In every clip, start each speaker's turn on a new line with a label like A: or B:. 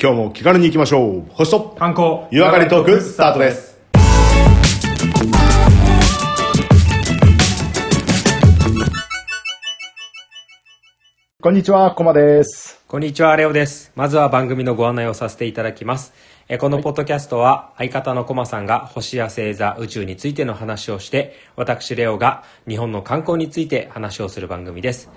A: 今日も気軽に行きましょう。星と、
B: 観光
A: 湯上がりトーク、スタートです。
C: こんにちは、コマです。
B: こんにちは、レオです。まずは番組のご案内をさせていただきます。えーこのポッドキャストは、相方のコマさんが星や星座、宇宙についての話をして、私、レオが日本の観光について話をする番組です。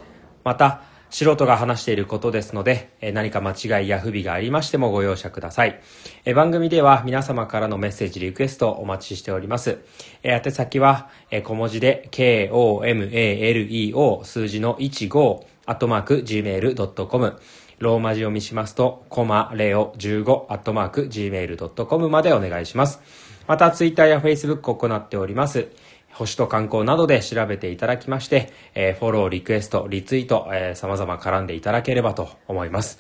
B: また、素人が話していることですので、えー何か間違いや不備がありましてもご容赦ください。えー番組では皆様からのメッセージ、リクエストをお待ちしております。えー宛先は、えー小文字で、k-o-m-a-l-e-o 数字の15、アットマーク gmail.com ローマ字読みしますと、コマレオ15アットマーク gmail.com までお願いします。また、ツイッターやフェイスブックを行っております。星と観光などで調べていただきまして、えーフォロー、リクエスト、リツイート、えー、様々絡んでいただければと思います。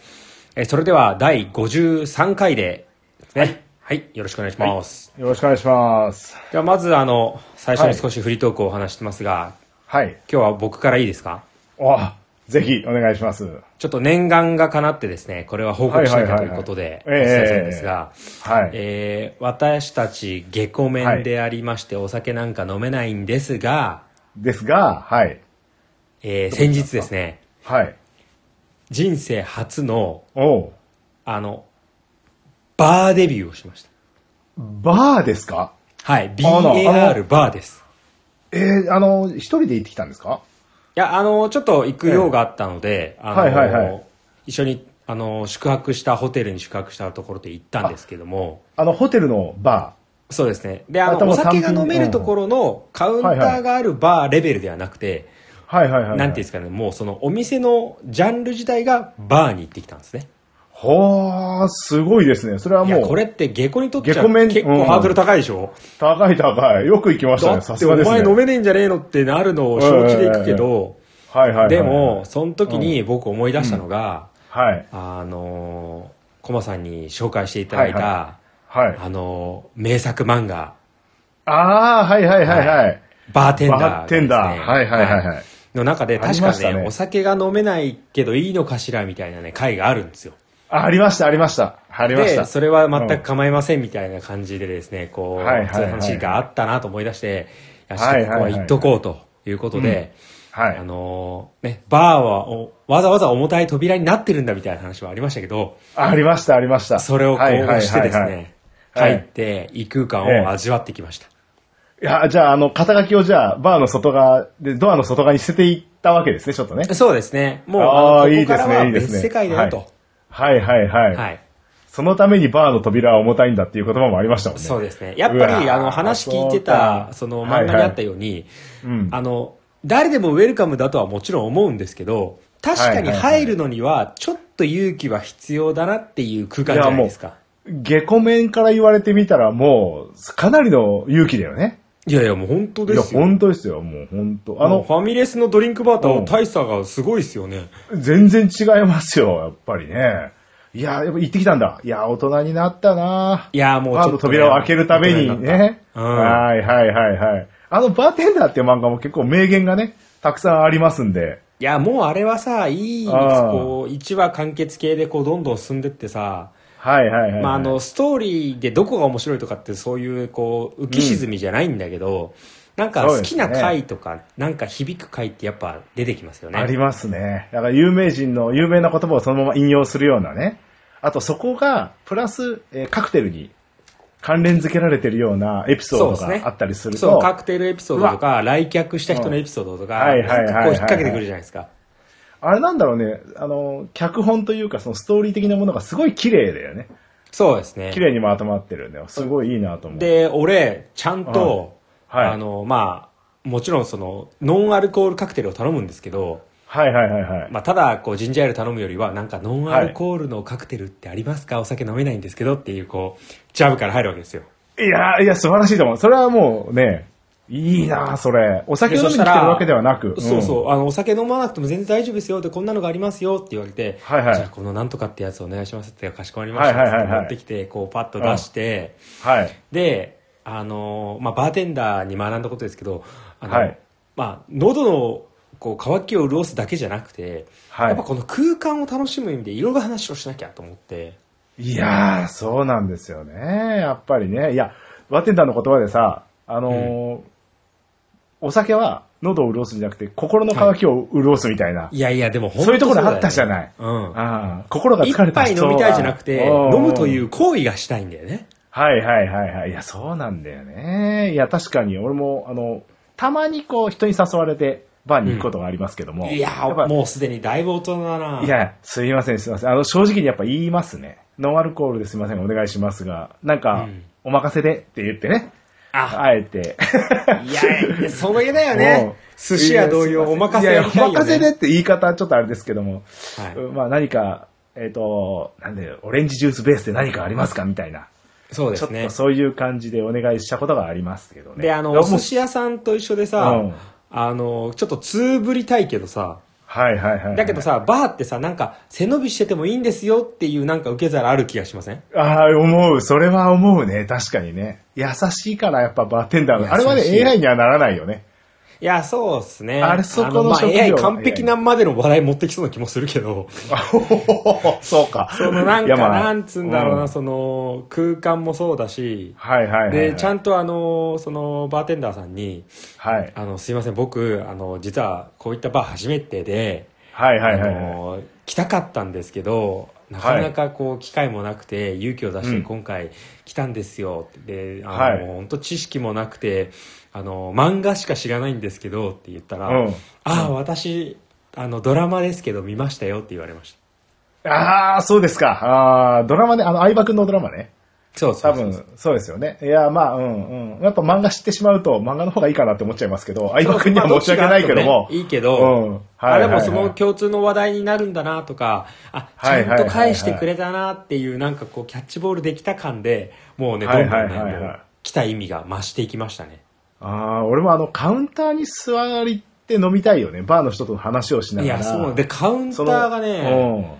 B: えーそれでは、第53回で、ね。はい、よろしくお願いします。
C: よろしくお願いします。
B: では、まず、あの、最初
C: は
B: に
C: い
B: 少しフリートークをお話してますが、
C: はい。
B: 今日は僕からいいですか
C: あ、ぜひお願いします。
B: ちょっと念願が叶ってですね、これは報告しなきゃということで、お
C: はいはいはいはいええ
B: 伝えするんですが、
C: はい。
B: えー私たち下戸面でありまして、お酒なんか飲めないんですが、
C: ですが、はい。
B: えー先日ですね、
C: はい。
B: 人生初の、
C: おう
B: あの、バーデビューをしました。
C: バーですか
B: はい、
C: あらあ
B: BAR
C: ら
B: バーです。
C: えー、あの、一人で行ってきたんですか
B: いや、あの、ちょっと行く用があったので、あの、
C: はいはいはい
B: 一緒に、あの、宿泊した、ホテルに宿泊したところで行ったんですけども、
C: あの、ホテルのバ
B: そうですね。で、あ
C: あと
B: の、
C: も
B: お
C: う単
B: 酒
C: 品
B: が飲めるところのカウンターがあるバーレベルではなくて、
C: ー。はいはいはい、
B: なんていうんですかね、もうそのお店のジャンル自体がバーに行ってきたんですね。
C: ほー、すごいですね。それはいも
B: や、
C: う、
B: これって下戸にとっちゃ
C: 下戸面
B: 結構ハードル高いでしょ、
C: 高い高い。よく行きました
B: だ
C: ね。
B: っ
C: さ
B: て
C: す
B: お
C: がですね。
B: 前飲めねえんじゃねえのってなるのを承知で行くけど、
C: はいはい、はい。
B: でも、、その時に僕思い出したのが、
C: はい。
B: あのー、コマさんに紹介していただいた、
C: はいはい。
B: あのー、名作漫画、
C: あー、はいはいはいはい。
B: バーテンダー、
C: バーテンダー。はいはいはいはい。
B: の中で確
C: ありま
B: か
C: し
B: ね
C: たね
B: お酒が飲めないけどいいのかしらみたいなね会があるんですよ
C: あありました、ありました。ありまし
B: で
C: た。
B: それは全く構いませんみたいな感じでですね、こ
C: は
B: う、
C: いはいはい
B: そういう話があったなと思い出して、いやちょっ
C: は
B: と
C: い
B: こ
C: は
B: こ
C: いは
B: は
C: い
B: 行っとこうということで、
C: はい
B: あ。のーね、バーはおわざわざ重たい扉になってるんだみたいな話はありましたけど、
C: ありました、ありました。
B: それをこう押してですね、
C: はいはいはいはい
B: 入って異空間を味わってきました。
C: いや、じゃあ、あの、肩書きをじゃあ、バーの外側で、ドアの外側に捨てていったわけですね、ちょっとね。
B: そうですね、もう、
C: あー
B: あの
C: い
B: ここ
C: い
B: か
C: ですね
B: らはい
C: いですね
B: 別世界だよと。
C: はいはいはい。
B: はい
C: そのためにバーの扉は重たいんだっていう言葉もありましたもんね。
B: そうですね。やっぱ
C: う
B: り、
C: わ
B: あ
C: ー
B: の、話聞いて
C: そう
B: た、
C: か
B: その
C: はいは
B: 漫
C: い
B: 画にあったように、
C: うん。
B: あの、誰でもウェルカムだとはもちろん思うんですけど、確か
C: はい
B: に
C: はいはい
B: 入るのには、ちょっと勇気は必要だなっていう空間じゃないですか。
C: 下戸面から言われてみたらもう、かなりの勇気だよね。
B: いやいや、もう本当
C: い
B: で
C: や、
B: すよ。
C: 本当ですよ、もう本当。
B: あ
C: あ
B: の、
C: の
B: フ、ァミレスのドリンクバーと
C: うん
B: 大差がすごいですよね。
C: 全然違いますよ、やっぱりね。いや、やっぱ行ってきたんだ。いや、大人になったない
B: や、もうち
C: バ
B: ょ
C: ー
B: っとね、
C: の扉を開けるためにね。
B: うん
C: はいはいはいはい。あの、バーテンダーっていう漫画も結構名言がね、たくさんありますんで。
B: いや、もうあれはさ、いい、
C: あー
B: こう、1話完結系でこう、どんどん進んでってさ、
C: はいはいはい。
B: まあ、あの、ストーリーでどこが面白いとかってそういう、こう、浮き沈みじゃないんだけど、なんか好きな回とか、なんか響く回ってやっぱ出てきますよね。
C: ありますね。だから有名人の有名な言葉をそのまま引用するようなね。あとそこが、プラス、えーカクテルに関連付けられてるようなエピソード
B: そうですね
C: があったりする
B: そう、
C: と、
B: カクテルエピソードとか、来客した人のエピソードとか、
C: うんはいはいはいはい
B: なんかこう引っ掛けてくるじゃないですか。
C: あれなんだろうね、あの、脚本というかそのストーリー的なものがすごい綺麗だよね。
B: そうですね
C: 綺。麗にまとまってるね。すごいいいなと思う。
B: で、俺、ちゃんと、
C: はいはい
B: あの、まあ、もちろんその、ノンアルコールカクテルを頼むんですけど、
C: はいはいはいはい。
B: まあ、ただ、こう、ジンジャーエール頼むよりは、なんか、ノンアルコールのカクテルってありますかお酒飲めないんですけどっていう、こう、ジャブから入るわけですよ。
C: いや、いや、素晴らしいと思う。それはもうね、いいなそれ。お酒を飲みに来てるわけではなく。
B: そうそうう、あの、お酒飲まなくても全然大丈夫ですよって、こんなのがありますよって言われて、
C: はいはい
B: じゃあこのなんとかってやつお願いしますって、かしこまりました
C: はい
B: っ
C: はいは
B: て
C: いはい
B: 持ってきて、こう、パッと出して、
C: ん。はい。
B: で、あの、まあ、バーテンダーに学んだことですけど、あの、
C: はい
B: まあ、喉の、こう、渇きを潤すだけじゃなくて、
C: はい
B: やっぱこの空間を楽しむ意味でいろいろ話をしなきゃと思って、
C: いやー、そうなんですよね。やっぱりね。いや、バーテンダーの言葉でさ、あのーお酒は喉を潤すんじゃなくて、心の渇きを潤すみたいな。
B: いやいや、でも本当
C: そういうところあったじ
B: そ
C: ゃ
B: うだ
C: な
B: よ
C: い
B: ね。うん。
C: ああ、心が
B: 一
C: 疲れた
B: 杯
C: 人
B: 飲
C: は
B: みたいじゃなくて、
C: うん
B: 飲むという行為がしたいんだよね。
C: はいはいはいはい。いや、そうなんだよね。いや、確かに、俺も、あの、たまにこう、人に誘われて、バーに行くことがありますけども。
B: いや
C: っぱ
B: ー、もうすでにだいぶ大人だな。
C: いや、すいません、すいません。あの、正直にやっぱ言いますね。ノンアルコールですいません、お願いしますが、なんか、
B: うん
C: お任せでって言ってね、
B: あ、
C: あえて。
B: いや、それだよ
C: もう
B: ね。寿司屋同様、お任せ
C: いや
B: や
C: いや
B: りたいよ、ね。
C: お任せでって言い方はちょっとあれですけども、
B: はい
C: うんまあ何か、えっ、と、なんで、オレンジジュースベースで何かありますかみたいな。
B: そうで
C: ちょっ
B: すね
C: と。そういう感じでお願いしたことがありますけどね。
B: で、あの、
C: もう
B: お寿司屋さんと一緒でさ、
C: うん
B: あの、ちょっとつぶりたいけどさ、
C: はいはいはいはい。
B: だけどさ、バーってさ、なんか背伸びしててもいいんですよっていうなんか受け皿ある気がしません
C: ああ、思う。それは思うね。確かにね。優しいからやっぱバーテンダーの。あれはね、
B: 優しい
C: AI にはならないよね。
B: いや、そうっすね。
C: あれそこの
B: まあ
C: 職業は
B: AI 完璧なまでの笑い持ってきそうな気もするけど、
C: そうか。
B: そのなん
C: いや
B: か、
C: まあ
B: なんつうんだろうな、
C: ん
B: その、空間もそうだし、
C: はいはいはい。
B: で、ちゃ
C: ん
B: んとあの、その、バーテンダーさんに、
C: はい。
B: あの、すいません、僕、あの、実はこういったバー初めてで、
C: はいはいはい
B: あ
C: はい。
B: の来たかったんですけどなかなかこう機会もなくて、勇気を出して今回来たんですよであの、
C: はい
B: 本当知識もなくてあの漫画しか知らないんですけどって言ったら「
C: うん
B: ああ私あのドラマですけど見ましたよ」って言われました
C: ああ、そうですか。ああ、ドラマね、あの、相葉くんのドラマね。
B: そうそ
C: 多
B: うそう
C: 分、そうですよね。いや、まあ、うん、うん。やっぱ漫画知ってしまうと、漫画の方がいいかなって思っちゃいますけど、相葉くんには
B: まあ
C: 申し訳ないけど
B: ど
C: も
B: っちがあって。いいけ
C: うん
B: ど、
C: はいはいはい
B: あでもその共通の話題になるんだなとか、あ、ちゃんと返してくれたなっていう、なんかこう、キャッチボールできた感で、もうね、どんどんね、
C: はいはいはいはい
B: もう来た意味が増していきましたね。
C: ああ、俺もあの、カウンターに座りって飲みたいよね。バーの人と話をしないがら。
B: や、そう。で、カウンタ
C: そ
B: ー
C: の
B: がね、
C: うん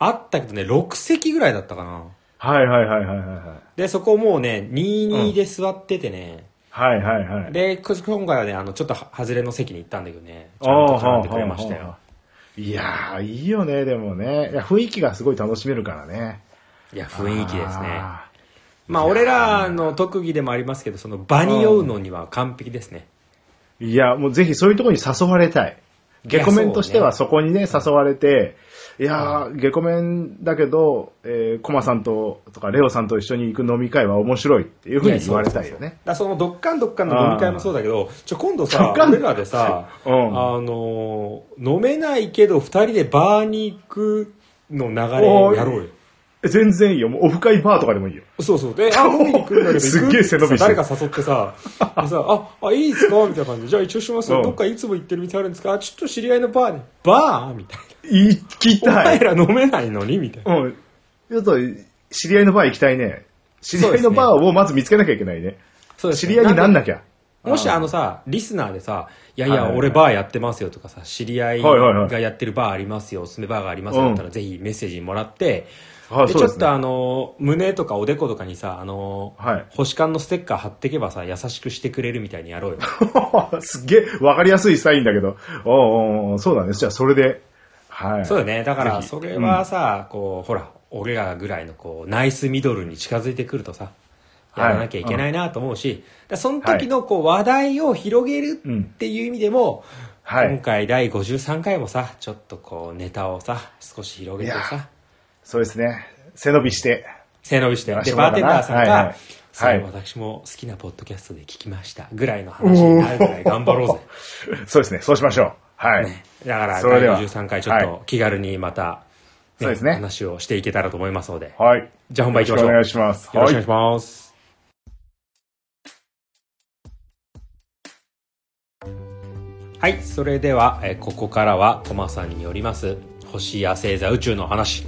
B: あったけどね、6席ぐらいだったかな。
C: はいはいはいはいは
B: で、そこもうね、22で座っててね、
C: い。はいはいはい。
B: で、こ今回はね、あの、ちょっとは外れの席に行ったんだけどね、ちゃん
C: あ
B: と
C: あ
B: 絡んでくれましたよ。。
C: いやー、いいよね、でもね。いや、雰囲気がすごい楽しめるからね。
B: いや、雰囲気ですね。
C: あ
B: まあ、俺らの特技でもありますけど、その場に酔うのには完璧ですね。
C: ー。いや、もうぜひそういうところに誘われたい。
B: いや
C: ゲコメンとしてはそこにね、誘われて、いや
B: あ
C: ー、ゲコメンだけど、えー、コマさんと、とか、レオさんと一緒に行く飲み会は面白いっていうふうに言われたいよ
B: やそうそうそうだ
C: ね
B: か。らそのどっかんどっかんの飲み会もそうだけど、ちょ、今度
C: ど
B: さ
C: っ、かん
B: 俺らでさ、
C: うん
B: あのー、飲めないけど二人でバーに行くの流
C: お
B: れ
C: ー
B: やろうよ。
C: 全然いいよ。もうオフ会バーとかでもいいよ。
B: そうそう。で、あ、飲みに行くんだけど、
C: すっげえ背伸びして
B: 誰
C: る
B: か誘って さ、でさ、あ、あ、いいですかみたいな感じで。じゃあ一応しますよ。
C: うん
B: どっかいつも行ってる店あるんですかあちょっと知り合いのバーに。バーみたい
C: 行き
B: な。お
C: たい
B: 前。ら飲めないのにみたいな。
C: うん。ちょっと、知り合いのバー行きたいね。知り合いのバーをまず見つけなきゃいけないね。
B: そうです
C: 知
B: ね
C: り合いになんなきゃ。
B: もしあのさ、リスナーでさ、いやい
C: はい
B: や、
C: はい
B: 俺バーやってますよとかさ、知り合い
C: はいはいはい
B: がやってるバーありますよ、おすすめバーがありますよだったら、ぜひメッセージもらって、
C: あ
B: で
C: そう
B: ち
C: で
B: ょっ
C: すね
B: とあの、胸とかおでことかにさ、あの、
C: はい
B: 星間のステッカー貼ってけばさ、優しくしてくれるみたいにやろうよ。
C: すっげえ、わかりやすいサインだけど。おうおうおうそうだね。じゃあ、それで。はい。
B: そうだね。だから、
C: ぜひ
B: それはさ、こう、ほら、俺らぐらいの、こう、ナイスミドルに近づいてくるとさ、やらなきゃいけないなと思うし、だからその時の、こう、話題を広げるっていう意味でも、
C: はい
B: 今回第53回もさ、ちょっとこう、ネタをさ、少し広げて
C: い
B: さ
C: や、そうですね。背伸びして。
B: 背伸びして、
C: やらせ
B: で、
C: てもら
B: バ
C: おう
B: ーテ
C: か
B: ン
C: な
B: ダーさん
C: はいは
B: が
C: い、
B: それ
C: はい
B: 私も好きなポッドキャストで聞きました、ぐらいの話になるぐらい頑張ろうぜ。
C: そうですね。そうしましょう。はい。
B: ねだから、
C: それ
B: 第
C: では
B: 53回ちょっ
C: は
B: と気軽にまた、
C: そうですね
B: 話をしていけたらと思いますので。
C: はい。
B: じゃあ本番行きましょう
C: よろしくお願いします。
B: よろしくお
C: は
B: 願いします。はい、それでは、えーここからはコマさんによります星や星座宇宙の話、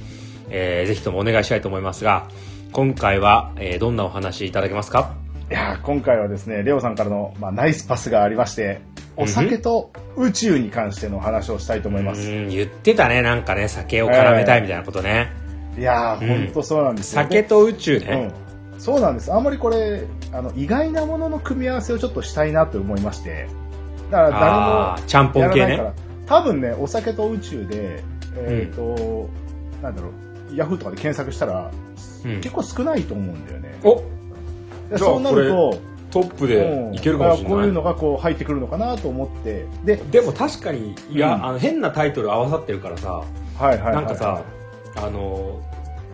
B: えーぜひともお願いしたいと思いますが、今回は、えーどんなお話いただけますか
C: いやー今回はですね、レオさんからの、まあ、ナイスパスがありまして、お酒と宇宙に関しての話をしたいと思いうます。
B: ん言ってたね、なんかね、酒を絡めたいみたいなことね。
C: いや
B: う
C: ー、
B: ん
C: ほんとそうなんですよ。
B: 酒と宇宙ね。
C: うん、そうなんです。あんまりこれ、あの、意外なものの組み合わせをちょっとしたいなと思いまして。だから
B: ああー、ちゃんぽ
C: 誰
B: ん
C: も
B: 系
C: やらないか
B: ね
C: ら。。多分ね、お酒と宇宙で、えっ、と、なんだろう、ヤフーとかで検索したら、
B: うん
C: 結構少ないと思うんだよね。
B: お
C: でそうなると、
B: トップ
C: う
B: で
C: ん
B: いけるかもしれ
C: だらこういう
B: な
C: の
B: い。
C: がこう入ってくるのかなと思って、で、
B: でも確かに、いや、
C: うん
B: あの変なタイトル合わさってるからさ、
C: はいはい、はい。
B: なんかさ、あの、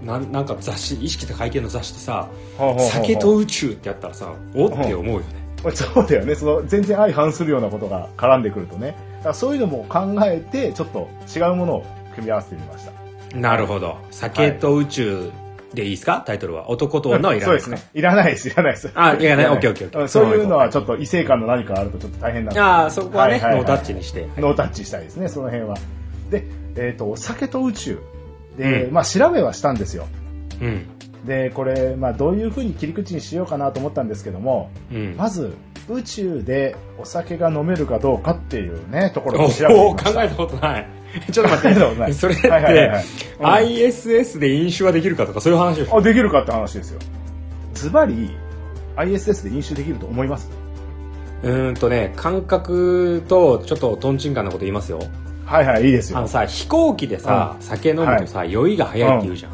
B: なんなんか雑誌、意識高い系の雑誌ってさ、
C: ほうほうほうほう、
B: 酒と宇宙ってやったらさ、おって思うよね。
C: そうだよね。その、全然相反するようなことが絡んでくるとね。だからそういうのも考えて、ちょっと違うものを組み合わせてみました。
B: なるほど。酒と宇宙でいいですかタイトルは。男と女はいら
C: そ
B: な
C: う
B: い
C: で
B: です
C: す
B: か
C: ね。いらないです、いらないです。
B: あいらないオッケーオッケーオッケー
C: うんそういうのはちょっと異性間の何かあるとちょっと大変なんで
B: ああ、そこはね、
C: はいはいはい
B: ノータッチにして。
C: ノータッチしたいですね、その辺は。で、えっ、と、お酒と宇宙。で、
B: うん
C: まあ調べはしたんですよ。
B: うん。
C: で、これ、まあどういう風に切り口にしようかなと思ったんですけども、
B: うん。
C: まず、宇宙でお酒が飲めるかどうかっていうね、ところ
B: お
C: を調べてみ
B: お
C: ま
B: 考
C: した。
B: えたことない。ちょっと待 っ
C: 考えたことな
B: て、
C: い
B: それって、
C: はいはいはいうん
B: ISS で飲酒はできるかとかそういう話でしょ
C: あ、できるかって話ですよ。ズバリ、ISS で飲酒できると思います
B: うーんとね、感覚とちょっとトンチンカンなこと言いますよ。
C: はいはい、いいです
B: あ
C: よ。
B: のさ、飛行機でさ、
C: うん
B: 酒飲むとさ、酔いが早いって言うじゃん。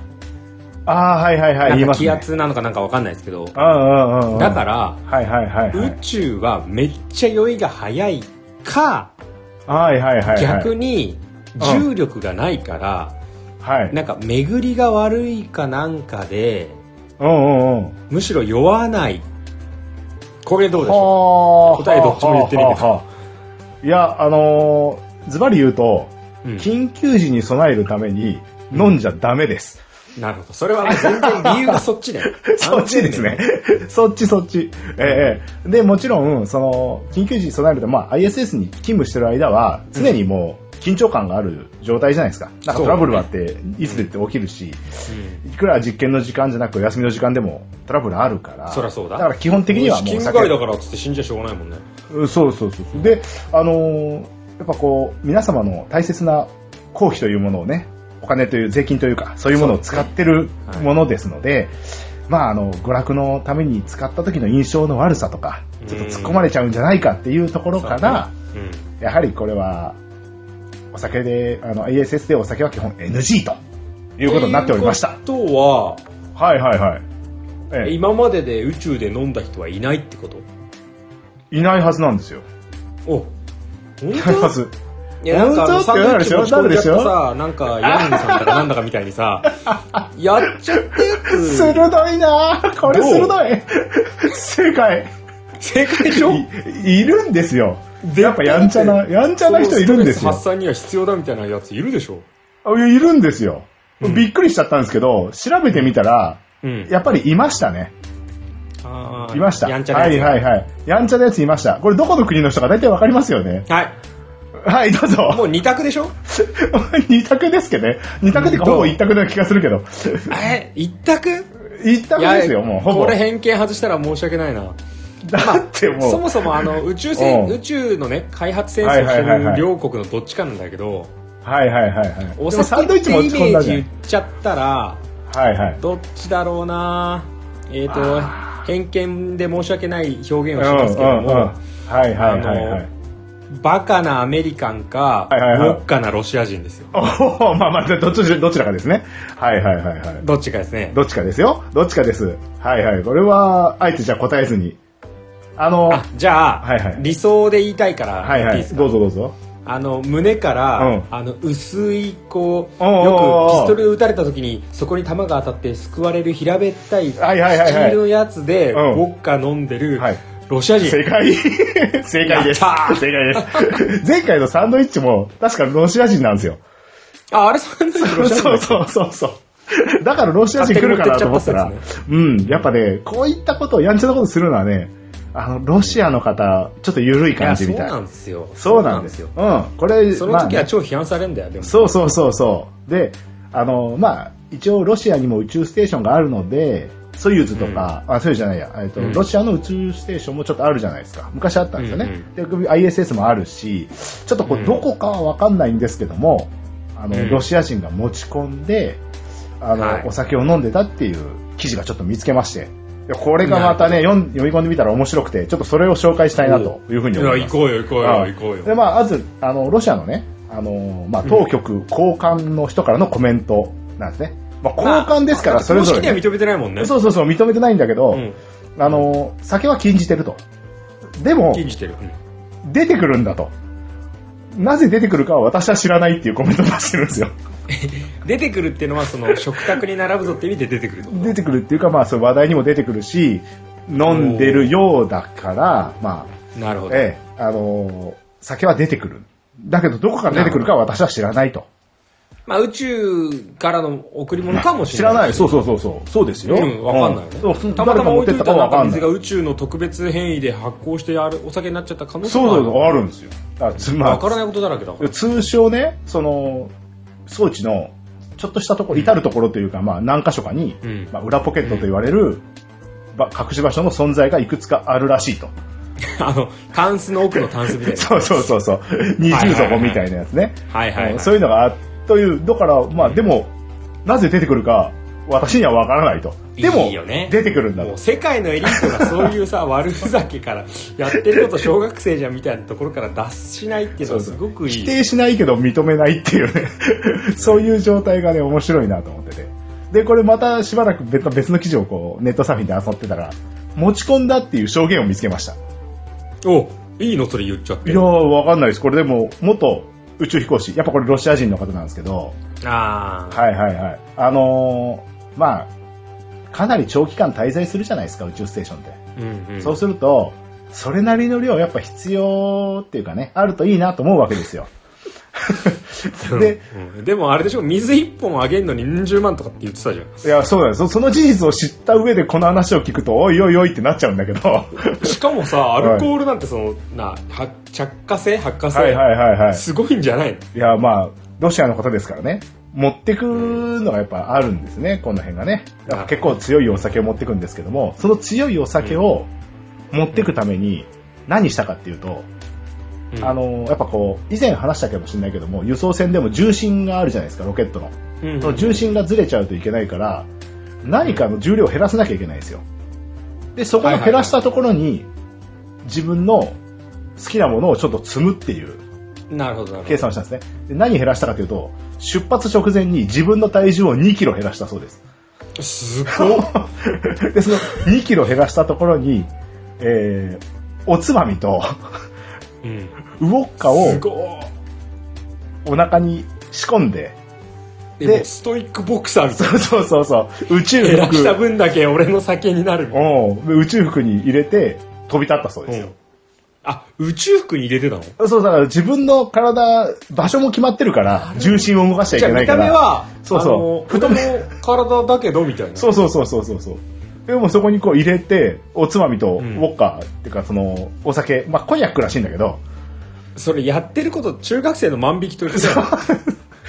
C: ああー、はいはいはい、言いま
B: なんか
C: す、ね。
B: 気圧なのかなんかわかんないですけど。
C: うんうんうんうん。
B: だから、
C: はいはいはいはい。
B: 宇宙はめっちゃ酔いが早いか、
C: はいはいはいはい。
B: 逆に重力がないから、
C: はい。
B: なんか巡りが悪いかなんかで
C: うんうんうん。
B: むしろ酔わないこれどうでしょ
C: はあ
B: 答えどっちも言ってみて
C: はあはあいや、あのーズバリ言うと、
B: う、うん
C: 緊急時に備えるために飲んじゃダメです。
B: なるほどそれはもう全然理由がそっちね
C: そっちですね。そっちそっち。ええで、もちろん、その、緊急時に備えると、まあ、ISS に勤務してる間は、常にもう、緊張感がある状態じゃないですか。なんか
B: そう
C: トラブルはあって、いつでって起きるし、いくら実験の時間じゃなく、お休みの時間でもトラブルあるから。
B: そりゃそうだ
C: だから基本的にはもう
B: 金
C: 避け
B: 外
C: る
B: だからっつって死んじゃしょうがないもんね
C: うんそうそうそうそう。で、あのーやっぱこう、皆様の大切な公費というものをね、お金という税金というか、そういうものを使ってる
B: はい
C: ものですので、まあ、あの、娯楽のために使った時の印象の悪さとか、ちょっと突っ込まれちゃうんじゃないかっていうところから、やはりこれは、お酒で、あの、ISS でお酒は基本 NG ということになっておりました。
B: というこ
C: はいはいはい。
B: とは
C: え
B: 今までで宇宙で飲んだ人はいないってこと
C: え、いないはずなんですよ。
B: お本
C: いないはず。
B: いや、なんかあの、
C: 本当
B: サ
C: っ
B: ン
C: て
B: ドイ
C: なるで
B: ッチ
C: し
B: 持
C: ょ
B: ち込んじゃったさ、なんか、ヤングさんだかなんだかみたい にさ、やっちゃったやつ、
C: 鋭いなぁこれ鋭い正解
B: 正解でしょ
C: いいるんですよ。やっぱやんちゃな、やんちゃな人いるんです
B: そのストレ
C: よ。
B: ス発散には必要だみたいなやついるでしょ
C: あいやいるんですよ。びっくりしちゃったんですけど、調べてみたら、
B: うん。
C: やっぱりいましたね。
B: あー
C: いました。
B: やんちゃなやつ。
C: はいはいはい。やんちゃなやついました。これどこの国の人か大体わかりますよね。
B: はい。
C: はい、どう
B: も
C: ぞ。
B: う二択でしょ
C: 二択ですけどね。二択っていうか
B: どう
C: ほぼ一択な気がするけ ど。
B: え、一択
C: 一択ですよ、
B: いや
C: もうほぼ。
B: これ偏見外したら申し訳ないな。
C: だってもう。
B: そもそもあの、宇宙船、
C: うん
B: 宇宙のね、開発戦争をして
C: はいはいはい
B: る
C: はい
B: 両国のどっちかなんだけど、
C: はいはいはいはい。
B: お
C: でも
B: 酒
C: サ
B: っ
C: ン
B: て
C: ドイッチ持
B: イ
C: ち込ん
B: メー
C: だ
B: ジ
C: じゃ
B: 言っ
C: ん。
B: ちゃったら、
C: はいはい。
B: どっちだろうなえっ、と
C: あ
B: 偏見で申し訳ない表
C: う
B: 現
C: ん
B: を
C: う
B: し
C: ん
B: ま
C: う
B: すけど
C: ん。
B: も
C: はいはいはいはい。
B: バカなアメリカンか、
C: はいはいはい
B: ウォッカなロシア人ですよ
C: おおまあまあ、じゃあどっち、どちらかですね。はいはいはいはい。
B: どっちかですね
C: どっちかですよ。どっちかです。はいはい。これは、あえてじゃあ答えずに。あの、は
B: あじゃあ、
C: はいはい
B: 理想で言いたいから
C: い
B: 言って
C: はい
B: い
C: い。
B: ですか
C: どうぞどうぞ。
B: あの胸から、
C: うん
B: あの薄いこう
C: おうおうお
B: よ
C: う
B: くピストル撃たれた時にそこに弾が当たって救われる平べったい
C: はいはいはいはい
B: 七色のやつで、
C: うん
B: ウォッカ飲んでる、
C: はい
B: ロシア人
C: 正解。正解 です。
B: やったー
C: 正解です。 前回のサンドイッチも、確かロシア人なんですよ。
B: ああれそんな
C: そ
B: ロ
C: う
B: シア人
C: そうそうそう。だからロシア人来るかなと思ったら、
B: 勝手に持って
C: うん、やっぱね、こういったことを、やんちゃなことするのはね、あの、ロシアの方、ちょっと緩い
B: いや
C: 感
B: そ
C: じ
B: う
C: みたい。
B: なんですよ
C: そうなんですよ。うん。これ、
B: その時
C: まあ
B: は
C: ね
B: 超批判されるんだよ、でも。
C: そうそうそうそう。で、あの、まあ、一応ロシアにも宇宙ステーションがあるので、ソユーズとか、あ、ソユーズじゃないや、えっと、
B: うん
C: ロシアの宇宙ステーションもちょっとあるじゃないですか。昔あったんですよね。で、ISS もあるし、ちょっとこ
B: うん
C: う、どこかはわかんないんですけども、あ
B: うん
C: の、ロシア人が持ち込んで、あの、
B: はい
C: お酒を飲んでたっていう記事がちょっと見つけまして、いやこれがまたね、読ん読み込んでみたら面白くて、ちょっとそれを紹介したいなというふう
B: い
C: に
B: や、
C: 思います
B: 行。こうよ、行こうよ、
C: はい
B: 行こう
C: で、
B: よ。
C: まあ、まず、あの、ロシアのね、あの、まあ、当局高官の人からのコメントなんですね。まあ、交換ですから、それぞれ
B: 公
C: ね、
B: 式では認めてないもんね。
C: そうそうそう、認めてないんだけど、
B: うん。
C: あの、酒は禁じてると。でも、
B: 禁じてる。うん
C: 出てくるんだと。なぜ出てくるかは私は知らないっていうコメントを出してるんですよ。
B: 出てくるっていうのは、その、食卓に並ぶぞっていう意味で出てくると。
C: 出てくるっていうか、まあ、そう話題にも出てくるし、飲んでるようだから、ま
B: なるほ
C: あ、
B: ど。
C: ええ、あの、酒は出てくる。だけど、どこから出てくるかは私は知らないと。
B: まあ、宇宙からの贈り物かもし
C: 知
B: れない。
C: らない。そうそうそうそう。そうですよ。
B: うん、わかんないよね。
C: う
B: たまたま置いといた
C: 誰
B: なん
C: が持
B: か
C: って
B: 水
C: った
B: が宇宙の特別変異で発酵してあるお酒になっちゃった可能性
C: そうそ
B: もある。
C: うそう、あるんですよ。だからつま
B: わか
C: あ
B: らないことだら けだから。
C: 通称ね、その、装置の、ちょっとしたところ、至るところというか、まあ、何箇所かに、
B: うん
C: まあ、裏ポケットと言われる、ば隠し場所の存在がいくつかあるらしいと。
B: あの、タンスの奥のタンスみたいな。
C: そうそうそうそう。二重底みたいなやつね。
B: はいはい、
C: うん
B: はい。
C: そういうのがあという、だから、まあ、でも、なぜ出てくるか、私にはわからないと。でも、
B: いいよね
C: 出てくるんだ
B: も
C: と
B: う。世界のエリートがそうい うさ悪ふざけからやってること小学生じゃんみたいなところから脱しないっていうのはすごくいい
C: 否定しないけど認めないっていうね、 そういう状態がね、面白いなと思ってて。で、これまたしばらく別別の記事をこう、ネットサーフィンで遊ってたら、持ち込んだっていう証言を見つけました。
B: おいいのそれ言っちゃっ
C: い
B: て
C: やー、わかんないです。これでも、元宇宙飛行士、やっぱこれロシア人の方なんですけど、
B: ああ
C: はいはいはい。あのーまあ、かなり長期間滞在するじゃないですか、宇宙ステーションって。
B: うんうん
C: そうすると、それなりの量やっぱ必要っていうかね、あるといいなと思うわけですよ。で、
B: うんでもあれでしょ水一本あげんのにうん十万とかって言ってたじゃん
C: いや、そうなんですそ。その事実を知った上でこの話を聞くと、おいおいおいってなっちゃうんだけど。は
B: しかもさアルコールなんてその、なは着火性発火性、
C: いはいはいはい。
B: すごいんじゃないの
C: いや、まあ、ロシアの方ですからね。持ってくのがやっぱあるんですね、この辺がね。だから結構強いお酒を持ってくんですけども、その強いお酒を持ってくために何したかっていうと、
B: うん
C: あの、やっぱこう、以前話したかもしれないけども、輸送船でも重心があるじゃないですか、ロケットの。
B: うんうん
C: その重心がずれちゃうといけないから、何かの重量を減らさなきゃいけないんですよ。で、そこの減らしたところに、自分の好きなものをちょっと積むっていう
B: なるほどなるほ
C: 計算をしたんですね。で何減らしたかというと、出発直前に自分の体重を2キロ減らしたそうです。
B: どすごっ
C: で、その2キロ減らしたところに、えー、おつまみと、
B: うん
C: ウォッカを
B: すごっ
C: お腹に仕込んで、
B: で
C: で
B: もうストイックボクサーみたいな
C: そうそうそうそう、宇宙
B: 減らした
C: 服、
B: 分だけ俺の酒になるみたいな
C: うん宇宙服に入れて飛び立ったそうですよ。
B: あ、宇宙服に入れてたの
C: そう、だから自分の体、場所も決まってるから、重心を動かしちゃい
B: じゃ
C: け
B: あ
C: ない
B: 見
C: か
B: た
C: ら。
B: 目は、
C: そうそう
B: あの、俺の体だけどみたいな。
C: そうそうそうそうそうそう。でもそこにこう入れて、おつまみとウ
B: ん
C: ォッカー、っていうかその、お酒、まあコニャックらしいんだけど、
B: それやってること中学生の万引きと一緒だ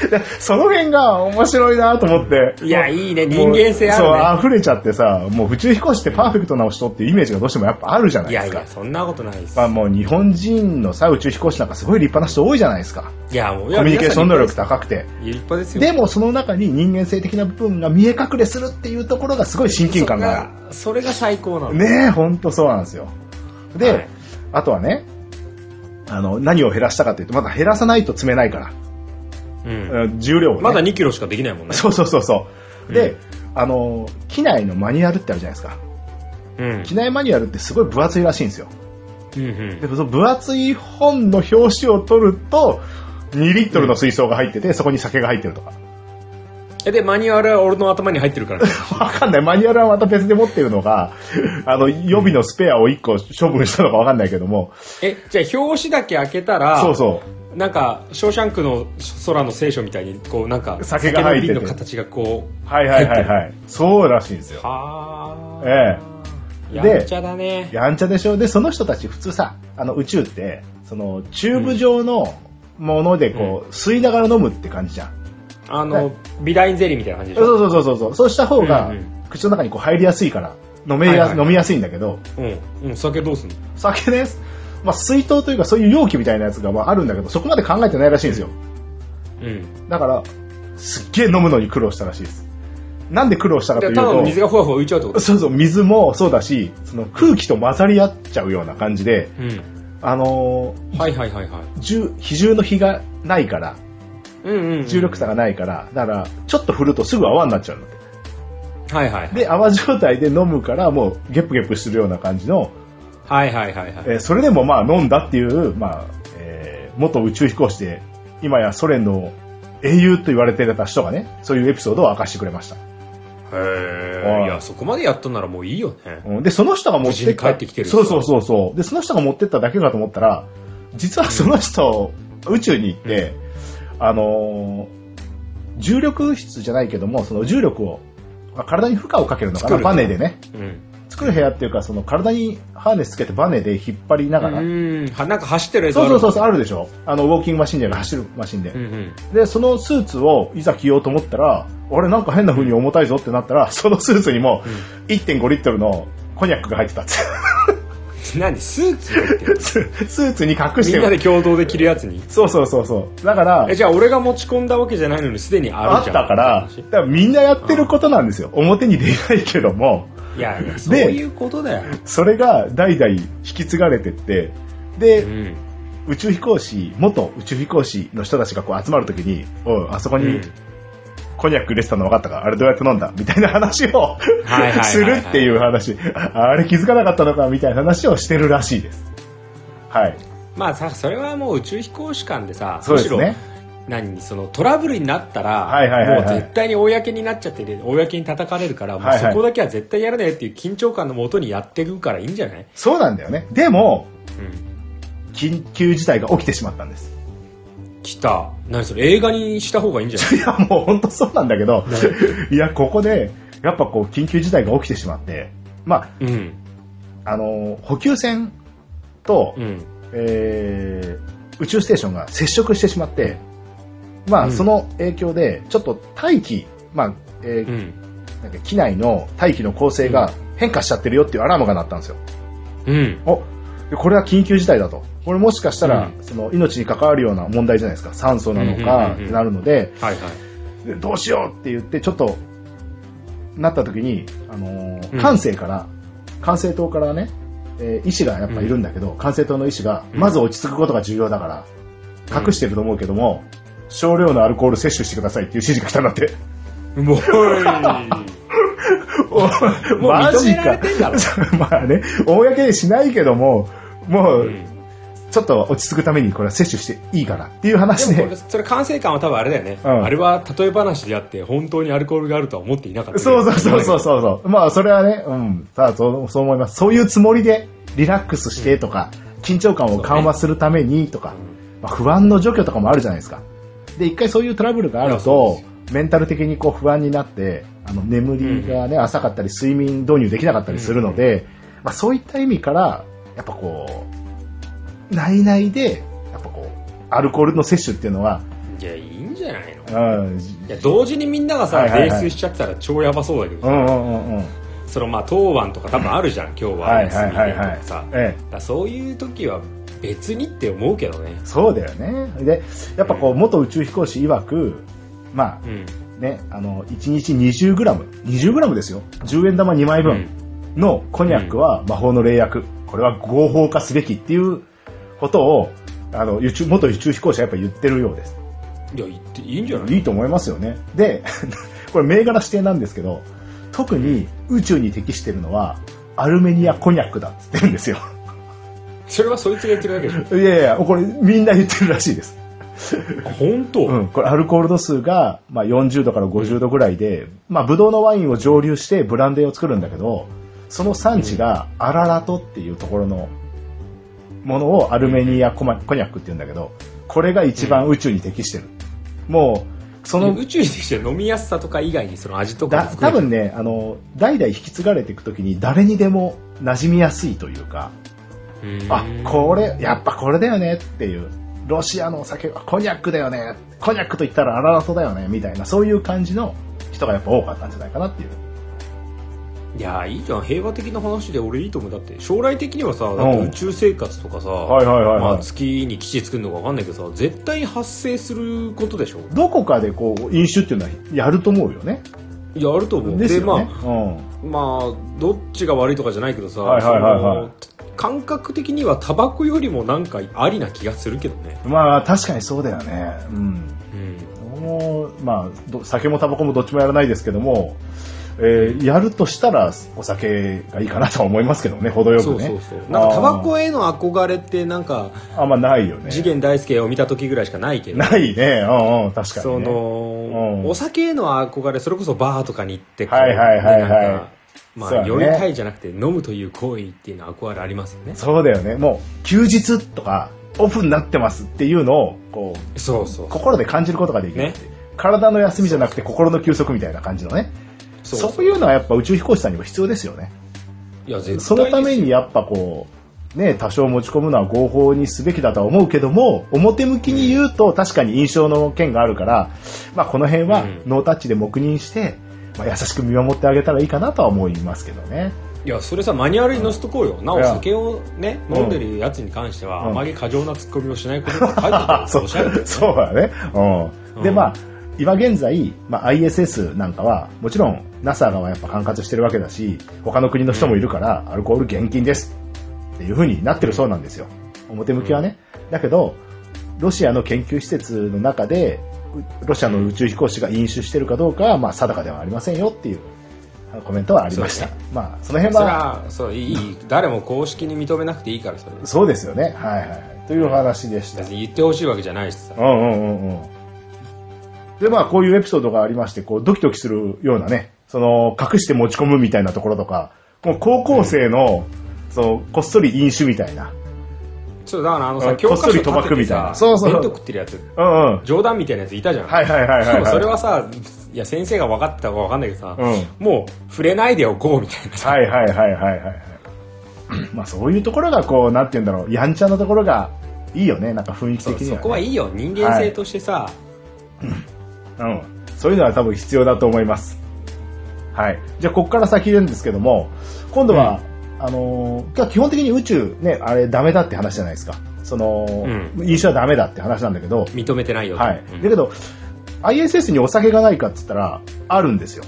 C: でその辺が面白いなと思って。
B: いや、いいね、
C: もう
B: 人間性ある
C: そう、溢れちゃってさ、もう宇宙飛行士ってパーフェクトな人っていうイメージがどうしてもやっぱあるじゃな
B: ね。
C: いです
B: いやい
C: か。
B: や、そんなことないです
C: ま。あもう日本人のさ、宇宙飛行士なんかすごい立派な人多いじゃないですか。
B: いや、もう、いや
C: コミュニケーション能力
B: 皆
C: 高くて。
B: さん立派ですよ。
C: でもその中に人間性的な部分が見え隠れするっていうところがすごい親近感がある。
B: それがそれが最高なの。
C: ねえ、ほんとそうなんですよ。で、
B: はい
C: あとはね、あの、何を減らしたかというと、まだ減らさないと積めないか
B: うん。
C: ら、うん重量を、ね。
B: まだ2キロしかできないもんね。
C: そうそうそうそう。で、あの、機内のマニュアルってあるじゃないですか。
B: うん。
C: 機内マニュアルってすごい分厚いらしいんですよ。
B: うんうん
C: で、その分厚い本の表紙を取ると、2リットルの水槽が入ってて、そこに酒が入ってるとか。
B: えで、マニュアルは俺の頭に入って るからね。
C: わかんない。マニュアルはまた別で持ってるのが、 あの、予備のスペアを1個処分したのかわかんないけども、
B: え、じゃあ表紙だけ開けたら、
C: そうそう。
B: なんか、ショーシャンクの空の聖書みたいに、こう、なんか、
C: 酒が入ってて
B: 酒の瓶の形がこう、
C: はいはいはい はい。そうらしいんですよ。
B: は
C: え
B: え
C: で
B: やんちゃだね。
C: やんちゃでしょで、その人たち普通さ、あの宇宙って、そのチューブ状のものでこう、吸いながら飲むって感じじゃん。
B: あの、ビダインゼリーみたいな感じでし
C: そ
B: ょ。
C: うそうそうそう。そうした方が
B: うんうん、
C: 口の中にこう入りやすいから、飲め
B: はい
C: や、
B: はい
C: 飲みやすいんだけど、
B: うん。うん、酒どうすんの
C: 酒です。まあ、水筒というかそういう容器みたいなやつがまああるんだけど、そこまで考えてないらしいんですよ。
B: うん。
C: だから、すっげえ飲むのに苦労したらしいです。なんで苦労したかと
B: で
C: いう
B: ただの水
C: と、
B: がふわふわ浮いちゃうってこと
C: そうそう、水もそうだし、その空気と混ざり合っちゃうような感じで、
B: うん。
C: あのー
B: はいはいはいはい。
C: 重比重の比がないから
B: うんうんうん
C: 重力差がないから、だから、ちょっと振るとすぐ泡になっちゃうんだって。
B: はいはいはい
C: で、泡状態で飲むから、もう、ゲップゲップするような感じの、
B: はいはいはいはい
C: えーそれでもまあ飲んだっていう、まあ、えー元宇宙飛行士で、今やソ連の英雄と言われてた人がね、そういうエピソードを明かしてくれました。
B: へえいやそこまでやったならもういいよね
C: うんで、その人が持って
B: 無事に帰ってきてる
C: そうそうそうそう。で、その人が持ってっただけかと思ったら、実はその人、宇宙に行って、あのー重力室じゃないけども、その重力を、あ体に負荷をかけるのか
B: 作
C: な、
B: る
C: バネでね。
B: うん
C: 作る部屋っていうか、その体にハーネスつけてバネで引っ張りな
B: う
C: がら、
B: んはなんか走ってるやつ
C: そう
B: ある
C: そうそうそう、あるでしょ。あの、ウォーキングマシンじゃなく走るマシンで。
B: うんうん
C: で、そのスーツをいざ着ようと思ったら、俺なんか変な風に重たいぞってなったら、そのスーツにも1.5リットルのコニャックが入ってたって。
B: 何ス ーツだっけ
C: ススーツに隠し
B: みんなで
C: て
B: 共同で着るやつに
C: そうそうそうそう。だから
B: え、じゃあ俺が持ち込んだわけじゃないのにすでにあ
C: あ
B: る
C: っ
B: じ
C: た
B: ゃん
C: から、だからみんなやってることなんですよ。表に出ないけども、
B: いやいやそういうことだよ、
C: それが代々引き継がれてって、で、
B: うん、
C: 宇宙飛行士、元宇宙飛行士の人たちがこう集まるときに、おい、あそこにコニャック入れてたの分かったかあれどうやって飲んだみたいな話を
B: はいはいはいはい
C: するっていう話。あれ気づかなかったのかみたいな話をしてるらしいです。はい。
B: まあさそれはもう宇宙飛行士間でさ
C: そうですね。
B: 何そのトラブルになったら、
C: はいはいはいはい
B: もう絶対に公になっちゃってて公に叩かれるから、もう
C: はいはい
B: そこだけは絶対やるねっていう緊張感のもとにやっていくからいいんじゃない、
C: そうなんだよね。でも、
B: うん、
C: 緊急事態が起きてしまったんです。
B: 来た何それ映画にした方がいいんじゃ ない
C: いや、もう本当そうなんだけど、いや、ここで、やっぱこう、緊急事態が起きてしまって、ま
B: うん
C: あ、あのー補給船と、
B: うん
C: えー宇宙ステーションが接触してしまって、まあ、
B: うん
C: その影響で、ちょっと大気、まあ、え
B: う
C: ー
B: ん
C: なんか機内の大気の構成が変化しちゃってるよっていうアラームが鳴ったんですよ。
B: うん
C: おでこれは緊急事態だと。これもしかしたら、
B: う
C: その命に関わるような問題じゃないですか。酸素なのか、
B: うんうんうんうん
C: ってなるので、
B: はいは い
C: でどうしようって言って、ちょっと、なった時に、あのー
B: うん
C: 関西から、関西島からね、えー医師がやっぱいるんだけど、関西島の医師が、
B: うん
C: まず落ち着くことが重要だから、隠してると思うけども、少量のアルコール摂取してくださいっていう指示が来たんだって。
B: もうもう
C: マ
B: 認
C: ジ
B: められ
C: か
B: てんだろ
C: まあね、公にしないけども、も
B: う
C: う、
B: ん
C: ちょっと落ち着くためにこれは摂取していいからっていう
B: で
C: 話
B: もこ
C: で
B: れ。それ完成感は多分あれだよね、
C: うん
B: あれは例え話であって本当にアルコールがあるとは思っていなかった
C: そうそうそうそうそうそう。 まあ、それはね、うん、さあそう、そう思います。そういうつもりで、リラックスしてとか、緊張感を緩和するためにとか、まあ、不安の除去とかもあるじゃないですか。で、一回そういうトラブルがあ
B: い
C: る
B: やそう
C: と
B: で、
C: メンタル的にこう不安になって、あの、眠りがね、浅かったり、睡眠導入できなかったりするので、まあ、そういった意味から、やっぱこう、内々で、やっぱこう、アルコールの摂取っていうのは、
B: いやいいんじゃないの
C: うん、
B: いや同時にみんながさ、
C: はいはいはい
B: 泥酔しちゃったら超やばそうだけど
C: う
B: さ、
C: んうんうんうん。
B: そのまあ当番とか多分あるじゃん今日は
C: はい
B: 休
C: はい
B: みでと
C: はいはい
B: かさ、。
C: ええ
B: だからそういう時は別にって思うけどね
C: そうだよね。で、やっぱこう、元宇宙飛行士曰く、ま
B: うん
C: あね、あの、1日 20g、20g ですよ。10円玉2枚分のコニャックは魔法の霊薬。これは合法化すべきっていうことを、あの、宇宙元宇宙飛行士はやっぱ言ってるようです。
B: いや言っていいんじゃない
C: いいと思いますよね。で、 これ銘柄指定なんですけど、特に宇宙に適してるのは、アルメニアコニャックだって言ってるんですよ。
B: それはそいつが言ってるだけでし
C: いやいや、これみんな言ってるらしいです。
B: ょ本当、
C: うん、これアルコール度数が、まあ、40度から50度ぐらいで、まあ、ブドウのワインを蒸留してブランデーを作るんだけど、その産地がアララトっていうところのものをアルメニアコマコニャックって言うんだけど、これが一番宇宙に適してる。もう、その、
B: 宇宙にできて飲みやすさとか以外にその味とか
C: だ
B: も
C: 多
B: 含め
C: 分
B: て
C: ね、あの、代々引き継がれていくときに誰にでも馴染みやすいというか、
B: うん
C: あ、これ、やっぱこれだよねっていう。ロシアのお酒はコニャックだよね。コニャックと言ったらアララトだよね。みたいな、そういう感じの人がやっぱ多かったんじゃないかなっていう。
B: いやいいじゃん平和的な話で俺いいと思うだって将来的にはさだって
C: うん
B: 宇宙生活とかさ、
C: いはいはいはい
B: まあ、月に基地作るのか分かんないけどさ絶対発生することでしょ
C: どこかでこう、飲酒っていうのはやると思うよね。
B: いやあると思う
C: ですよ
B: まあ
C: ね。うん
B: まあどっちが悪いとかじゃないけどさ、
C: はいはいはいはい
B: その感覚的にはタバコよりもなんかありな気がするけどね。
C: まあ、確かにそうだよね。うん。
B: うん。
C: もう、まあ、ど酒もタバコもどっちもやらないですけども、えーやるとしたらお酒がいいかなとは思いますけどね、程よ
B: そ
C: く
B: う
C: ね。
B: そうそう。なんかタバコへの憧れってなんか、
C: あーあんまないよね。
B: 次元大輔を見た時ぐらいしかないけど。
C: ないね。うんうん、確かに、ね。
B: その、
C: うん
B: お酒への憧れそれこそバーとかに行ってこう
C: はいはいはいはい
B: なんかまあ、
C: そうだね
B: 酔いたいじゃなくて飲むという行為っていうのは憧れありますよね
C: そうだよね。もう、休日とか、オフになってますっていうのを、こう、
B: そうそう
C: 心で感じることができるっていう、体の休みじゃなくて心の休息みたいな感じのね。
B: そ
C: そういうのはやっぱ宇宙飛行士さんにも必要ですよね。
B: いや絶対です
C: そのためにやっぱこう、ね、多少持ち込むのは合法にすべきだとは思うけども、表向きに言うと確かに印象の件があるから、まあこの辺は
B: うん
C: ノータッチで黙認して、まあ優しく見守ってあげたらいいかなとは思いますけどね。
B: いやそれさマニュアルに載せとこうよ、なお
C: いや
B: 酒をね飲んでるやつに関しては、
C: うん
B: あまり過剰なツッコミをしないことが書いてある
C: そう、
B: おしゃれだよ ね
C: そうだね。うん。で、
B: うん
C: まあ、今現在、まあ、ISS なんかは、もちろん NASA がやっぱ管轄してるわけだし、他の国の人もいるから、アルコール厳禁ですっていう風になってるそうなんですよ。表向きはね。だけど、ロシアの研究施設の中で、うロシアの宇宙飛行士が飲酒してるかどうかは、まあ、定かではありませんよっていうあのコメントはありました。
B: そう
C: まあ、その辺
B: それ
C: は、
B: はそういいいい誰も公式に認めなくていいからそれ
C: そうですよね。はいはいはい。というお話でした
B: 別。に言ってほしいわけじゃないしさ
C: うんうんうんうん。で、まあ、こういうエピソードがありまして、こう、ドキドキするようなね、その、隠して持ち込むみたいなところとか、こう高校生の、その、こっそり飲酒みたいな。
B: そうだからあの
C: う
B: さ
C: ん
B: 教科書立
C: こっそり賭
B: て
C: 博
B: て
C: みたい
B: さ
C: なそうそう
B: 弁当食ってるやつ
C: うんうん。
B: 冗談みたいなやついたじゃん
C: はいはいはい
B: し
C: はい、
B: かも
C: はい。
B: それはさ、いや、先生が分かってたか分かんないけどさ、
C: う
B: もう、触れないでおこうみたいなさ、
C: はいはいはいはいはいはい。まあ、そういうところが、こう、なんて言うんだろう、やんちゃなところが、いいよね、なんか雰囲気
B: そ
C: 的
B: う
C: に
B: そ
C: は、ね。
B: こはいいよ、人間性としてさ、
C: うん。そういうのは多分必要だと思います。はい。じゃあ、ここから先なんですけども、今度は、あのー基本的に宇宙ね、あれダメだって話じゃないですか。その、
B: う
C: 飲酒はダメだって話なんだけど、
B: 認めてないよと
C: はい。
B: うん
C: だけど、ISS にお酒がないかって言ったら、あるんですよ。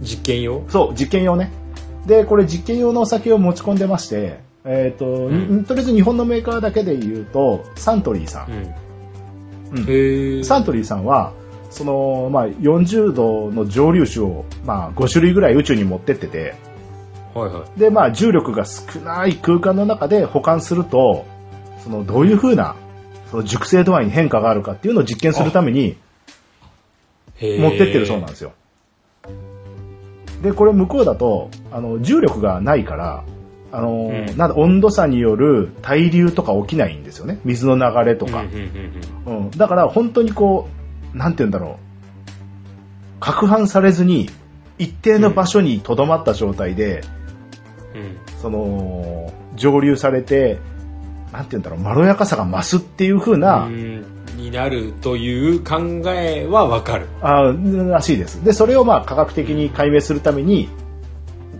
B: 実験用
C: そう、実験用ね。で、これ実験用のお酒を持ち込んでまして、えっ、と、
B: ん
C: にとりあえず日本のメーカーだけで言うと、サントリーさん
B: う。ん。
C: うん
B: へー
C: サントリーさんは、その、まあ、40度の蒸留酒を、まあ、5種類ぐらい宇宙に持ってってて、
B: はいはい。
C: で、まあ、重力が少ない空間の中で保管すると、その、どういう風な、その熟成度合いに変化があるかっていうのを実験するために
B: へー
C: 持ってってるそうなんですよ。で、これ向こうだと、あの、重力がないから、あの、
B: うん
C: なんだ温度差による対流とか起きないんですよね。水の流れとか。
B: うんうんうん
C: うん、だから本当にこう、なんて言うんだろう、攪拌されずに、一定の場所に留まった状態で、
B: うんうん
C: その、蒸留されて、なんて言うんだろう、まろやかさが増すっていう風な、
B: うんになるという考えは分かる。
C: あーらしいです。で、それをまあ科学的に解明するために、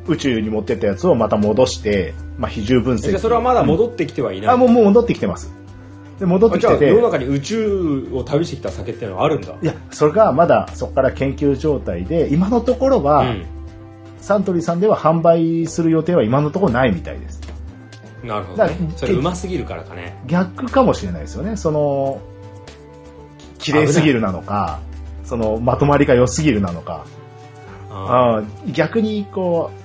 C: 宇宙に持ってったやつをまた戻して、まあ比重分
B: じゃ
C: 析。
B: あそれはまだ戻ってきてはいない。
C: あ、もう、もう戻ってきてます。で、戻って
B: あ
C: き
B: じゃあ、
C: てて。
B: 世の中に宇宙を旅してきた酒っていうのはあるんだ。
C: いや、それがまだそこから研究状態で、今のところは、
B: う
C: サントリーさんでは販売する予定は今のところないみたいです。
B: ん。なるほど、ね
C: だか。ら
B: それうますぎるからかね。
C: 逆かもしれないですよね。その、き綺麗すぎるなのか、その、まとまりが良すぎるなのか、
B: あ
C: あー逆にこう、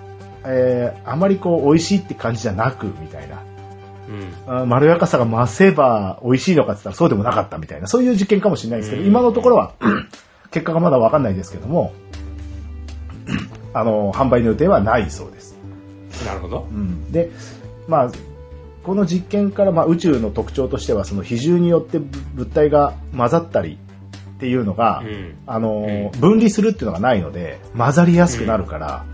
C: えーあまりこう、美味しいって感じじゃなく、みたいな。
B: ーうん。
C: あーまろやかさが増せば美味しいのかって言ったらそうでもなかったみたいな、そういう実験かもしれないですけど、
B: うん
C: 今のところは、結果がまだわかんないですけども、あの、販売の予定はないそうです。
B: なるほど。
C: うん、で、まあ、この実験から、まあ、宇宙の特徴としてはその比重によってぶ物体が混ざったりっていうのが、
B: うん。
C: あのー
B: う
C: 分離するっていうのがないので混ざりやすくなるから、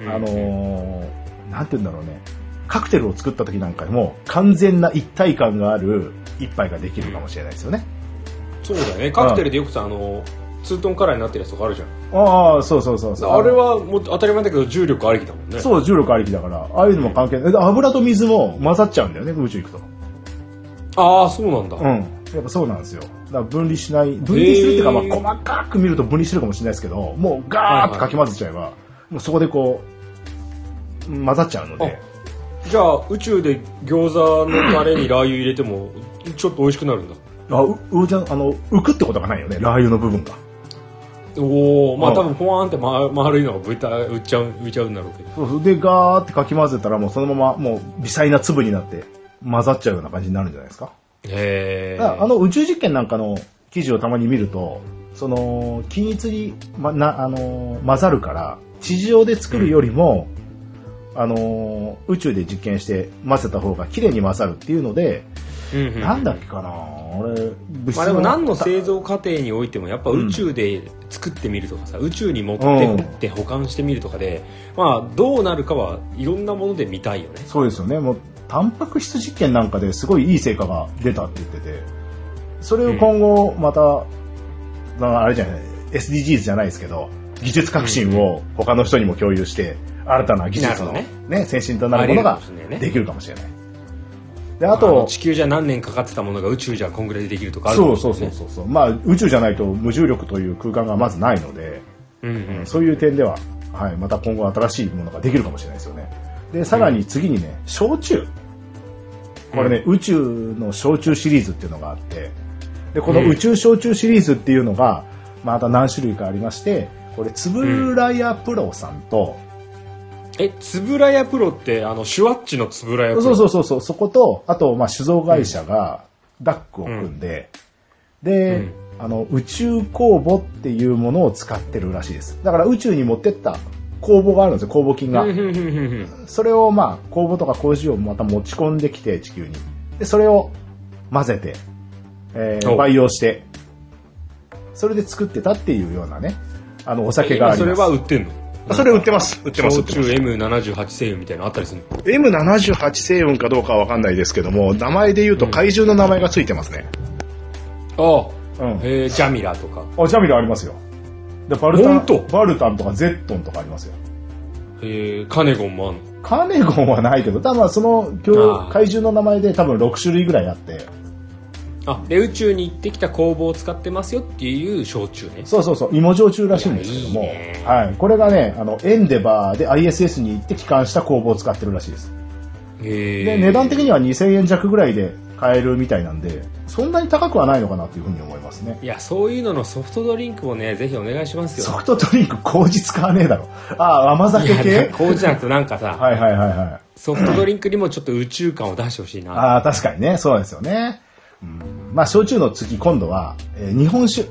C: あの
B: うん
C: ーなんて言うんだろうねカクテルを作った時なんかでも完全な一体感がある一杯ができるかもしれないですよね。
B: そうだよねカクテルでよくさあのツートンカラーになってるやつとかあるじゃん
C: ああ、そうそうそうそう。
B: あれはもう当たり前だけど重力ありきだもんね
C: そう、重力ありきだから、ああいうのも関係ない。で油と水も混ざっちゃうんだよね、宇宙行くと。
B: ああそうなんだ、
C: うん。やっぱそうなんですよ。だから分離しない、分離するっていうか、
B: へ
C: まあ
B: ー
C: 細かく見ると分離してるかもしれないですけど、もうガーッとかき混ぜちゃえば、もうそこでこう、混ざっちゃうので、
B: じゃあ宇宙で餃子のタレにラー油入れてもちょっと美味しくなるんだ
C: あ、う、うじゃん、あの、浮くってことがないよね、ラー油の部分が。
B: おおまあ
C: うん
B: 多分ポワーンってま丸いのが浮いた浮いちゃう浮いちゃうんだろうけど
C: そうそう。で、ガーってかき混ぜたら、もうそのまま、もう微細な粒になって、混ざっちゃうような感じになるんじゃないですか。
B: へえ
C: だからあの、宇宙実験なんかの記事をたまに見ると、その、均一に、ま、な、あのー、混ざるから、地上で作るよりも、あのー、宇宙で実験して混ぜた方が綺麗に混ざるっていうので、
B: うんうん
C: なんだっけかなあれ、物
B: まあでも何の製
C: 造
B: 造過程においてもやっぱ宇宙で作ってみるとかさ、宇宙に持ってって保管してみるとかで、まあどうなるかはいろんなもので見たいよね
C: そうですよね。もう、タンパク質実験なんかですごいいい成果が出たって言ってて、それを今後また、なんかあれじゃない、SDGs じゃないですけど、技術革新を他の人にも共有して、新たな技術の
B: なる
C: ね
B: ほ
C: 先進となるものができるかもしれない。で、あ
B: あの
C: と、
B: 地球じゃ何年かかってたものが宇宙じゃこんぐらいでできるとかあるか
C: そ
B: も
C: う
B: しれ
C: そうそうそ
B: ないね
C: うそう。まあ、宇宙じゃないと無重力という空間がまずないので、
B: うんうん
C: そういう点では、はい、また今後新しいものができるかもしれないですよね。で、さらに次にね、焼酎。これね、宇宙の焼酎シリーズっていうのがあって、で、こ
B: うん
C: の宇宙焼酎シリーズっていうのが、また何種類かありまして、これ、つぶらやプロさんと、
B: えつぶらやプロってあのシュワッチのつぶらやプロ
C: そうそうそうそう、そこと、あと、まあ、酒造会社がダックを組んで、で、
B: うん
C: あの、宇宙酵母っていうものを使ってるらしいです。だから宇宙に持ってった酵母があるんですよ、酵母菌が。
B: うんうんうんうんうん
C: それをまあ、酵母とか麹をまた持ち込んできて、地球に。で、それを混ぜて、えー
B: お
C: 培養して、それで作ってたっていうようなね、あの、お酒があ
B: 今
C: り
B: それ
C: ます。
B: は売ってんの
C: あそれ売ってます。売ってます。売
B: 焼
C: って
B: 酎
C: ます
B: M78 製油みたいなのあったりするの
C: M78 星雲かどうかはわかんないですけども、名前で言うと怪獣の名前がついてますね。
B: ああ、
C: うん
B: えージャミラとか
C: あ、ジャミラありますよ。で、バルタ
B: ほんと
C: ン、バルタンとかゼットンとかありますよ。
B: えーカネゴンもあんの
C: カネゴンはないけど、ただまあその、
B: あー
C: 怪獣の名前で多分6種類ぐらいあって、
B: あで宇宙に行ってきた工房を使ってますよっていう焼酎ね
C: そうそうそう、芋焼酎らしいんですけども、
B: いやいいね
C: はい、これがね、あの、エンデバーで ISS に行って帰還した工房を使ってるらしいです。
B: へえ
C: で、値段的には2000円弱ぐらいで買えるみたいなんで、そんなに高くはないのかなというふうに思いますね。
B: いやそういうののソフトドリンクもねぜひお願いしますよ
C: ソフトドリンク麹使わねえだろ。ああ、甘酒
B: いや
C: 系
B: こうじゃなくてなんかさ
C: はいはいはいはい。
B: ソフトドリンクにもちょっと宇宙感を出してほしいな
C: ああ、確かにね、そうですよね。うん、まあ、焼酎の次、今度は、えー日本酒。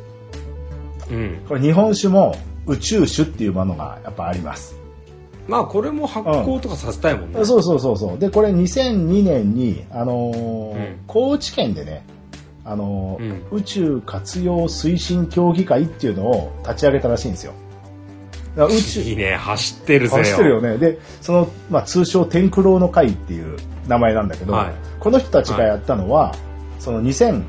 B: うん
C: これ日本酒も宇宙酒っていうものがやっぱあります。
B: まあこれも発酵とかさせたいもんね、
C: そうそうそうそう。で、これ2002年に、あのー
B: うん
C: 高知県でね、あのー
B: う
C: 宇宙活用推進協議会っていうのを立ち上げたらしいんですよ。だから宇宙、
B: いいね走ってるぜよ
C: 走ってるよね。で、その、まあ、通称天空楼の会っていう名前なんだけど、
B: はい
C: この人たちがやったのは、その2005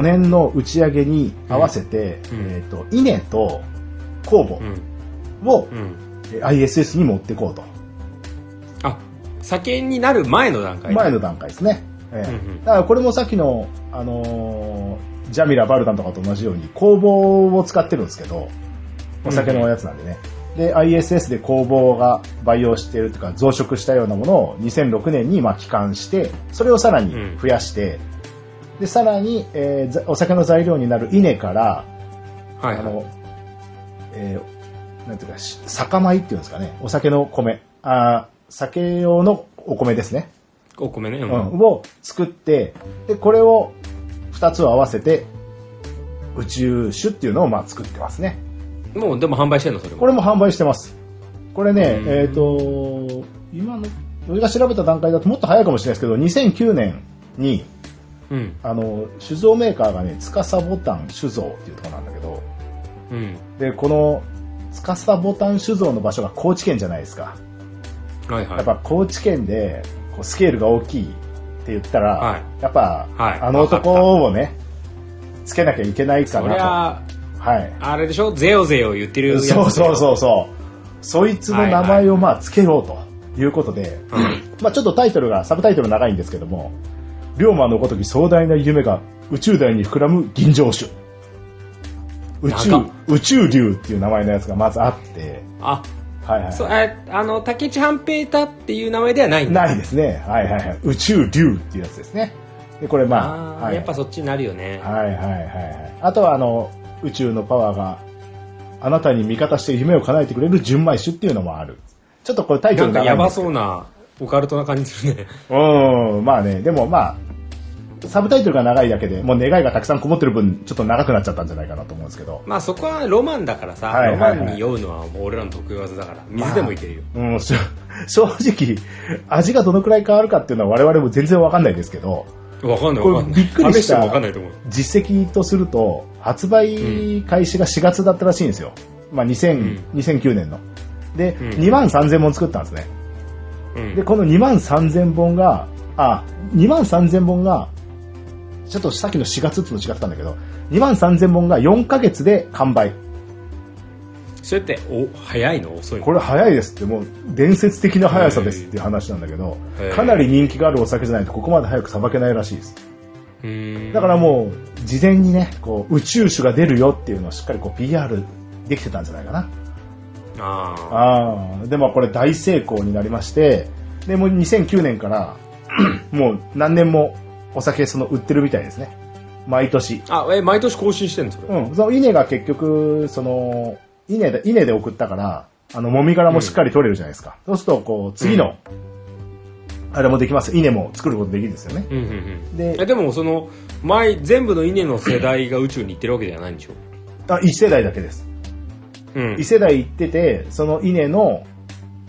C: 年の打ち上げに合わせて、
B: うんうん
C: えっ、と、稲と酵
B: う
C: 母
B: ん
C: を
B: うん
C: え ISS に持ってこうと。
B: あ酒になる前の段階
C: 前の段階ですね。ええ
B: うんうん
C: だからこれもさっきの、あのージャミラ・バルタンとかと同じように工房を使ってるんですけど、お酒のやつなんでね。で、ISS で工房が培養してるとか増殖したようなものを2006年にまあ帰還して、それをさらに増やして、で、さらに、えーざお酒の材料になる稲から、
B: は
C: あ
B: い、はい
C: の、えーなんていうか、し酒米っていうんですかね、お酒の米、あー酒用のお米ですね。
B: お米ね、うん
C: うん、を作って、で、これを2つを合わせて、宇宙酒っていうのをまあ作ってますね。
B: もうでも販売してんのそれも
C: これも販売してます。これね、
B: うん
C: えっ、と、今の、俺が調べた段階だともっと早いかもしれないですけど、2009年に、
B: うん
C: あの、酒造メーカーがね、司ボタン酒造っていうところなんだけど、
B: うん
C: で、この、司ボタン酒造の場所が高知県じゃないですか。
B: はいはい
C: やっぱ高知県で、こうスケールが大きいって言ったら、
B: はい
C: やっぱ、
B: はい
C: あの男を ね、つけなきゃいけないか
B: そり
C: な
B: ゃ
C: と。はい。
B: あれでしょゼヨゼヨ言ってるやつ
C: そうそうそうそう。そいつの名前をまあつけようということで、まあちょっとタイトルが、サブタイトル長いんですけども、龍馬のごとき壮大な夢が宇宙大に膨らむ銀城酒。宇宙
B: 長っ、
C: 宇宙竜っていう名前のやつがまずあって、
B: あ
C: はいはい
B: そうああの竹内半平太っていう名前ではないんだ
C: ないですね。はいはいはい。宇宙竜っていうやつですね。で、これま
B: あ
C: あ、
B: ー
C: はい、
B: やっぱそっちになるよね、
C: はいはいはいはい。あとはあの、宇宙のパワーがあなたに味方して夢を叶えてくれる純米酒っていうのもある。ちょっとこれタイト
B: な
C: ル
B: んか
C: 長い
B: や
C: んで
B: ば
C: すけ
B: そ
C: ど
B: うなオカルトな感じするね
C: うん、まあね、でもまあ、サブタイトルが長いだけで、もう願いがたくさんこもってる分、ちょっと長くなっちゃったんじゃないかなと思うんですけど。
B: まあそこはロマンだからさ、
C: はいはいはい
B: ロマンに酔うのはもう俺らの得意技だから水でもいけるよ、
C: うん、しょ正直、味がどのくらい変わるかっていうのは我々も全然わかんないですけど、
B: わかんない
C: こ
B: わ
C: れ
B: かんない
C: びっくり
B: 試
C: し
B: して
C: た
B: もわかんないと思う
C: 実績とすると、発売開始が4月だったらしいんですよ。まあ2000、2009年の。で、
B: うん
C: 2万3000本作ったんですね。
B: うん
C: で、この2万3000本が、あ、2万3000本が、ちょっとさっきの4月っていうの違ったんだけど、2万3000本が4ヶ月で完売。
B: それってお早いの遅いの
C: これ早いですって、もう伝説的な速さですっていう話なんだけど
B: へー、
C: かなり人気があるお酒じゃないとここまで早くさばけないらしいです。
B: うーん
C: だからもう、事前にね、こう、宇宙酒が出るよっていうのをしっかりこう、PR できてたんじゃないかな。
B: あ
C: ああ、でもこれ大成功になりまして、で、もう2009年から、 もう何年もお酒その売ってるみたいですね。毎年。
B: ああえ毎年更新してんのそれ、
C: うん、その稲が結局、その、稲で、稲で送ったから、あの、もみ殻もしっかり取れるじゃないですか。そうすると、こう、次の、あれもできます。稲も作ることできるんですよね。
B: うんうんうん
C: で
B: えでもその前全部の稲の世代が宇宙に行ってるわけではないんでしょ、
C: あ、一世代だけです。
B: うん
C: 一、世代行ってて、その稲の、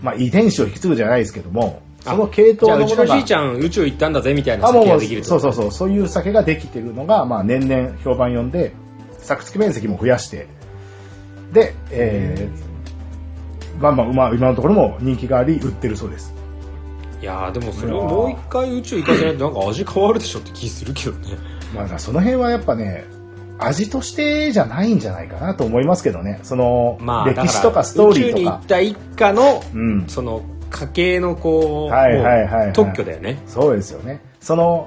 C: まあ、遺伝子を引き継ぐじゃないですけども、その系
B: じ
C: 統
B: ゃあ
C: のも
B: うち
C: の
B: のじ
C: が
B: いち、ゃん宇宙行ったんだぜみたいな
C: あ、も
B: 先
C: うも
B: が
C: う、
B: できるって
C: そ
B: こ
C: うそ
B: と
C: うそう、そういう酒ができてるのが、まあ、年々評判呼んで、作付き面積も増やして、で、えー、バンバン、まあ、今のところも人気があり、売ってるそうです。
B: いやーでもそれをもう一回宇宙行かせないとなんか味変わるでしょって気するけどね
C: まあだからその辺はやっぱね、味としてじゃないんじゃないかなと思いますけどね。その、
B: まあだ
C: 歴
B: ら
C: 史とかストーリ
B: 宇宙
C: ー
B: に
C: と
B: 行
C: か
B: っ。た一家の
C: うん。
B: その家系のこう、
C: はいはいはいはい
B: もう特許だよね
C: そうですよね。その、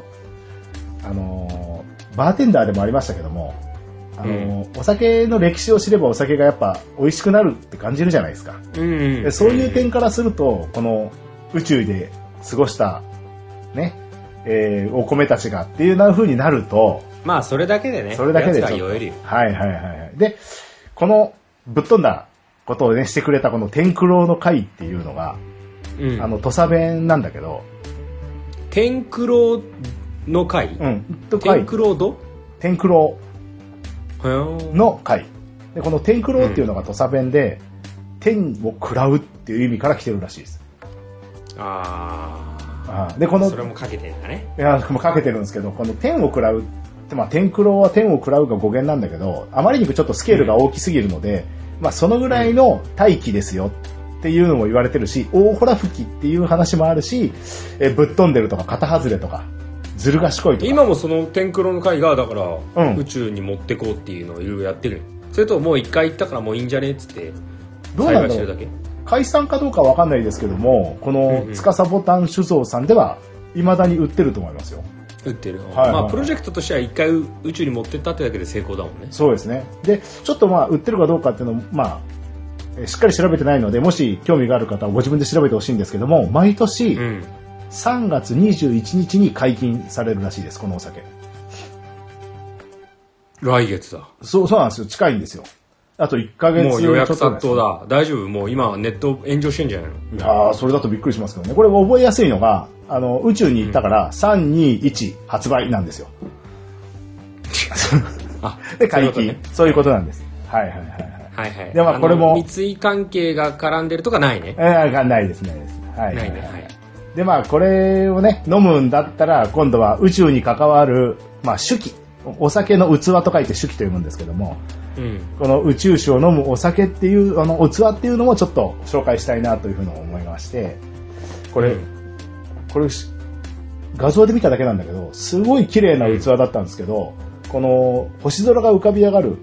C: あのー、バーテンダーでもありましたけども、あのー、お酒の歴史を知ればお酒がやっぱ美味しくなるって感じるじゃないですか。
B: うんうん、
C: でそういう点からすると、この宇宙で過ごした、ね、えーお米たちがっていう風になると、
B: まあそれだけでね
C: それだけでちょ
B: や
C: っ
B: つ
C: と
B: が酔えるよ
C: はいはいはいはい。で、このぶっ飛んだことをね、してくれたこの天九郎の会っていうのが、
B: うん
C: あの、土佐弁なんだけど、
B: 天九郎の会、
C: うん、と会
B: 天、九郎度
C: 天九郎
B: へー
C: の会。で、この天九郎っていうのが土佐弁で、天を食らうっていう意味から来てるらしいです。
B: あ
C: あーで、こ
B: あ
C: の、
B: それもかけてんだね
C: いや、もうかけてるんですけど、この天を食らうって、まあ、天九郎は天を食らうが語源なんだけど、あまりにもちょっとスケールが大きすぎるので、まあ、そのぐらいの大気ですよっていうのも言われてるし、大ほら吹きっていう話もあるし、えぶっ飛んでるとか、肩外れとか、ずる賢いとか。
B: 今もその天九郎の会がだから、
C: うん
B: 宇宙に持ってこうっていうのをいろいろやってるよそれともう一回行ったからもういいんじゃねえっつって
C: どうなん
B: 栽培
C: だ
B: し
C: ろ
B: てるだ
C: う
B: け
C: 解散かどうかわかんないですけども、この
B: うんうん
C: 司ボタン酒造さんでは、未だに売ってると思いますよ。
B: 売ってるの、
C: はいはいはい
B: まあ、プロジェクトとしては一回う宇宙に持ってったってだけで成功だもんね
C: そうですね。で、ちょっとまあ、売ってるかどうかっていうのも、まあ、えーしっかり調べてないので、もし興味がある方はご自分で調べてほしいんですけども、毎年
B: うん
C: 3月21日に解禁されるらしいです、このお酒。
B: 来月だ
C: そう、そうなんですよ。近いんですよ。あと1ヶ月
B: もう予約
C: ちょっ
B: 殺
C: と
B: 到だ大丈夫もう今ネット炎上してんじゃないの
C: です。ああ、それだとびっくりしますけどね。これ覚えやすいのが、あの、宇宙に行ったから、321発売なんですよ。
B: あ
C: で、解
B: そういう
C: 禁
B: こ。
C: そういうことなんです。はいはいはいはい。
B: とねはいはい
C: でまあ
B: の
C: これも
B: 密意関係が絡んでるとかないね
C: えー、がないです、ないです。はい。
B: ないねはい
C: でまあこれをね飲むんだったら今度は宇宙に関わる、まあ、酒器お酒の器と書いて酒器と読むんですけども
B: うん
C: この宇宙酒を飲むお酒っていうあの器っていうのもちょっと紹介したいなというふうに思いましてこれ、
B: うん
C: これし画像で見ただけなんだけどすごい綺麗な器だったんですけど、この星空が浮かび上がる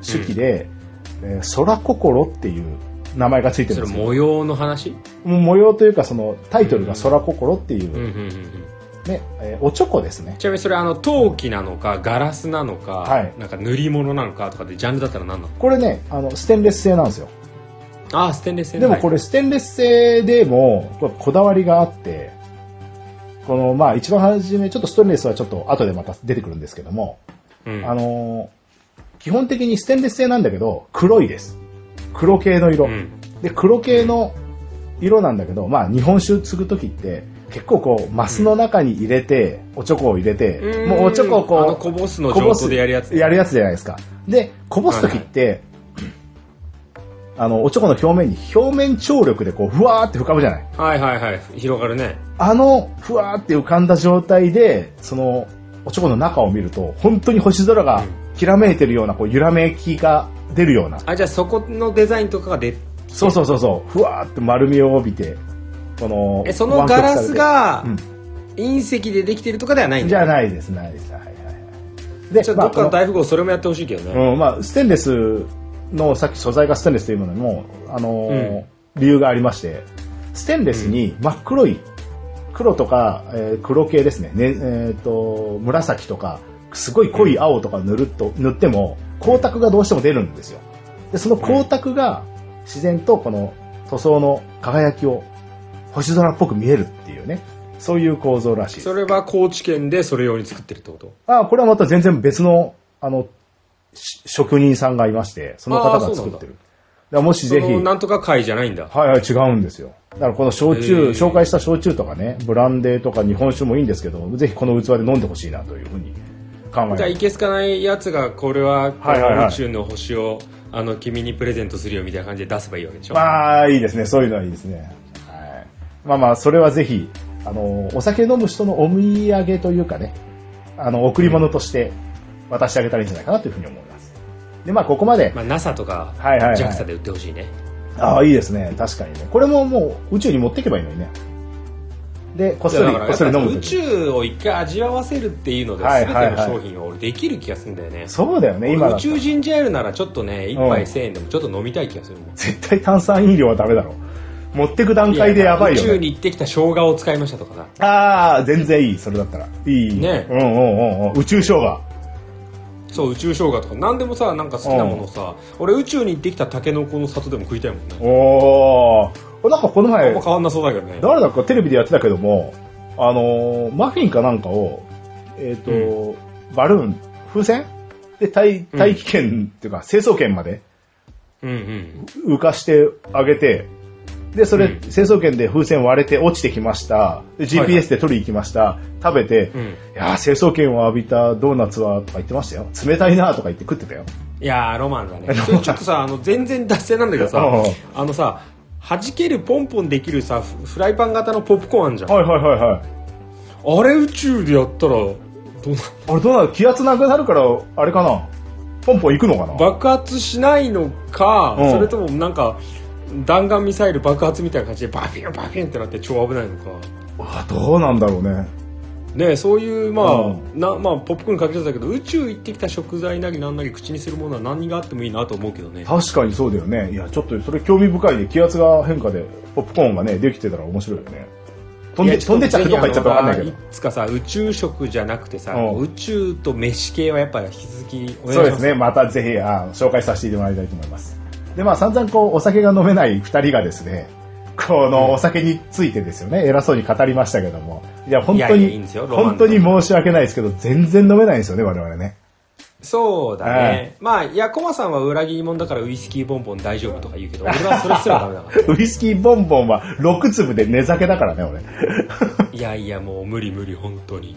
C: 酒器で、えー空心っていう名前がついてる
B: そ
C: んで
B: れ
C: すよ
B: 模様の話
C: もう模様というかそのタイトルが空心っていう、
B: うんうんうんうん
C: ね、えーおちょこですね。
B: ちなみにそれあの陶器なのかガラスなのか、
C: はい
B: なんか塗り物なのかとかでジャンルだったら何なの
C: これね、あの、ステンレス製なんですよ。
B: ああ、ステンレス製
C: でもこれステンレス製でもこれこだわりがあって、このまあ一番初め、ちょっとステンレスはちょっと後でまた出てくるんですけども、
B: れ、うん、
C: あのー基本的にステンレス製なんだけど、黒いです。黒系の色。
B: うん
C: で、黒系の色なんだけど、まあ日本酒継ぐ時って、結構こう、マスの中に入れて、おちょこを入れて、
B: うん
C: もうおちょこを
B: あの
C: こう、
B: こぼすの上等でやるやつね
C: やるやつじゃないですか。で、こぼす時って、あの、おちょこの表面に表面張力でこう、ふわーって浮かぶじゃない。
B: はいはいはい。広がるね。
C: あの、ふわーって浮かんだ状態で、その、おちょこの中を見ると、本当に星空がきらめいてるような、こう、揺らめきが出るような。
B: あ、じゃあそこのデザインとかが出、
C: そうそうそうそう、ふわーって丸みを帯びて、この、
B: え、そのガラスが
C: 湾曲されて、
B: 隕石でできてるとかではない
C: うんん、
B: だ
C: じゃないです、ないです。はいはいはい。で
B: ちょっ
C: ま
B: とど
C: あ
B: っかの大富豪それもやってほしいけど
C: こ
B: ね。
C: のうん、まあ、ステンレスの、さっき素材がステンレスというものにも、あのー
B: うん
C: 理由がありまして、ステンレスに真っ黒い、黒とか、えー黒系ですね、ねえーと、紫とか、すごい濃い青とか塗ると、塗っても、光沢がどうしても出るんですよ。で、その光沢が自然とこの塗装の輝きを星空っぽく見えるっていうね、そういう構造らしいです
B: それは高知県でそれ用に作ってるってこと
C: あこれはまた全然別の、あの、し職人さんがいまして、その方
B: あー
C: が
B: そう
C: 作
B: なん
C: って
B: だ
C: る。だからもし
B: そ
C: ぜひ、
B: のなんとか会じゃないんだ。
C: はいはい、違うんですよ。だからこの焼酎、
B: へー
C: 紹介した焼酎とかね、ブランデーとか日本酒もいいんですけど、ぜひこの器で飲んでほしいなというふうに考え
B: じゃあ
C: て
B: いけすかないやつがこれは
C: はいはいはい
B: 宇宙の星をあの君にプレゼントするよみたいな感じで出せばいいわけでしょ、
C: まあ、いいですね。そういうのはいいですね。はい。まあまあ、それはぜひ、あの、お酒飲む人のお土産というかね、あの、贈り物として渡してあげたらいいんじゃないかなというふうに思います。で、まあ、ここまで、
B: まあ、NASA とか
C: はいはいはい
B: JAXA で売ってほしいね、
C: ああ、いいですね。確かにね。これももう宇宙に持っていけばいいのにね。で、こっ
B: い
C: そ
B: や
C: り、こ
B: だから
C: っそり飲む
B: 宇
C: という。
B: 宙を一回味わわせるっていうので
C: はい
B: 全て
C: はいはい
B: の商品を俺できる気がするんだよね、
C: そうだよね、今だ
B: 俺宇
C: ったら
B: 宙人ジャールならちょっとね一
C: うん
B: 杯1000円でもちょっと飲みたい気がするもん
C: 絶対炭酸飲料はダメだろ。持ってく段階でやばい
B: 宇宙
C: よ、ね。
B: に行ってきた生姜を使いましたとかさ
C: ああ、全然いい、それだったら。いい。
B: ね
C: うんうんうんうん。宇宙生姜。
B: そう宇宙生姜とか何でもさなんか好きなものさ俺宇宙に行ってきたタケノコの里でも食いたいもんね
C: おー。なんかこの
B: あ
C: 前
B: んま、変わんなそうだけどね
C: 誰だかテレビでやってたけども、あのーマフィンかなんかを、えっ、と、バルーン、風船で、大、大気圏、っていうか、成層圏まで
B: うんうん
C: 浮かしてあげて、で、それ、
B: うん
C: 清掃圏で風船割れて落ちてきました。で
B: はい
C: GPS で取りに行きました。食べて、
B: うん
C: いやー、清掃圏を浴びたドーナツは、とか言ってましたよ。冷たいなとか言って食ってたよ。
B: いやーロマンだねちょちょっとさあの全然脱線なんだけどさ
C: うんうん
B: あのさ弾けるポンポンできるさフフライパン型のポップコーンあんじゃん
C: はいはいはいはい。
B: あれ宇宙でやったらどうな
C: あれどうなる気圧なくなるから、あれかなポンポン行くのかな
B: 爆発しないのか、
C: うん
B: それともなんか弾丸ミサイル爆発みたいな感じでバフィンバフィンってなって超危ないのか
C: あどうなんだろうね。
B: ねそういうまあ、
C: う
B: なまあポップコーンかけてたけど宇宙行ってきた食材なりなんなり口にするものは何があってもいいなと思うけどね
C: 確かにそうだよね。いや、ちょっとそれ興味深いね。気圧が変化で、ポップコーンがね、できてたら面白いよね。飛ん
B: い
C: で、
B: や
C: 飛んでっちゃってどっか行っちゃったらわかんないけど
B: ぜひあ。のいつかさ宇宙食じゃなくてさ、
C: うん
B: 宇宙と飯系はやっぱ引き続きお願いします
C: そうですね。またぜひ、あ紹介させてもらいたいと思います。で、まあ、散々こう、お酒が飲めない二人がですね、このお酒についてですよね、偉そうに語りましたけども。いや、本当
B: いやい
C: に、
B: やいいんですよロマン
C: 本当に申し訳ないですけど、全然飲めないんですよね、我々ね。
B: そうだね、
C: はい
B: まあいやコマさんは裏切り者だからウイスキーボンボン大丈夫とか言 うけど俺はそれすらダメだから
C: ウイスキーボンボンは6粒で寝酒だからね、俺。
B: いやいやもう無理無理本当に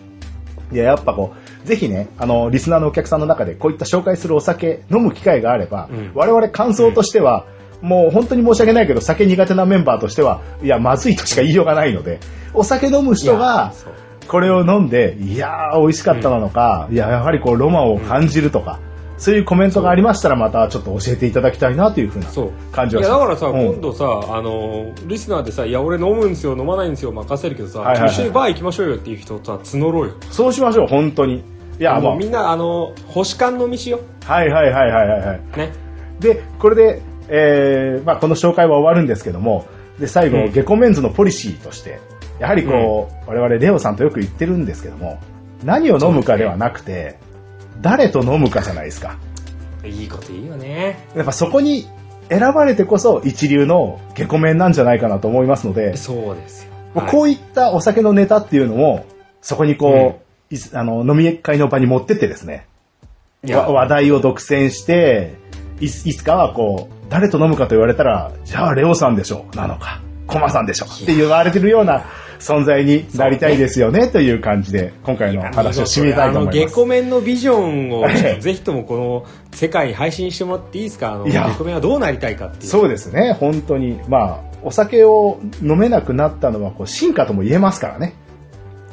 C: いや、やっぱこう、ぜひね、あの、リスナーのお客さんの中で、こういった紹介するお酒、飲む機会があれば、
B: うん
C: 我々感想としては、もう本当に申し訳ないけど、酒苦手なメンバーとしては、いや、まずいとしか言いようがないので、お酒飲む人
B: いや
C: が
B: そう、
C: これを飲んで、いやー、美味しかったなのか、いや、やはりこう、ロマンを感じるとか、そういうコメントがありましたら、またちょっと教えていただきたいなというふうな
B: そう
C: 感じ
B: い
C: はします
B: やだからさ、
C: うん
B: 今度さあのリスナーでさ「いや俺飲むんすよ飲まないんすよ任せるけどさ、
C: はいはいはい
B: 一緒にバー行きましょうよ」っていう人とは募ろうよ
C: そうしましょう、本当に。いや、
B: も
C: も
B: う
C: う、
B: みんなあの星間飲みしよ
C: はいはいはいはいはいはい。
B: うね
C: で、これで、えーまあ、この紹介は終わるんですけども、で、最後、
B: うん
C: ゲコメンズのポリシーとして、やはりこう、我々レオさんとよく言ってるんですけども、何を飲むかではなくて、誰と飲むかじゃないですか。
B: いいこといいよね
C: やっぱそこに選ばれてこそ一流のゲコメンなんじゃないかなと思いますので、
B: そうですよ。
C: もうこ
B: はいう
C: いったお酒のネタっていうのも、そこにこう、いあの飲み会の場に持ってってですね、
B: いや
C: わ話題を独占して、いついつかはこう、誰と飲むかと言われたら、じゃあレオさんでしょう、なのか、コマさんでしょう、って言われてるような存在になりたいですよね、という感じで、今回の話を締めたいと思
B: あ
C: い
B: の、
C: ま
B: ゲ
C: す。
B: コメンのビジョンを、
C: ええ
B: ちょっとぜひともこの世界に配信してもらっていいですかあの、
C: い
B: ゲ
C: や
B: コメンはどうなりたいかっていう。
C: そうですね、本当に。まあ、お酒を飲めなくなったのは、こう、進化とも言えますからね。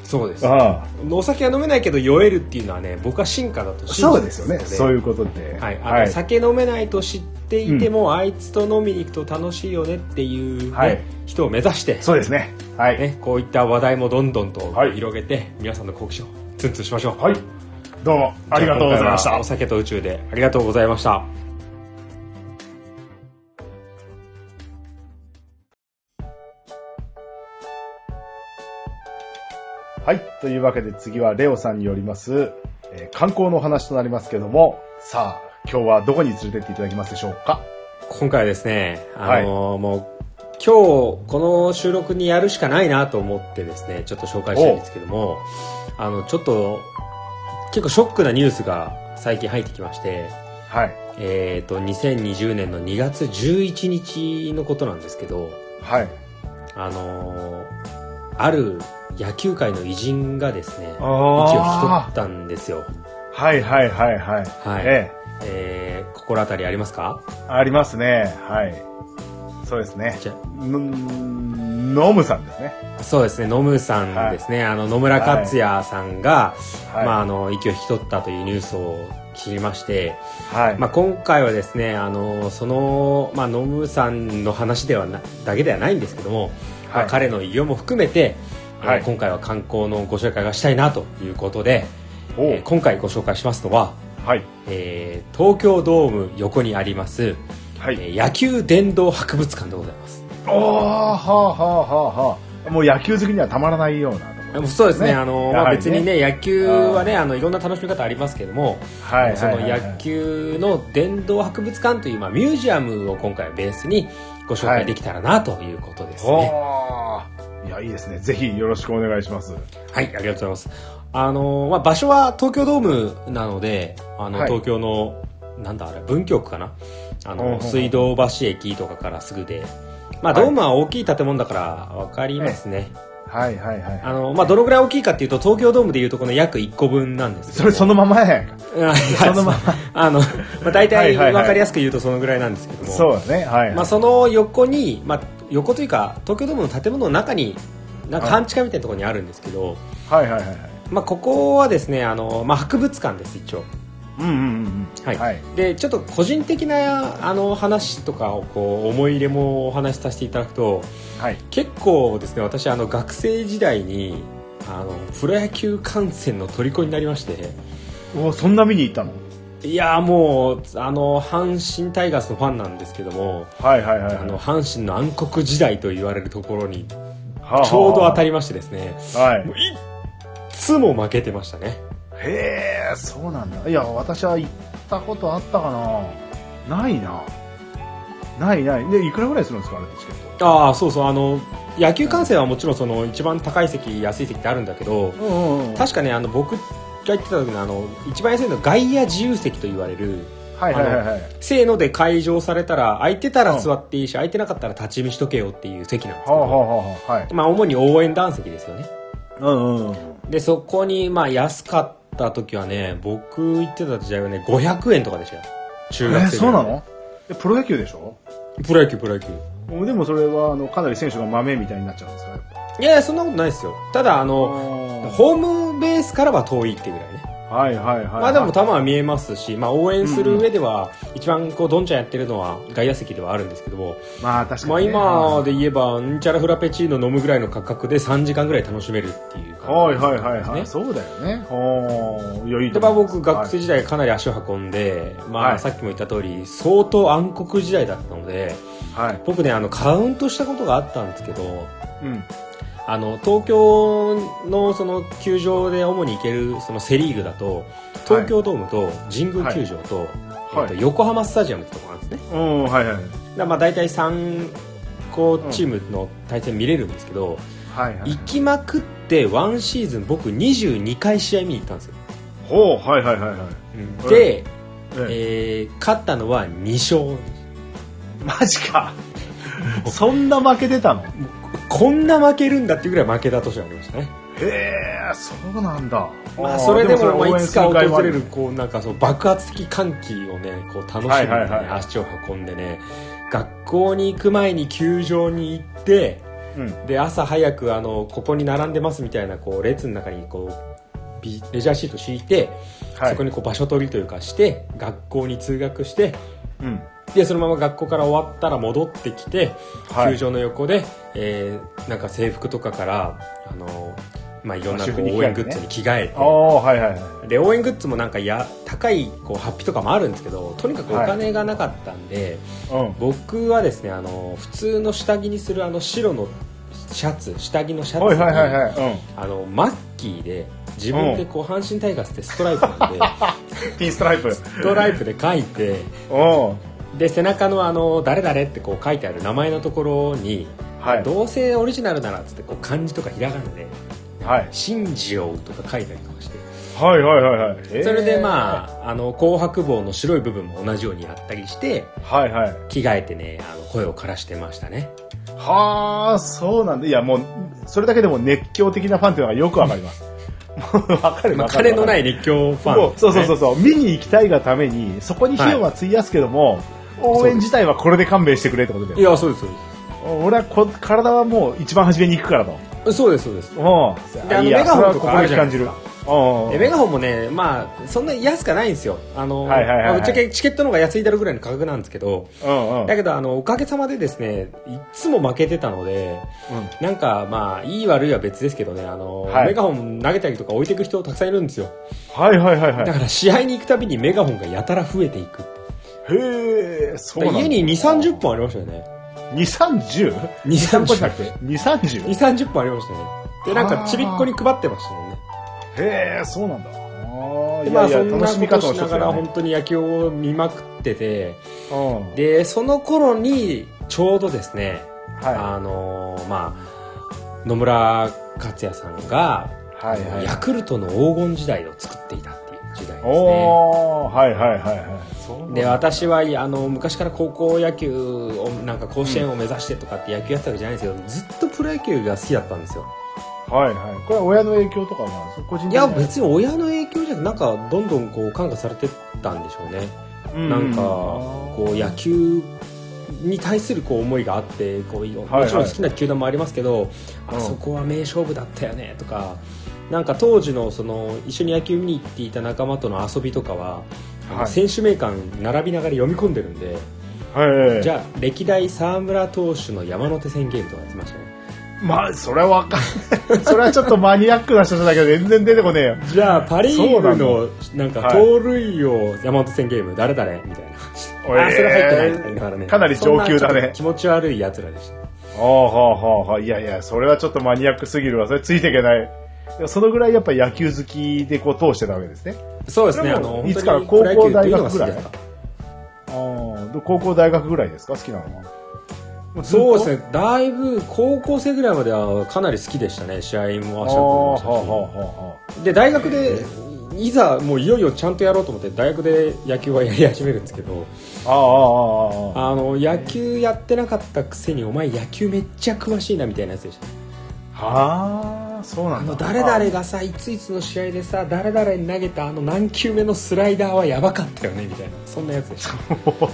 B: そうです。
C: ああ
B: お酒は飲めないけど酔えるっていうのはね、僕は進化だと信
C: そ
B: じ
C: う
B: てま
C: ですよね。
B: の
C: そういうことで。
B: はい、あの
C: はい。
B: 酒飲めないと知っていても、あいつと飲みに行くと楽しいよねっていう、ね
C: はい
B: 人を目指して、
C: そうですね。はい。
B: ね、こういった話題もどんどんと
C: はい
B: 広げて、皆さんの好奇心をツンツンしましょう、
C: はい。どうも、ありがとうございまし
B: じゃあ今回は
C: た
B: お。酒と宇宙でありがとうございました
C: はい。というわけで次はレオさんによります、えー観光のお話となりますけども、さあ、今日はどこに連れてっていただけますでしょうか
B: 今回はですねあのーもう今日この収録にやるしかないなと思ってですねちょっと紹介したいんですけどもあのちょっと結構ショックなニュースが最近入ってきまして
C: はい。
B: えー、と2020年の2月11日のことなんですけど、
C: はい。
B: あのーある野球界の偉人がですね息を引き取
C: あ
B: ったんですよ、
C: ーはいはいはいはい。
B: はい
C: え
B: えー、心当たりありますか
C: えありますね。はい。そうですね。
B: じゃ
C: のノムさんですね。
B: そうですね野村さんですね、あの野村克也さんが、
C: はい。
B: まあ、あの息を引き取ったというニュースを知りまして、
C: はい。
B: まあ、今回はですねあのその、まあ、ノムさんの話ではなだけではないんですけども、まあ
C: はい
B: 彼の偉業も含めて、あの
C: はい
B: 今回は観光のご紹介がしたいなということで、
C: おう
B: えー今回ご紹介しますのは、
C: はい。
B: えー東京ドーム横にあります、
C: はい。
B: えー野球殿堂博物館でございます。
C: おー、はあはあはあはあ。もう野球好きにはたまらないようなところ。
B: そうですね
C: ね
B: あの、
C: や
B: まあ、
C: はりね
B: 別にね野球はねあのいろんな楽しみ方ありますけども、
C: はいはい
B: その
C: はいはい
B: 野球の殿堂博物館という、まあ、ミュージアムを今回ベースにご紹介できたらなということですね。
C: おーいや、いいですね。ぜひよろしくお願いします。
B: はい、ありがとうございます。あのまあ、場所は東京ドームなので、あの、
C: はい
B: 東京の、なんだあれ、文京区かなあ
C: うんうんう
B: の、
C: ん
B: 水道橋駅とかからすぐで、まあ、
C: はい
B: ドームは大きい建物だから分かりますね。
C: はいはいはい。
B: あの、まあ、どのぐらい大きいかっていうと、東京ドームでいうとこの約1個分なんですけど
C: それそのままやんか。
B: うん
C: そのまま
B: あの、まあ、大
C: はい
B: 体
C: はいはい
B: 分かりやすく言うとそのぐらいなんですけども。
C: そうだね。はい。
B: まあ、その横に、まあ、横というか、東京ドームの建物の中に、なんか半地下みたいなところにあるんですけど、
C: はいはいはいはい。
B: まあ、ここはですねあの、まあ、博物館です一応
C: うんうんうんうん。
B: はい
C: はい。
B: でちょっと個人的なあの話とかをこう思い入れもお話しさせていただくと
C: はい。
B: 結構ですね私あの学生時代にあのプロ野球観戦の虜になりまして
C: おそんな見に行ったの
B: いやーもうあの阪神タイガースのファンなんですけども
C: はいはいはい
B: あ
C: はい。
B: の阪神の暗黒時代と言われるところにち
C: はあはあ
B: ょうど当たりましてですね
C: はい
B: も。ういっつも負けてましたね
C: へえ、そうなんだ。いや、私は行ったことあったかな。ないな。ないない。で、いくらぐらいするんですか、あれチケッ
B: ああそうそうあの野球観戦はもちろんその一番高い席安い席ってあるんだけど
C: ト。うんうんうん。
B: 確かねあの僕が行ってた時のあの一番安いのは外野自由席と言われる
C: はいはいはいはい。
B: せーので会場されたら空いてたら座っていいし空いてなかったら立ち見しとけよっていう席なんですけ
C: はあは
B: ど、
C: あはあはあ。はい。
B: まあ、主に応援団席ですよね
C: うんうんうん。
B: でそこにまあ安かった時はね僕行ってた時代はね500円とかでしたよ
C: え
B: 中学生
C: そう
B: ぐら
C: ないのえプロ野球でしょ
B: プロ野球プロ野球
C: でもそれは、あの、かなり選手が豆みたいになっちゃうんですかやっ
B: いやいやそんなことないですよただあ
C: ぱ
B: のホームベースからは遠いっていうぐらいね
C: はいはいはい。
B: まあでも球は見えますし、まあ、応援する上では、一番こうどんちゃんやってるのは外野席ではあるんですけども、
C: まあ確か
B: まあ、
C: に、ね。
B: 今で言えばんちゃらフラペチーノ飲むぐらいの価格で3時間ぐらい楽しめるっていう
C: はい
B: 感
C: はいはい
B: じ
C: はい。
B: ですね。
C: そうだよね。おーいや、いいと
B: でまあ、
C: 思います
B: 僕学生
C: はい
B: 時代かなり足を運んで、ま
C: は
B: あ、
C: い
B: さっきも言った通り相当暗黒時代だったので
C: はい。
B: 僕ねあのカウントしたことがあったんですけど
C: うん。
B: あの東京のその球場で主に行けるそのセ・リーグだと東京ドームと神宮球場と,、
C: はい
B: えっと横浜スタジアムってとこなんですね。
C: うん、はいはい。
B: だまあ大体3個チームの対戦見れるんですけど、
C: はいはい
B: 行きまくってワンシーズン僕22回試合見に行ったんですよ、
C: ほうはいはいはいはい
B: で、
C: え
B: えー勝ったのは2勝
C: えマジ かそんな負けてたの
B: こんな負けるんだっていうぐらい負けた年がありましたね、
C: へえそうなんだ
B: まあ、それでもまあいつか訪れる
C: は
B: こうなんかそう爆発的歓喜をねこう楽しみに、ね
C: はいはいはい
B: 足を運んでね学校に行く前に球場に行って
C: うん
B: で朝早くあのここに並んでますみたいなこう列の中にこうビレジャーシート敷いて、
C: はい
B: そこにこう場所取りというかして学校に通学して
C: うん
B: でそのまま学校から終わったら戻ってきて、
C: はい
B: 球場の横で、えーなんか制服とかからあの、まあ、いろんなこ
C: まあ主
B: う
C: 婦に着替えてね
B: 応援グッズに着替えて
C: あ。あはいはいはい
B: で応援グッズもなんかや高いこうハッピとかもあるんですけどとにかくお金がなかったんで、
C: うん
B: 僕はですねあの普通の下着にするあの白のシャツ下着のシャツに、
C: はいはいはいはい、
B: あのマッキーで自分でこう阪神タイガースってストライプなんで
C: うん、ピンストライプ
B: ストライプで書いて
C: うんは
B: で背中のあの誰々ってこう書いてある名前のところに、
C: い
B: どうせオリジナルならっつってこう漢字とかひらがなで
C: はい
B: 「新庄」とか書いたりとかして
C: はいはいはいはい、ええ
B: それでまああの紅白帽の白い部分も同じようにやったりして
C: はいはい
B: 着替えてねあの声を枯らしてましたね
C: はあそうなんだいやもうそれだけでも熱狂的なファンっていうのがよくわかりますもう わかる
B: まあ
C: わかる
B: 彼のない熱狂ファン、
C: もうそうそうそうそう、見に行きたいがためにそこに費用は費やすけども、応援自体はこれで勘弁してくれってことだよ
B: いやそうですそう
C: 俺はこ体はもう一番初めに行くからと
B: ですそうですそうです
C: うん
B: であの
C: いや
B: メガホン
C: それはこ
B: とか
C: こ
B: あ
C: で
B: るじゃな
C: 感
B: いで
C: じ
B: す
C: る
B: か
C: うんうん
B: えメガホンもね、まあ、そんなに安くはないんですよ。あの、
C: はいはいはいはい
B: まあぶっちゃけチケットの方が安いだろうぐらいの価格なんですけど、
C: うんうん
B: だけど、あの、おかげさまでですね、いつも負けてたので、
C: うん
B: なんか、まあ、いい悪いは別ですけどね、あの、
C: はい
B: メガホン投げたりとか置いていく人たくさんいるんですよ。
C: はいはいはいはい
B: だから、試合に行くたびにメガホンがやたら増えていく。
C: へえ、そう
B: だ
C: なん
B: か
C: だ
B: ら家に2、30本ありましたよね。
C: 二三十
B: 二三十
C: 個じゃなくて二三十
B: 2、30本ありましたよね。で、なんか、ちびっこに配ってましたもんね。
C: へえ、そうなんだ。あー
B: で、
C: い
B: ま
C: や
B: あ、
C: い
B: そ
C: や、
B: んな
C: 楽しみ
B: こと
C: 方を
B: し
C: 一
B: な
C: つ
B: が
C: だ
B: ら、
C: ね
B: 本当に野球を見まくってて、
C: うん。
B: で、その頃に、ちょうどですね、
C: は
B: あのーまあ野村克也さんが、
C: い。はいはい。
B: ヤクルトの黄金時代を作っていたっていう時代ですね。
C: おー、はいはいはいはい。そう
B: で私はあの昔から高校野球をなんか甲子園を目指してとかって野球やってたわけじゃないんですけど、ずっとプロ野球が好きだったんですよ
C: はいはい。これは親の影響とかは、個人的
B: いや別に親の影響じゃなくてなんかどんどんこう感化されてったんでしょうね、
C: に
B: なんかこう野球に対するこう思いがあってこういろんもちろん好きな球団もありますけど、
C: はい
B: あそこは名勝負だったよねとか、なんか当時のその一緒に野球見に行っていた仲間との遊びとかは、あの
C: はい
B: 選手名鑑並びながら読み込んでるんで、
C: はい。
B: じ
C: ゃ
B: ゃあ歴代沢村投手の山手線ゲームとかやってましたね
C: まあ、それはわかんない。 それはちょっとマニアックな人じゃないけど、全然出てこねえよ。
B: じゃあパ・リーグ
C: そ
B: のなんか
C: はい
B: 盗塁王山手線ゲーム誰々みたいな、あそれ入ってないとか言いながらね
C: かなり上級だ
B: そんなちょっ
C: ね
B: と。気持ち悪いやつらでした
C: ああ、はあ、はあ、はあ。いやいや、それはちょっとマニアックすぎるわ。それついていけない。いやそのぐらいやっぱ野球好きでこう通してたわけですね。
B: そうですね、
C: でも
B: あの、
C: いつから
B: 本当に
C: 高校
B: プロ野球ってうの
C: 大学ぐらい
B: が好きだった
C: ああ、で高校大学ぐらいですか好きなのは。
B: そうですね、だいぶ高校生ぐらいまではかなり好きでしたね、試合も
C: ああ、
B: 足
C: は
B: を
C: あ、は
B: 運
C: あ、
B: びまし
C: は
B: たし。で、大学で、いざもういよいよちゃんとやろうと思って、大学で野球はやり始めるんですけど、
C: あ。ああ、ああ、ああ。
B: あの、野球やってなかったくせに、お前野球めっちゃ詳しいなみたいなやつでした。
C: はあ、そうな
B: あ
C: んだ。
B: の、誰々がさ、いついつの試合でさ、誰々に投げたあの何球目のスライダーはやばかったよね、みたいな、そんなやつでした。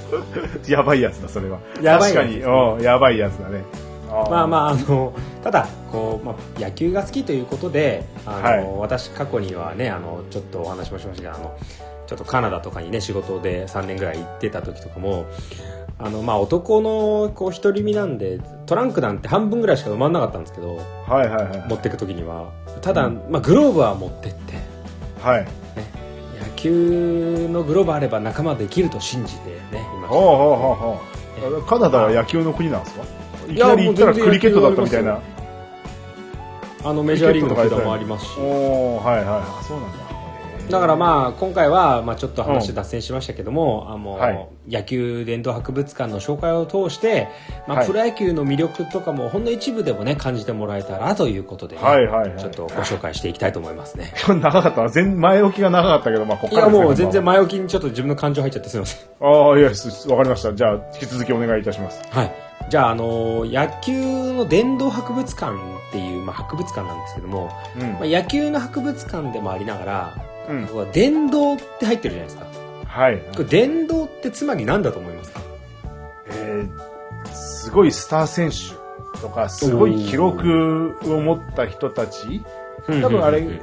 C: やばいやつだ、それは。
B: やばい
C: 確
B: や
C: か
B: つで
C: に、
B: す
C: うん、やばいやつだね。
B: まあま
C: あ
B: ああの ただこう、まあ、野球が好きということであの、
C: はい
B: 私過去にはねあのちょっとお話もしましたがあのちょっとカナダとかにね仕事で3年ぐらい行ってた時とかもあの、まあ、男のこう独り身なんでトランクなんて半分ぐらいしか埋まんなかったんですけど
C: あ。はいはいはい。
B: 持ってく時にはただ、まあ、グローブは持ってって
C: はい。
B: 野球のグローブあれば仲間できると信じてね今
C: ほうほうほうほう。カナダは野球の国なんですかいき
B: や
C: なり行ったら
B: もう全然
C: クリケットだったみたい
B: 野
C: な。
B: あのメジャーリーグの球団もありますし
C: おおはいはい。あ、そうなんだ。へ
B: だからまあ今回はまあちょっと話脱線しましたけども、あの
A: はい
B: 野球殿堂博物館の紹介を通して、ま
A: は
B: あ、
A: い
B: プロ野球の魅力とかもほんの一部でもね感じてもらえたらということでね、
A: はいはいはい
B: ちょっとご紹介していきたいと思いますね。
A: 今日長かったな。全前置きが長かったけど、まあ、こっ
B: い
A: から
B: や
A: ですね
B: もう全然。前置きにちょっと自分の感情入っちゃってすみません。
A: ああ、いや、すわかりました。じゃあ、引き続きお願いいたします。
B: はい。じゃあ、あの野球の殿堂博物館っていう、まあ、博物館なんですけども、
A: う
B: まあ、
A: ん。
B: 野球の博物館でもありながら、
A: うん
B: ここは殿堂って入ってるじゃないですか。
A: はい。
B: これ殿堂ってつまり何だと思いますか
A: えーすごいスター選手とか、すごい記録を持った人たち、多分あ
B: うんうん
A: れ、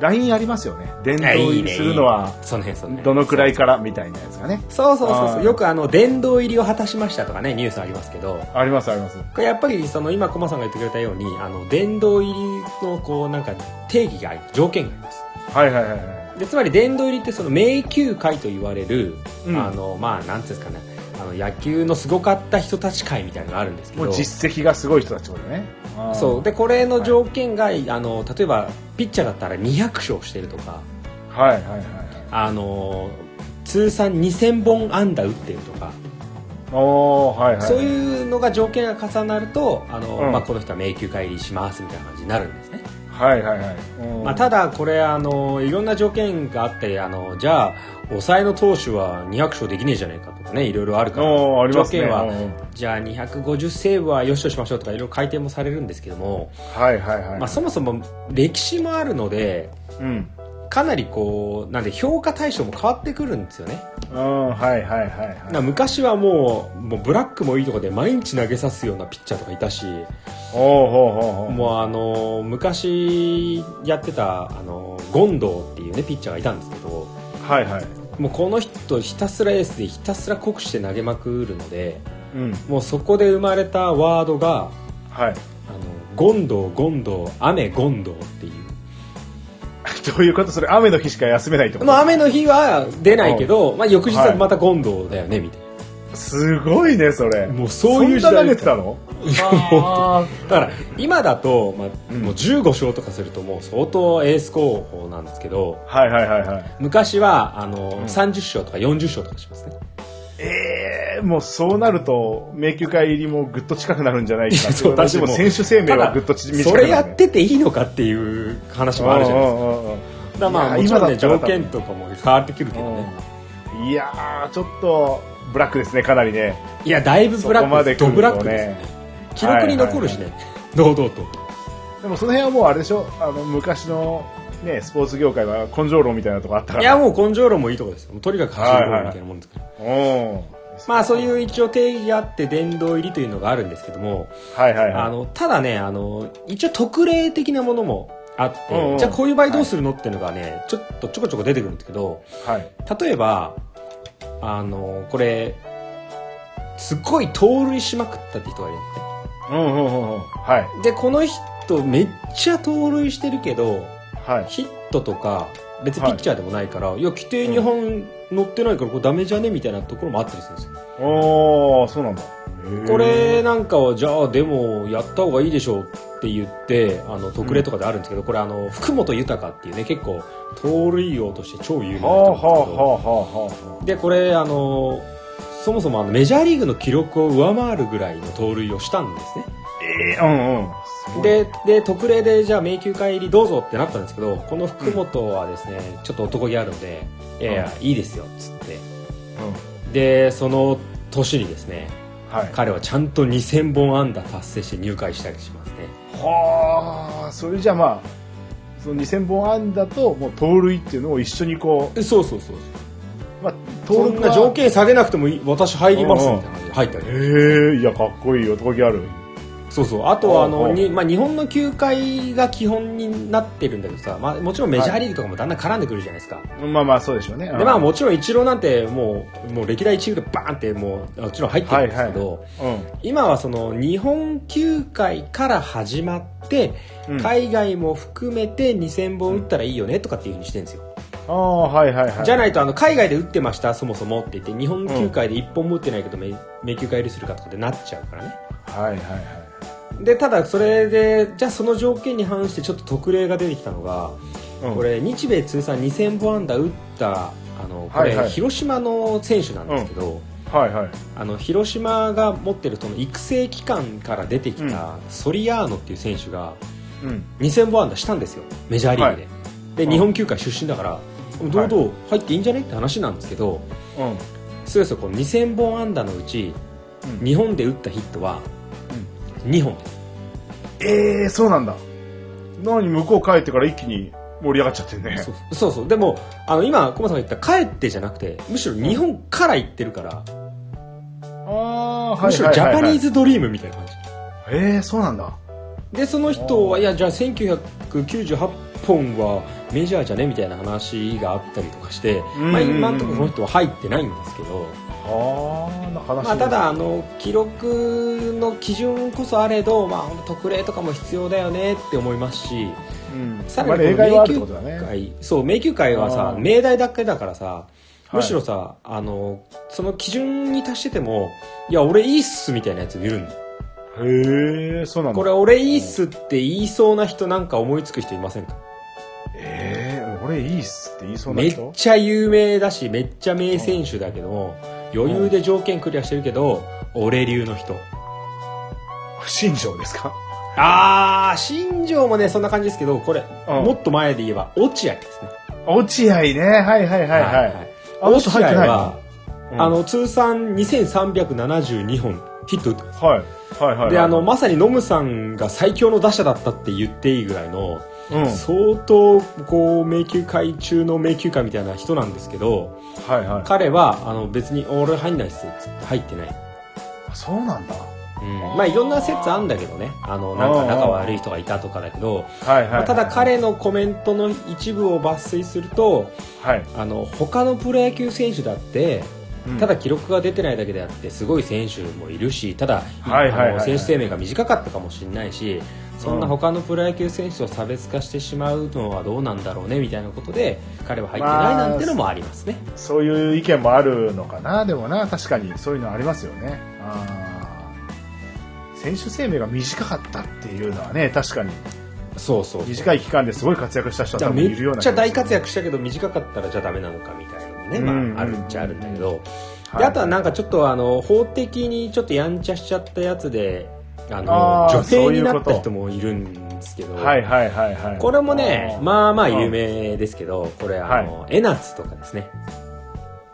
A: LINE ありますよね。伝統入りするのは、
B: その辺その辺
A: どのくらいからみたいなやつがね。
B: そうそうそうそ
A: あ
B: う
A: ー
B: よくあの殿堂入りを果たしましたとかねニュースありますけど
A: あります、あります。
B: これやっぱりその今駒さんが言ってくれたようにあの殿堂入りのこうなんか定義があり条件があります
A: はいはいはいはい。
B: でつまり殿堂入りってその名球会と言われる、
A: うん
B: あのまあなんていうんですかねあの野球のすごかった人たち会みたいなのがあるんですけ
A: も
B: ど
A: う実績がすごい人たちこれね。あー
B: そう。でこれの条件が、あの例えばピッチャーだったら200勝してるとか
A: はいはいはいはい。
B: あの通算2000本安打打ってるとか、
A: おー、はいはい。
B: そういうのが条件が重なるとあの、
A: うん
B: まあ、この人は迷宮会入りしますみたいな感じになるんですね、
A: はいはいはい。うん
B: まあ、ただこれあのいろんな条件があってあのじゃあ抑えの投手は200勝できねえじゃねえかとかねいろいろあるから
A: おーあり
B: 条
A: ますね
B: 件は、
A: うん
B: じゃあ250セーブはよしとしましょうとかいろいろ改定もされるんですけども、
A: はいはいはい。
B: まあ、そもそも歴史もあるので
A: うん。
B: かなりこうなんで評価対象も変わってくるんですよね
A: うん、はいはいはい
B: な
A: はい。
B: 昔はもうもうブラックもいいとこで毎日投げさすようなピッチャーとかいたし
A: おーほうほうほう。
B: もうあの昔やってたあのゴンドウっていうねピッチャーがいたんですけど
A: はいはい。
B: もうこの人ひたすらエースでひたすら酷使して投げまくるので
A: うん。
B: もうそこで生まれたワードが
A: はい。
B: あのゴンドウゴンドウ雨ゴンドウっていう
A: どういうことそれ、雨の日しか休めないってこ
B: まあ、
A: と
B: 雨の日は出ないけど、まあ、翌日はまたゴンドウだよね、みたい
A: すごいね、それ。
B: もうそういう時
A: そんな
B: 代
A: 投げてたのあ
B: な。だから、今だと、まあ、
A: うん
B: もう15勝とかすると、もう相当エース候補なんですけど、
A: ーはいはいはいはい。
B: 昔は、あの、
A: ん
B: 30勝とか40勝とかしますね。
A: えー、もうそうなると、迷宮会入りもぐっと近くなるんじゃないか。
B: そう
A: 私も
B: だってもう
A: 選手生命
B: た
A: は
B: だ
A: ぐっと短くなる、ね。
B: それやってていいのかっていう話もあるじゃないですか。
A: で
B: だからまあ、
A: いや
B: もちろ
A: 今
B: んね、
A: だ
B: 条
A: ったら
B: 件とかも変わってくるけどね。
A: すか。いやー、ちょっと、ブラックですね、かなりね。
B: いや、だいぶブラ
A: そこ
B: ッ
A: ま
B: クで、
A: です来るとね
B: ドブラックですね。記録に残るしね、堂々と。
A: でもその辺はもうあれでしょあの、昔の、ね、スポーツ業界は根性論みたいなとこあったか
B: い
A: ら。
B: や、もう根性論もいいとこですよ。もうとにかく走るみたいなもんですから。
A: うん。
B: まあそういう一応定義があって殿堂入りというのがあるんですけども、
A: はいはい
B: あ
A: は
B: のただねあの一応特例的なものもあっ
A: う
B: て、
A: んうん
B: じゃあこういう場合どうするのっていうのがね、ちょっとちょこちょこ出てくるんですけど
A: い。はい。
B: 例えばあのこれすっごい盗塁しまくったって人がいるんです
A: うんうんうんうん。はい。
B: ねでこの人めっちゃ盗塁してるけど
A: はい。
B: ヒットとか別にピッチャーでもないから、い、や規定に本乗ってないからこれダメじゃねみたいなところもあったりするんですよ
A: おー、そうなんだ。
B: これなんかはじゃあでもやった方がいいでしょうって言ってあの特例とかであるんですけど、これあの福本豊っていうね結構盗塁王として超有名な
A: はあはあ
B: 人なんですけ
A: は
B: ど、
A: あはあは
B: でこれあのそもそもあのメジャーリーグの記録を上回るぐらいの盗塁をしたんですね
A: あ。えー、うんうん。すごい、
B: でで特例でじゃあ迷宮会入りどうぞってなったんですけどこの福本はですね、ちょっと男気あるので「いやいやいいですよ」っつって
A: うん。
B: でその年にですね
A: はい。
B: 彼はちゃんと2000本安打達成して入会したりしますね
A: はあ、それじゃあまあ、その2000本安打と、もう盗塁っていうのを一緒にこ
B: えそうそうそう
A: う、まあ、
B: そ
A: 盗
B: ん
A: 塁
B: な
A: は
B: 条。件下げなくてもいい私入ります
A: うんうん
B: みたいな感じで入った
A: え
B: り
A: ー、いや、かっこいい男気ある。
B: そうそうあとはあの
A: うんうん
B: に、まあ、日本の球界が基本になってるんだけどさ、まあ、もちろんメジャーリーグとかもだんだん絡んでくるじゃないですか、
A: まあまあ、そうでしょうね。
B: でまあ
A: う
B: もちろんイチローなんてもうもう歴代1位でバーンってもうもちろん入ってるんですけど、
A: ん。うん。
B: 今はその日本球界から始まって、
A: うん
B: 海外も含めて2000本打ったらいいよねとかっていうふうにしてるんですよ
A: ああ、はいはいはい。
B: じゃないとあの海外で打ってましたそもそもって言って日本球界で1本も打ってないけど迷迷宮会入りするかとかでなっちゃうからね
A: はいはいはい。
B: でただそれでじゃあその条件に反してちょっと特例が出てきたのが、
C: うん
B: これ日米通算2000本安打打ったあのこれ、
C: はいはい
B: 広島の選手なんですけど、
C: はいはい。
B: あの広島が持ってるその育成機関から出てきたソリアーノっていう選手が
C: うん。
B: 2000本安打したんですよメジャーリーグで、で
C: うん
B: 日本球界出身だから堂々入っていいんじゃねって話なんですけど、
C: うん。
B: そうですよこの2000本安打のうち
C: うん
B: 日本で打ったヒットは2本です
C: えー、そうなんだ。なのに向こう帰ってから一気に盛り上がっちゃってるね。
B: そうそうそうでもあの今駒さんが言った帰ってじゃなくてむしろ日本から行ってるから、
C: あー
B: むしろジャパニー
C: ズ。
B: ズドリームみたいな感じ、
C: えー、そうなんだ。
B: でその人
C: あ
B: は
C: ー
B: いやじゃあ1998本はメジャーじゃねみたいな話があったりとかして、
C: うん
B: まあ、今のところこの人は入ってないんですけど、
C: あー、な話。
B: まあ、ただあ、の記録の基準こそあれど、まあ、ほんと特例とかも必要だよねって思いますし
C: うん。
B: さ
C: さ
B: ら
C: ら
B: に
C: に
B: こ
C: 例外
B: の
C: はあるっ
B: 迷
C: て
B: 宮
C: ことだね。
B: 会そう名球会はさ
C: あー
B: 命題だけだからさ
C: い
B: むしろさ、あのその基準に達しててもいや俺いいっすみたいなやついるんだ
C: へー、そうなんだ。
B: これ俺いいっすって言いそうな人なんか思いつく人いませんか
C: えー、俺いいっすって言いそうな
B: めっ
C: 人
B: ちゃ有名だしめっちゃ名選手だけども余裕で条件クリアしてるけど俺流の人
C: 不信条ですか
B: あー新庄もねそんな感じですけどこれ
C: うん
B: もっと前で言えば落合ですね
C: 落合ね。はいはいはいはい。あ
B: 落合
C: 入ってないの
B: は
C: うん
B: あ、の通算2372本ヒット打ってます
C: はい。はいはいはい。
B: であの、まさにノムさんが最強の打者だったって言っていいぐらいの、
C: うん。はい
B: 相当こう迷宮会中の迷宮会みたいな人なんですけど
C: は
B: 彼はあの別に「俺入んないっす」っつって入ってない、
C: い。そうなんだ。
B: うんまあいろんな説あんだけどねあのなんか仲悪い人がいたとかだけど、
C: はいはい、
B: まあただ、彼のコメントの一部を抜粋すると
C: はい。
B: あの他のプロ野球選手だってただ記録が出てないだけであってすごい選手もいるしただ、
C: はいはいはいはい
B: あの選手生命が短かったかもしれないしそんな他のプロ野球選手を差別化してしまうのはどうなんだろうねみたいなことで彼は入ってないなんてのもありますね、
C: そういう意見もあるのかな、でもな、確かにそういうのありますよね。あー選手生命が短かったっていうのはね、確かに
B: そうそうそう
C: 短い期間ですごい活躍した人
B: じゃ
C: は多
B: あ
C: 分
B: め
C: い
B: っ
C: るような
B: ちゃ大活
C: 躍、
B: 躍したけど短かったらじゃあダメなのかみたいなのもね、
C: うん
B: まあ、あるっちゃあるんだけど、
C: はい
B: であとはなんかちょっとあの法的にちょっとやんちゃしちゃったやつであの
C: あー
B: 女性になっ
C: そう
B: た
C: いうこと
B: 人もいるんですけど
C: はいはいはいはい。
B: これもね
C: あー
B: まあまあ有名ですけどこれあの、エナツとかですね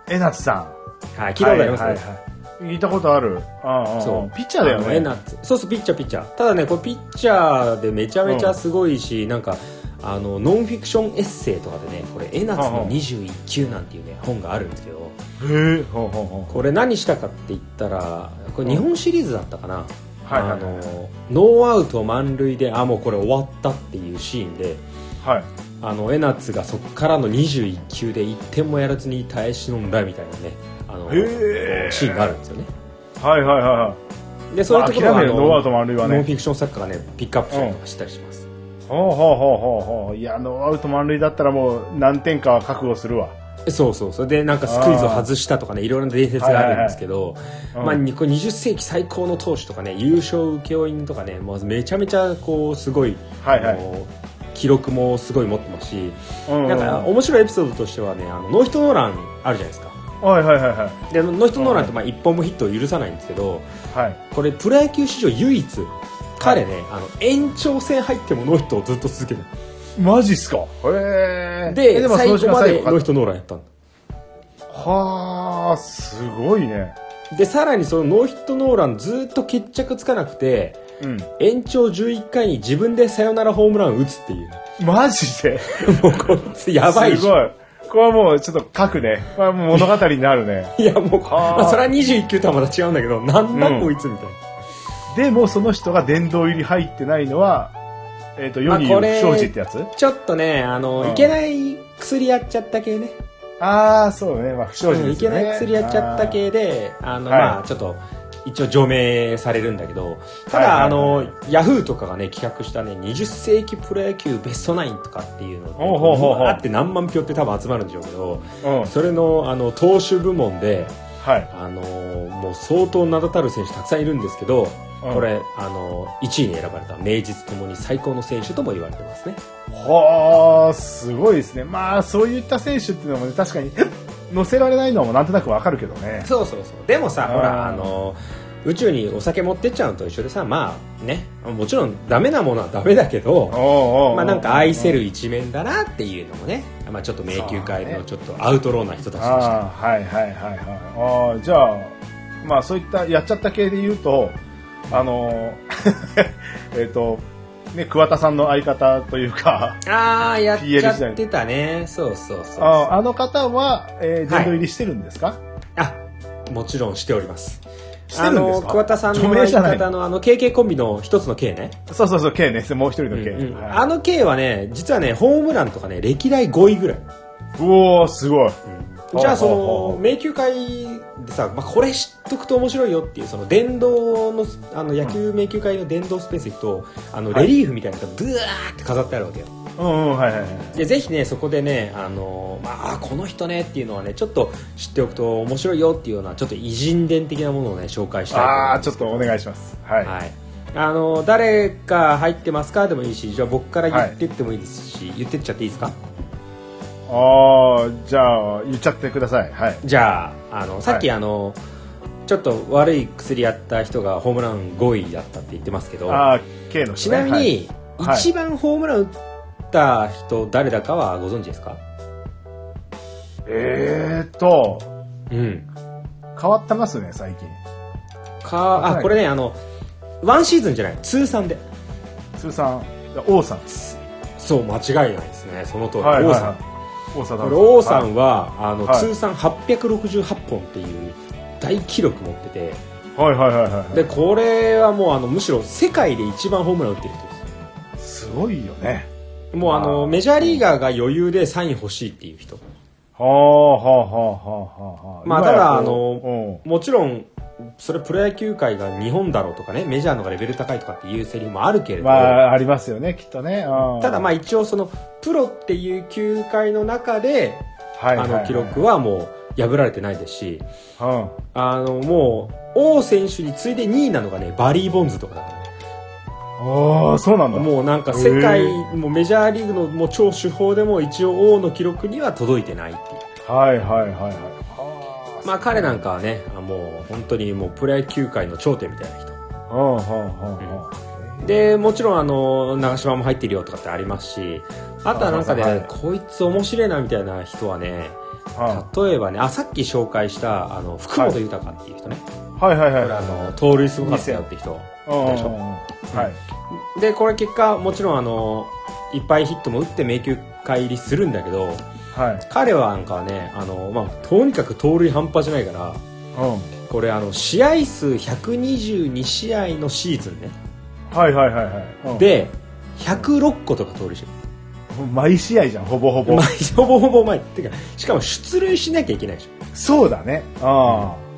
C: 江夏さん。
B: はい聞いたことありますね、
C: はいはいはい聞いたことある。ああ
B: そう
C: ピッチャーだよ
B: あのエ
C: ね。
B: ナツそうそうピッチャーピッチャーただねこれピッチャーでめちゃめちゃすごいし、なんかあのノンフィクションエッセイとかでねこれ「エナツの21球」なんていうね本があるんですけど
C: へえ、ほうほうほ
B: これ何したかって言ったらこれ日本シリーズだったかな、
C: う。はいはい
B: あ
C: はい。
B: のノーアウト満塁であもうこれ終わったっていうシーンで
C: はい
B: あの江夏がそこからの21球で1点もやらずに耐え忍んだみたいなねあの
C: へー
B: シーンがあるんですよね
C: はいはいはいはい。
B: でそういうとこ
C: ま
B: ろ
C: あ
B: はあ
C: 諦める
B: の
C: ノーアウト満塁はね
B: ノンフィクション作家がねピックアップしたりとかしたりします、
C: ほうほうほうほうほう。いや、ノーアウト満塁だったらもう何点かは覚悟するわ。
B: そうそうそれでなんかスクイズを外したとかねいろいろな伝説があるんですけど、
C: はい
B: まあ
C: うん
B: にこれ20世紀最高の投手とかね優勝請負人とかねもうめちゃめちゃこうすごい、
C: はいはい
B: あの記録もすごい持ってますし、
C: うん
B: なんか面白いエピソードとしてはねあのノーヒットノーランあるじゃないですか
C: はいはいはいはい。
B: でノーヒットノーランってまあ1本もヒットを許さないんですけど
C: はい。
B: これプロ野球史上唯一彼ね、あの延長戦入ってもノーヒットをずっと続けてる
C: マジっすかへえ。
B: で
C: えも
B: 最後までノーヒッ
C: か
B: トノーランやったの
C: はあ、すごいね。
B: でさらにそのノーヒットノーランずっと決着つかなくて
C: うん。
B: 延長11回に自分でサヨナラホームラン打つっていう
C: マジで
B: もうこいつやばい
C: す
B: し
C: ごい。これはもうちょっと書くね。これはもう物語になるね。
B: いやもう、
C: はあ
B: まあ、それは21球とはまた違うんだけどなんだこいつみたいな、
C: でもその人が殿堂入り入ってないのは、えっ、と、世に言う
B: あこれ
C: 不祥事ってやつ
B: ちょっとねあの、
C: うん
B: いけない薬やっちゃった系ね
C: ああ、そうね。まあ不祥事
B: うん
C: で
B: い
C: すね。
B: けない薬やっちゃった系で、あの、
C: はい
B: まあ、ちょっと、一応除名されるんだけど、ただ、
C: はいはいはい
B: あの、ヤフーとかがね、企画したね、20世紀プロ野球ベストナインとかっていうので、
C: ほうほうほうほう
B: わーって何万票って多分集まるんでしょうけど、
C: あー。うん。
B: それの、あの、投手部門で、
A: はい。
B: あのーもう相当名だたる選手たくさんいるんですけど、
A: うん
B: これ、あのー1位に選ばれた名実ともに最高の選手とも言われてますね。
A: はあ、すごいですね。まあ、そういった選手っていうのもね、確 かに、乗せられないのもなんとなくわかるけどね。
B: そうそうそうでもさほら
A: あー
B: あの宇宙にお酒持ってっちゃうのと一緒でさまあねもちろんダメなものはダメだけど
A: お
B: まあなんか愛せ
A: る。
B: る一面だなっていうのもね、まあ、ちょっと迷宮界
A: そう
B: の
A: ね
B: ちょっとアウトローな人たちでした
A: ああ、はいはいはいはい。ああ、じゃあ、まあそういった、やっちゃった系で言うと、あの ー、えっと、ね、桑田さんの相方というか、
B: あーやっ
A: PL
B: ちゃ
A: 時代
B: ってたねそうそうそう
A: あ
B: あ
A: あの方は、えー、
B: は
A: 殿
B: い
A: 堂入りしてるんですか、
B: もちろんしておりま
A: し
B: す
A: てるんですか
B: あの桑田さんの
A: 著名じゃ
B: 相
A: ない
B: 方のあの KK コンビの一つの K ね、
A: そうそうそう、K ね、もう一人の K。
B: うんうん
A: はい
B: あの K はね実はねホームランとかね歴代5位ぐらい、
A: うおー、すごい。
B: じゃあそ
A: ほうほうほ
B: の
A: う
B: 迷宮会でさ、まあ、これ知っとくと面白いよっていうその電動のあの野球迷宮会の電動スペース行くとあの
A: はい
B: レリーフみたいなのがドゥワーって飾ってあるわけよ
A: うんうん、はいはいはい。
B: でぜひねそこでねあの、まあ、あこの人ねっていうのはねちょっと知っておくと面白いよっていうようなちょっと偉人伝的なものをね紹介したいと思います
A: ああ、ちょっとお願いします。はい。
B: はい、あの誰か入ってますかでもいいしじゃあ僕から言ってってもいいですし、言ってっちゃっていいですか
A: ああ、じゃあ、言っちゃってください。はい。
B: じゃああのさっき、あのちょっと悪い薬やった人がホームラン5位だったって言ってますけど
A: ああ、K の人、ね。
B: ちなみ
A: はい、
B: に、
A: はい
B: 一番ホームラン打った人誰だかはご存知ですか、
A: えーっと、
B: うん
A: 変わってますね、最近。
B: かあ
A: はい
B: これねあのワンシーズンじゃない通算で
A: 通算、王さん。
B: そう間違いないですねその通り、
A: はい
B: 王
A: はい
B: さん
A: はい。王さんだ。
B: これ王さんは、あの
A: はい
B: 通算868本っていう大記録持ってて
A: はいはいはいはいはい。
B: でこれはもうあのむしろ世界で一番ホームラン打ってる人です
A: すごいよね。
B: もうあの
A: あー
B: メジャーリーガーが余裕でサイン欲しいっていう人
A: はあ、はあ、はあ、はあ、はあ。
B: まあ
A: 今や
B: ただ
A: こう
B: あもちろんそれプロ野球界が日本だろうとかねメジャーの方がレベル高いとかっていうセリフもあるけれ
A: うん。
B: ど、
A: まあ、ありますよね、きっとね。うん
B: ただまあ一応そのプロっていう球界の中で
A: はいはい
B: あ
A: はい
B: の記録はもう破られてないですし
A: うん。
B: あのもう王選手に次いで2位なのがねバリー・ボンズとかだからね
A: ああ、そうなんだ。
B: もうなんか世界
A: へ
B: もうメジャーリーグのもう超主砲でも一応王の記録には届いてないっていう
A: はいはいはいはい。は
B: まあ彼なんかはねあもう本当にもうプロ野球界の頂点みたいな人
A: あ、うん、はあ、は
B: でもちろんあの長嶋も入ってるよとかってありますしあとはなんかね、
A: あはい
B: こいつ面白いなみたいな人はね
A: あ、は
B: 例えばねあさっき紹介したあの福本豊っていう人ね、
A: あ。はいはいはい。
B: これあの盗塁すごかったよって人
A: うんうんうん
B: でしょ
A: はい。
B: でこれ結果もちろんあのいっぱいヒットも打って迷宮会入りするんだけど
A: はい。
B: 彼はなんかはねあの、まあ、とにかく盗塁半端じゃないから
A: う
B: これあの試合数122試合のシーズンね
A: ん。はいはいはいはい。うん、
B: で106個とか盗塁してる
A: 毎試合じゃん、ほぼほぼ
B: 毎。ほぼほぼ前ってかしかも出塁しなきゃいけないでしょ
A: そうだね。うん。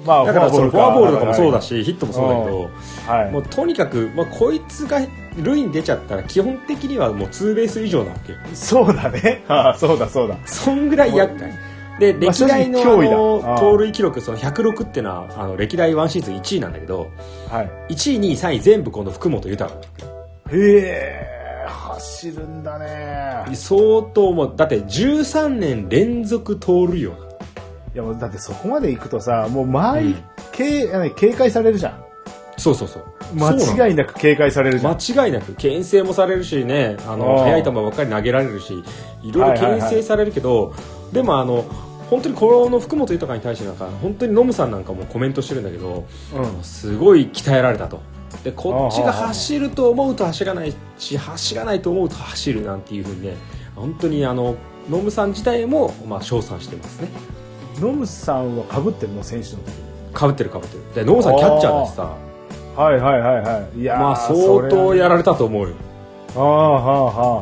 A: まあ、
B: だからそのフォアボールとかもそうだ
A: し。
B: しヒットもそうだけど
A: はい。
B: もうとにかく、まあ、こいつが塁に出ちゃったら基本的にはもうツーベース以上なわけよ
A: そうだね。ああ、そうだそうだ。
B: そんぐらい厄介で
A: まあ
B: 歴代のあ
A: 正直脅威だ
B: の
A: ああ
B: 盗塁記録その106っていうのはあの歴代ワンシーズン1位なんだけど
A: はい。
B: 1位2位3位全部この福本豊
A: へえ、走るんだね。
B: 相当もうだって13年連続盗塁王
A: いや、もうだってそこまで行くとさ、もう周り、けいあの警戒されるじゃん。
B: そうそうそう
A: 間違いなく警戒されるじゃん。
B: 間違いなく牽制もされるしねあ
A: う
B: の
A: ん
B: 速い球ばっかり投げられるしいろいろ牽制されるけど、でもあの本当にこの福本豊に対してなんか本当にノムさんなんかもコメントしてるんだけど
A: うん。
B: すごい鍛えられたとでこっち
A: あ
B: が
A: あああ
B: 走ると思うと走らないし走らないと思うと走るなんていうふうにね本当にあのノムさん自体も、まあ、称賛してますね
A: ノムさんは被ってるの、選手の時。
B: かぶってるかぶってるでノムさんキャッチャーだしさ
A: はいはいはいはい。いやー
B: まあ相当やられたと思うよ
A: ああ、はあ、はあ、はあ、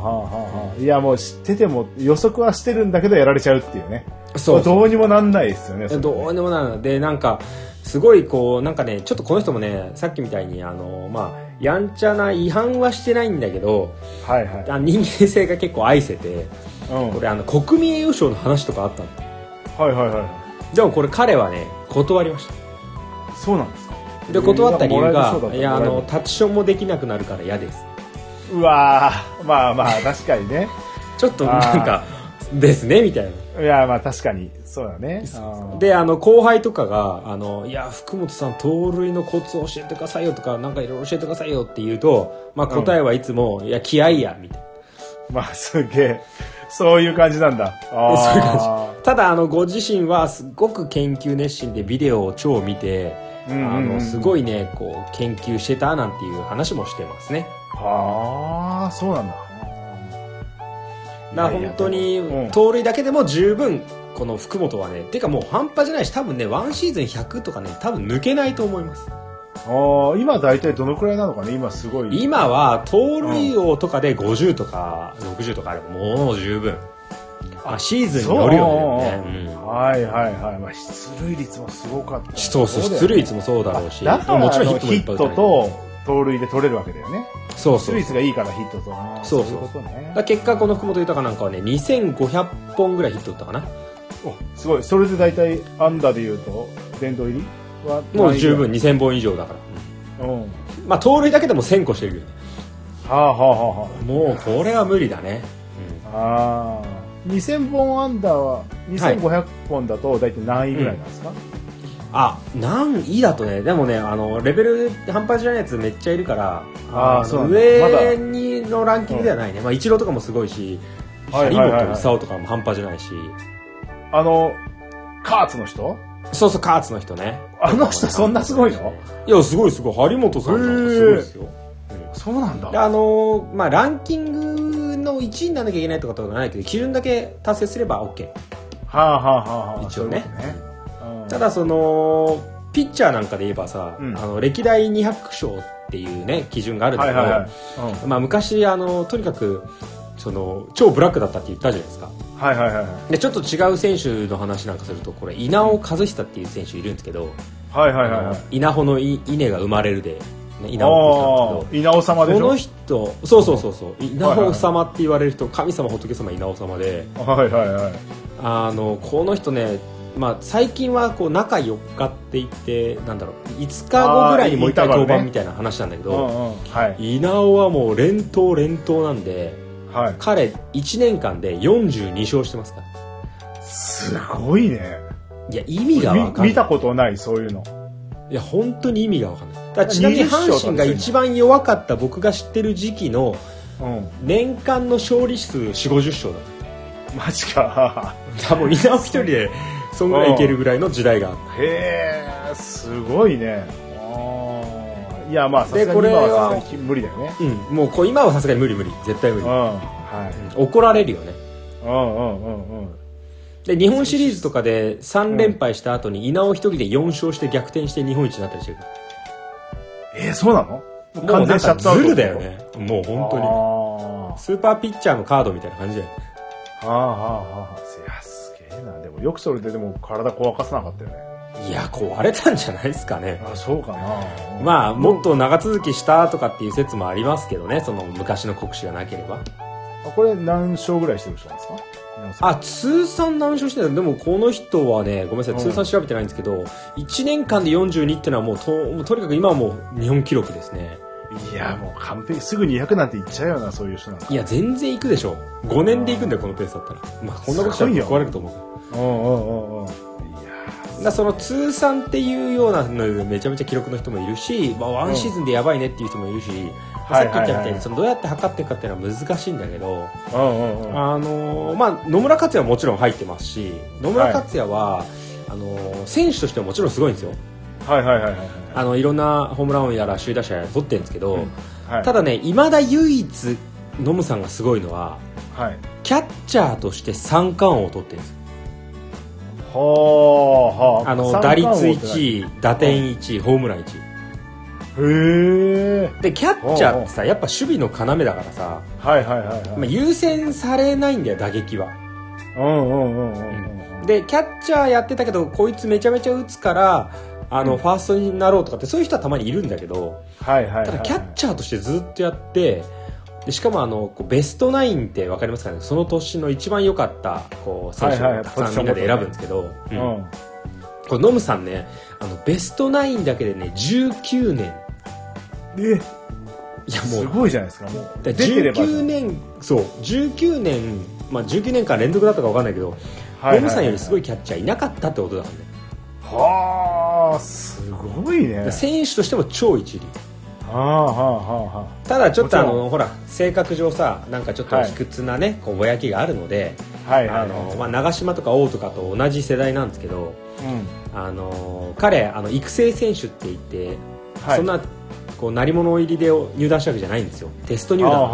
A: はあ。いや、もう知ってても、予測はしてるんだけど、やられちゃうっていうね。
B: そう
A: どうにもなんないですよね、それね
B: どうにもならないでなんかすごいこうなんかねちょっとこの人もねさっきみたいにあのまあやんちゃな違反はしてないんだけど
A: はいはい。
B: あ人間性が結構愛せて
A: うん。
B: こ
A: はい
B: れあの国民栄誉賞の話とかあったの
A: はいはい。
B: でもこれ彼はね断りました
A: そうなんですか
B: で断った理由
A: もらえるそうだ
B: が
A: った
B: いやあ
A: もらえ
B: の
A: る
B: タッチションもできなくなるから嫌です
A: うわーまあまあ確かにね
B: ちょっと
A: あー
B: なんかですねみたいない
A: やまあ確かにそうだねあー
B: であの後輩とかがあの「いや福本さん盗塁のコツを教えてくださいよ」とか「なんかいろいろ教えてくださいよ」って言うと、まあ、答えはいつも「いや気合いや」みたい
A: まあすげえそういう感じなんだあ
B: な
A: ー
B: そういう感じただあのご自身はすごく研究熱心でビデオを超見てあ
A: うんうんうん
B: のすごいねこう研究してたなんていう話もしてますね
A: はあそうなんだ
B: だから本当
A: いやいやでもう
B: に
A: ん
B: 盗塁だけでも十分この福本はねてかもう半端じゃないし多分ねワンシーズン100とかね多分抜けないと思います
A: ああ今大体どのくらいなのかね今すごい
B: 今は盗塁王とかで50とか60とかあればもう十分、まあ、シーズンによるよね、うん、
A: はいはいはい、まあ、出塁率もすごかった
B: そうそう出塁
A: 率
B: 率もそうだろうし
A: だから
B: も
A: も
B: ち
A: ち
B: ろ
A: ろ
B: ん
A: ん
B: ヒ
A: ヒッ
B: ット
A: ト
B: もいっぱい打たれる
A: と盗塁で取れるわけだよね
B: そうそ
A: 出
B: う
A: 塁
B: だ
A: 率
B: か
A: がいいからヒットとあー
B: そうそう
A: いうことね
B: ら結果この福本豊なんかはね2500本ぐらいヒット打ったかな
A: おすごいそれで大体アンダーでいうと殿堂入りは
B: もう十分2000本以上だから、
A: うんは
B: まあ盗塁だけでも1000個してるよね
A: あはあは
B: もうこれは無理だね、
A: あはああー2000本アンダーは2500本だと大体何位ぐらいなんですか、
B: あ何位だとねでもねあのレベル半端じゃないやつめっちゃいるから
A: あー
B: の
A: そうなんだ
B: 上にのランキングではないね、まあ、イチローとかもすごいし
A: は
B: 張
A: いはいはいはい
B: 本勲とかも半端じゃないし、
A: あのカーツの人
B: そうそうカーツの人ね
A: あの人そんなすごいの
B: いやすごいすごい張本さんなんかすごいですよ
A: そうなんだ
B: であのーまあランキングの1位にならなきゃいけないとかとかないけど基準だけ達成すれば OK
A: はあはあはあはあ
B: 一応ね
A: そういうことねうん
B: ただそのピッチャーなんかで言えばさ、
A: うん
B: あの歴代200勝っていうね基準があるんだ
A: は
B: け
A: い
B: ど、
A: はいはい、
B: まあ、昔あのとにかくその超ブラックだったって言ったじゃないですか
A: うん、はいはいはいはい
B: でちょっと違う選手の話なんかするとこれ稲尾和久っていう選手いるんですけど、
A: はいはいはいはい
B: 稲穂のい稲が生まれるで、ね、稲
A: あ
B: 穂
A: あ
B: って言ったんですけ
A: 稲
B: ど
A: 尾様でし
B: こ
A: ょ
B: の人そうそうそうそう稲
A: はい
B: 穂
A: はい
B: 様って言われる人神様仏様稲穂様で
A: はいはいはい
B: あのこの人ねまあ、最近はこう中4日って言ってなんだろう5日後ぐらいにもう一回
A: あー
B: 登
A: インターバルね
B: 板みたいな話なんだけ
A: うん
B: ど、
A: うんはい
B: 稲尾はもう連投連投なんで
A: はい
B: 彼1年間で42勝してますから
A: すごいね
B: いや意味がわか
A: み
B: ん
A: 見
B: な
A: た
B: い
A: ことないそういうの
B: いや本当に意味がわかんないだからちなみに阪神が一番弱かった僕が知ってる時期の
A: うん
B: 年間の勝利数4 5 0勝だ
A: マジか
B: 多分稲尾一人でそんぐらいいけるぐらいの時代があっ
A: へえすごいねあーいやまあさすが
B: こ
A: に
B: れ
A: 今は
B: は
A: さすがに無理だよね
B: た、うん、もうこう今はさすがに無理無理絶対無
A: うん
B: 理、
A: はい
B: 怒られるよね
A: うんうんうんうん
B: で日本シリーズとかで3連敗した後に稲尾一人で4勝して逆転して日本一になったりしてる
A: えー、そうなのもう
B: もう
A: 完
B: なん
A: 全シャ
B: か
A: ットアウ
B: ズ
A: ト
B: ルだよねもう本当に
A: あー
B: スーパーピッチャーのカードみたいな感じだよね
A: あーあーあーいやすげえなでもよくそれででも体壊かさなかったよね
B: いや壊れたんじゃないですかね
A: あそうかな
B: まあもっと長続きしたとかっていう説もありますけどねその昔の国士がなければ
A: あこれ何勝ぐらいしてる人なんですか皆さん
B: あ通算何勝してるでもこの人はねごめんなさい
A: うん
B: 通算調べてないんですけど、1年間で42っていうのはもうともうとにかく今はもう日本記録ですね
A: いやもう完璧すぐ200なんていっちゃうよなそういう人なんか
B: いや全然いくでしょ5年でいくんだよこのペースだったらまあこんなことした
A: す
B: ら
A: ごいよ
B: 壊れると思うから
A: うんうんうんうんいや
B: だからその通算っていうようなのでめちゃめちゃ記録の人もいるし、まあ、ワンシーズンでやばいねっていう人もいるし、さっき言ったみたいにそのどうやって測っていくかっていうのは難しいんだけど、
A: うんうんうん
B: あのーまあ、野村克也はもちろん入ってますし野村克也は、あのー選手としてはもちろんすごいんですよ
A: はいはいはいはい
B: あのいろんなホームラン王やら首位打者やら取ってるんですけど、
A: はい
B: ただねいまだ唯一ノムさんがすごいのは
A: はい
B: キャッチャーとして三冠王を取ってるんです
A: はあはあ
B: あの
A: 三
B: 打
A: 冠
B: 率
A: 王って
B: 1位打点1位、ホームラン1位
A: へえ
B: でキャッチャーってさやっぱ守備の要だからさ、
A: はいはいはい
B: ま
A: は
B: あ、
A: い
B: 優先されないんだよ打撃は
A: うんうんうんうんうん
B: でキャッチャーやってたけどこいつめちゃめちゃ打つからあの、ファーストになろうとかってそういう人はたまにいるんだけど
A: はいはいはい
B: ただキャッチャーとしてずっとやってでしかもあのこうベストナインってわかりますかねその年の一番良かったこう選手
A: はいは
B: を
A: い
B: たくさんみんなで選ぶんですけど、
A: うん
B: うんこれノムさんねあのベストナインだけでね19年
C: え
B: いやも
C: す
B: う
C: ごいじゃないですかもう出
B: だから
C: てれば
B: 19年そう19年まあ19年間連続だったかわかんないけど、
C: はいはいはい
B: ノムさんよりすごいキャッチャーいなかったってことだもんね
C: はあすごい
B: だか
C: ね
B: ら選手としても超一流
C: はあはあはあは
B: ただちょっとあ
C: もちろ
B: のほら性格上さなんかちょっと卑屈なね、こうぼやきがあるので、
C: あはいはい
B: あのまあ、長嶋とか王とかと同じ世代なんですけど
C: うん
B: あの彼あの育成選手って言って、
C: はい
B: そんなこう鳴り物入りで入団したわけじゃないんですよテスト入団
C: は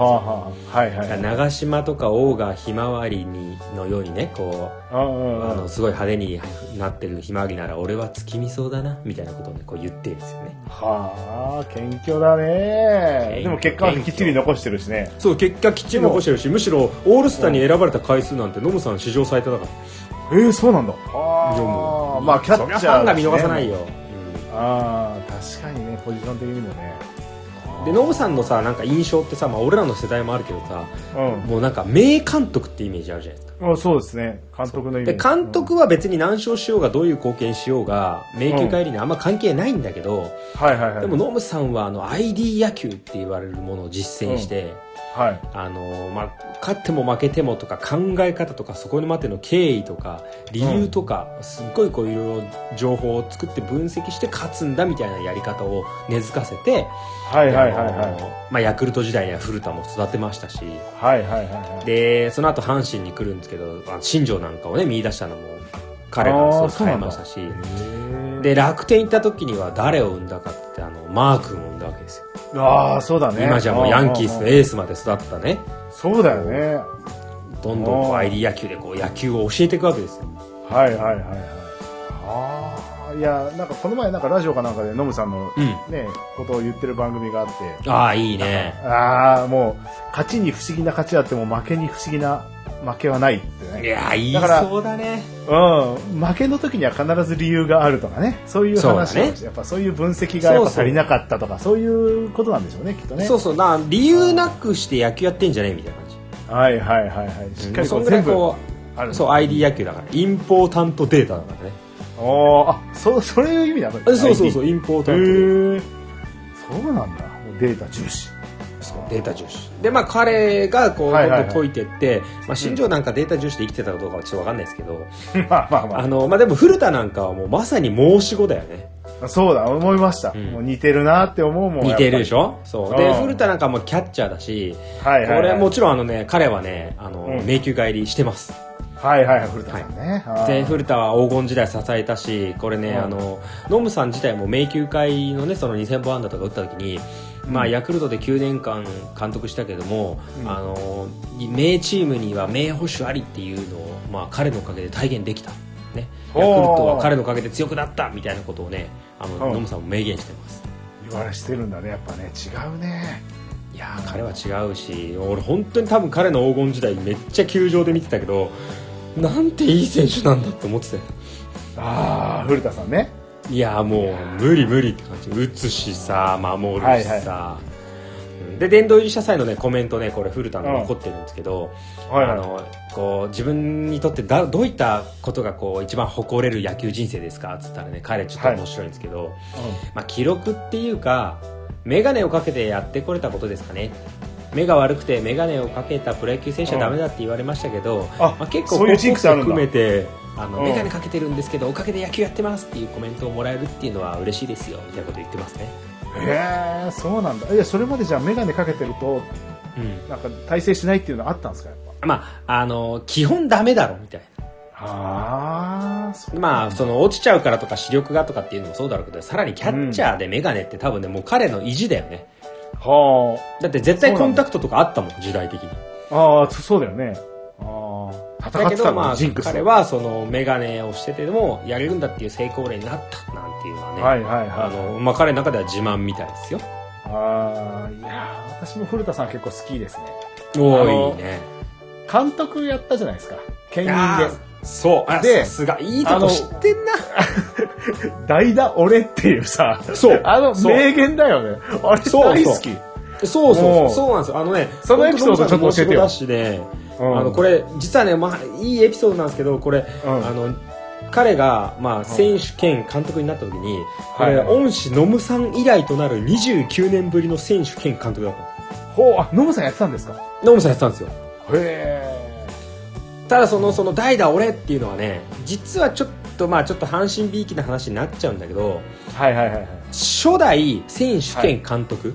C: あ
B: なんですよ
C: はあはあはいはい
B: だから長嶋とか王がひまわりにのようにねこう
C: うんうんうん
B: あのすごい派手になってるひまわりなら俺は月見そうだなみたいなことを、ね、こう言ってるんですよね
C: はあ謙虚だね
B: 謙虚
C: でも結果はきっちり残してるしね
B: そう結果きっちり残してるしむしろオールスターに選ばれた回数なんてノムさん史上最多だから
C: えー、そうなんだ
B: いや
C: は
B: も
C: あ
B: う
C: まあキャッチャー
B: そりゃファンが見逃さない
C: よ
B: よ、
C: ああ確かにねポジション的にもね
B: うんでノムさんのさなんか印象ってさ、まあ、俺らの世代もあるけどさ
C: う
B: もうなんか名監督ってイメージあるじゃないですか
C: んあそうですね監督の意味
B: で監督は別に何勝しようがどういう貢献しようが迷宮帰りにあんま関係ないんだけど、
C: はいはいはい
B: でもノムさんはあの ID 野球って言われるものを実践して、
C: はい
B: あのまあ、勝っても負けてもとか考え方とかそこまでの経緯とか理由とか、すっごいこういろいろ情報を作って分析して勝つんだみたいなやり方を根付かせて、
C: はいはいはい
B: あ
C: はい
B: のまあ、ヤクルト時代には古田も育てましたし
C: はいはいはいはい
B: でその後阪神に来るんですけどあの新庄なんかをね見出したのも彼が
C: あ
B: そ
C: ー
B: う
C: そう
B: 変
C: な
B: え
C: んだ
B: ましたし
C: へー
B: で楽天行った時には誰を生んだかってあのマー君を生んだわけですよ、
C: ああそうだね
B: 今じゃもうヤンキースの
C: ね
B: エースまで育ったね
C: そうだよね
B: どんどんこ
C: お
B: う
C: ー
B: ID 野球でこう野球を教えていくわけですよ
C: はいはいはいはいああいやなんかこの前なんかラジオかなんかでノムさんの
B: うん
C: ね、ことを言ってる番組があって
B: ああいいね
C: ああもう勝ちに不思議な勝ちあっても負けに不思議な負けはないって
B: い
C: ね
B: やーいい
C: だから
B: そうだね
C: うん負けの時には必ず理由があるとかねそういう話を
B: そうだね
C: やっぱそういう分析がやっぱ
B: そうそう
C: 足りなかったとかそういうことなんでしょうねきっとね
B: そうそうな理由なくして野球やってんじゃねえみたいな感じ
C: はいはいはいはいしっかりこ
B: そん
C: う
B: ぐら
C: 全
B: い
C: 部
B: こ
C: ある
B: うそう ID 野球だからインポータントデータだからね
C: おーあそうそういう意味なの
B: あそうそうそううインポータントデ
C: へ
B: ータ
C: えそうなんだもうデータ重視
B: そうデータ重視でまあ彼がこうど
C: はい
B: ん
C: はい
B: ど
C: はい
B: ん解いてって、まあ、新庄なんかデータ重視で生きてたかどうかはちょっとわかんないですけど、
C: まあまあま
B: あのまあ、でも古田なんかはもうまさに申し子だよね
C: あそうだ思いました、
B: うん
C: もう似てるなって思うもん
B: 似てるでし
C: ょ、
B: ょそうで
C: うん
B: 古田なんかもキャッチャーだし、
C: はいはいはい、
B: これもちろんあのね彼はねあの、
C: うん
B: 迷宮帰りしてます
C: はいはいはい古田さんね、あー
B: で古田は黄金時代支えたしこれね、
C: うん
B: あのノムさん自体も迷宮会のねその2000本安打とか打った時に、まあ、ヤクルトで9年間監督したけども、
C: うん
B: あの名チームには名捕手ありっていうのを、まあ、彼のおかげで体現できた、ね、ヤク
C: お
B: ル
C: ー
B: トは彼のおかげで強くなったみたいなことをねあの、
C: うん
B: ノムさんも明言してます
C: 言われしてるんだねやっぱね違うね
B: いやー彼は違うし俺本当に多分彼の黄金時代めっちゃ球場で見てたけどなんていい選手なんだって思ってたよ
C: ああ古田さんね
B: いやもう無理無理って感じ打つしさ守るしさ、
C: はい
B: うんで殿堂入りした際の、ね、コメントねこれ古田の
C: うん
B: 残ってるんですけど、
C: はいは
B: あ
C: い
B: のこう自分にとってだどういったことがこう一番誇れる野球人生ですかっつったらね彼ちょっと面白いんですけど、まあ、記録っていうか眼鏡をかけてやってこれたことですかね目が悪くて眼鏡をかけたプロ野球選手はダメだって言われましたけど、
C: あ
B: まあ、結構
C: そういうジンクスあるんだ
B: 高校生含めてあ
C: う
B: の
C: ん
B: 眼鏡かけてるんですけどおかげで野球やってますっていうコメントをもらえるっていうのは嬉しいですよみたいなこと言ってますね、
C: へえそうなんだいやそれまでじゃあ眼鏡かけてると
B: うん
C: なんか体勢しないっていうのはあったんですかやっ
B: まあ、あの基本ダメだろみたいな
C: ぱああそう
B: まあその落ちちゃうからとか視力がとかっていうのもそうだろうけどさらにキャッチャーで眼鏡って多分ねもう彼の意地だよね
C: は
B: だって絶対コンタクトとかあったもん時代的に
C: あああそそうだよねああ戦
B: だ
C: っ
B: け
C: てた
B: ど、
C: の、
B: まあ、
C: ジンクス
B: 彼はそのメガネをしててもやれるんだっていう成功例になったなんていうのはね、
C: はいはい
B: あ
C: はい
B: のまあ、彼の中では自慢みたいですよ。
C: ああいやー私も古田さん結構好きですね
B: お
C: あの
B: ーいいね。
C: 監督やったじゃないですか兼任
B: あーそう、あ
C: で
B: さすが、いいとこ知ってんな。
C: で代打俺っていうさ
B: そう
C: あの
B: そう
C: 名言だよねあれ
B: そう
C: 大好き
B: そうそ
C: も
B: う、
C: う
B: そうなんですよ。あのね、
C: そのエピソードちょっと教えてよ
B: 本当に僕たちの仕事だしね、
C: うん
B: あの、これ、実はね、まあ、いいエピソードなんですけど、これ、
C: うん
B: あの、彼が、まあ、選手兼監督になった時に、こ
C: はい
B: れ、
C: はい
B: 恩師ノムさん以来となる29年ぶりの選手兼監督だったんで
C: ほう、あ、ノブさんやってたんですか
B: すノムさんやってたんですよ。
C: へ
B: ただその、その代打俺っていうのはね、実はちょっと、まあ、ちょっと半信びいきな話になっちゃうんだけど、
C: え。はいはいはいはい。
B: 初代選手兼監督、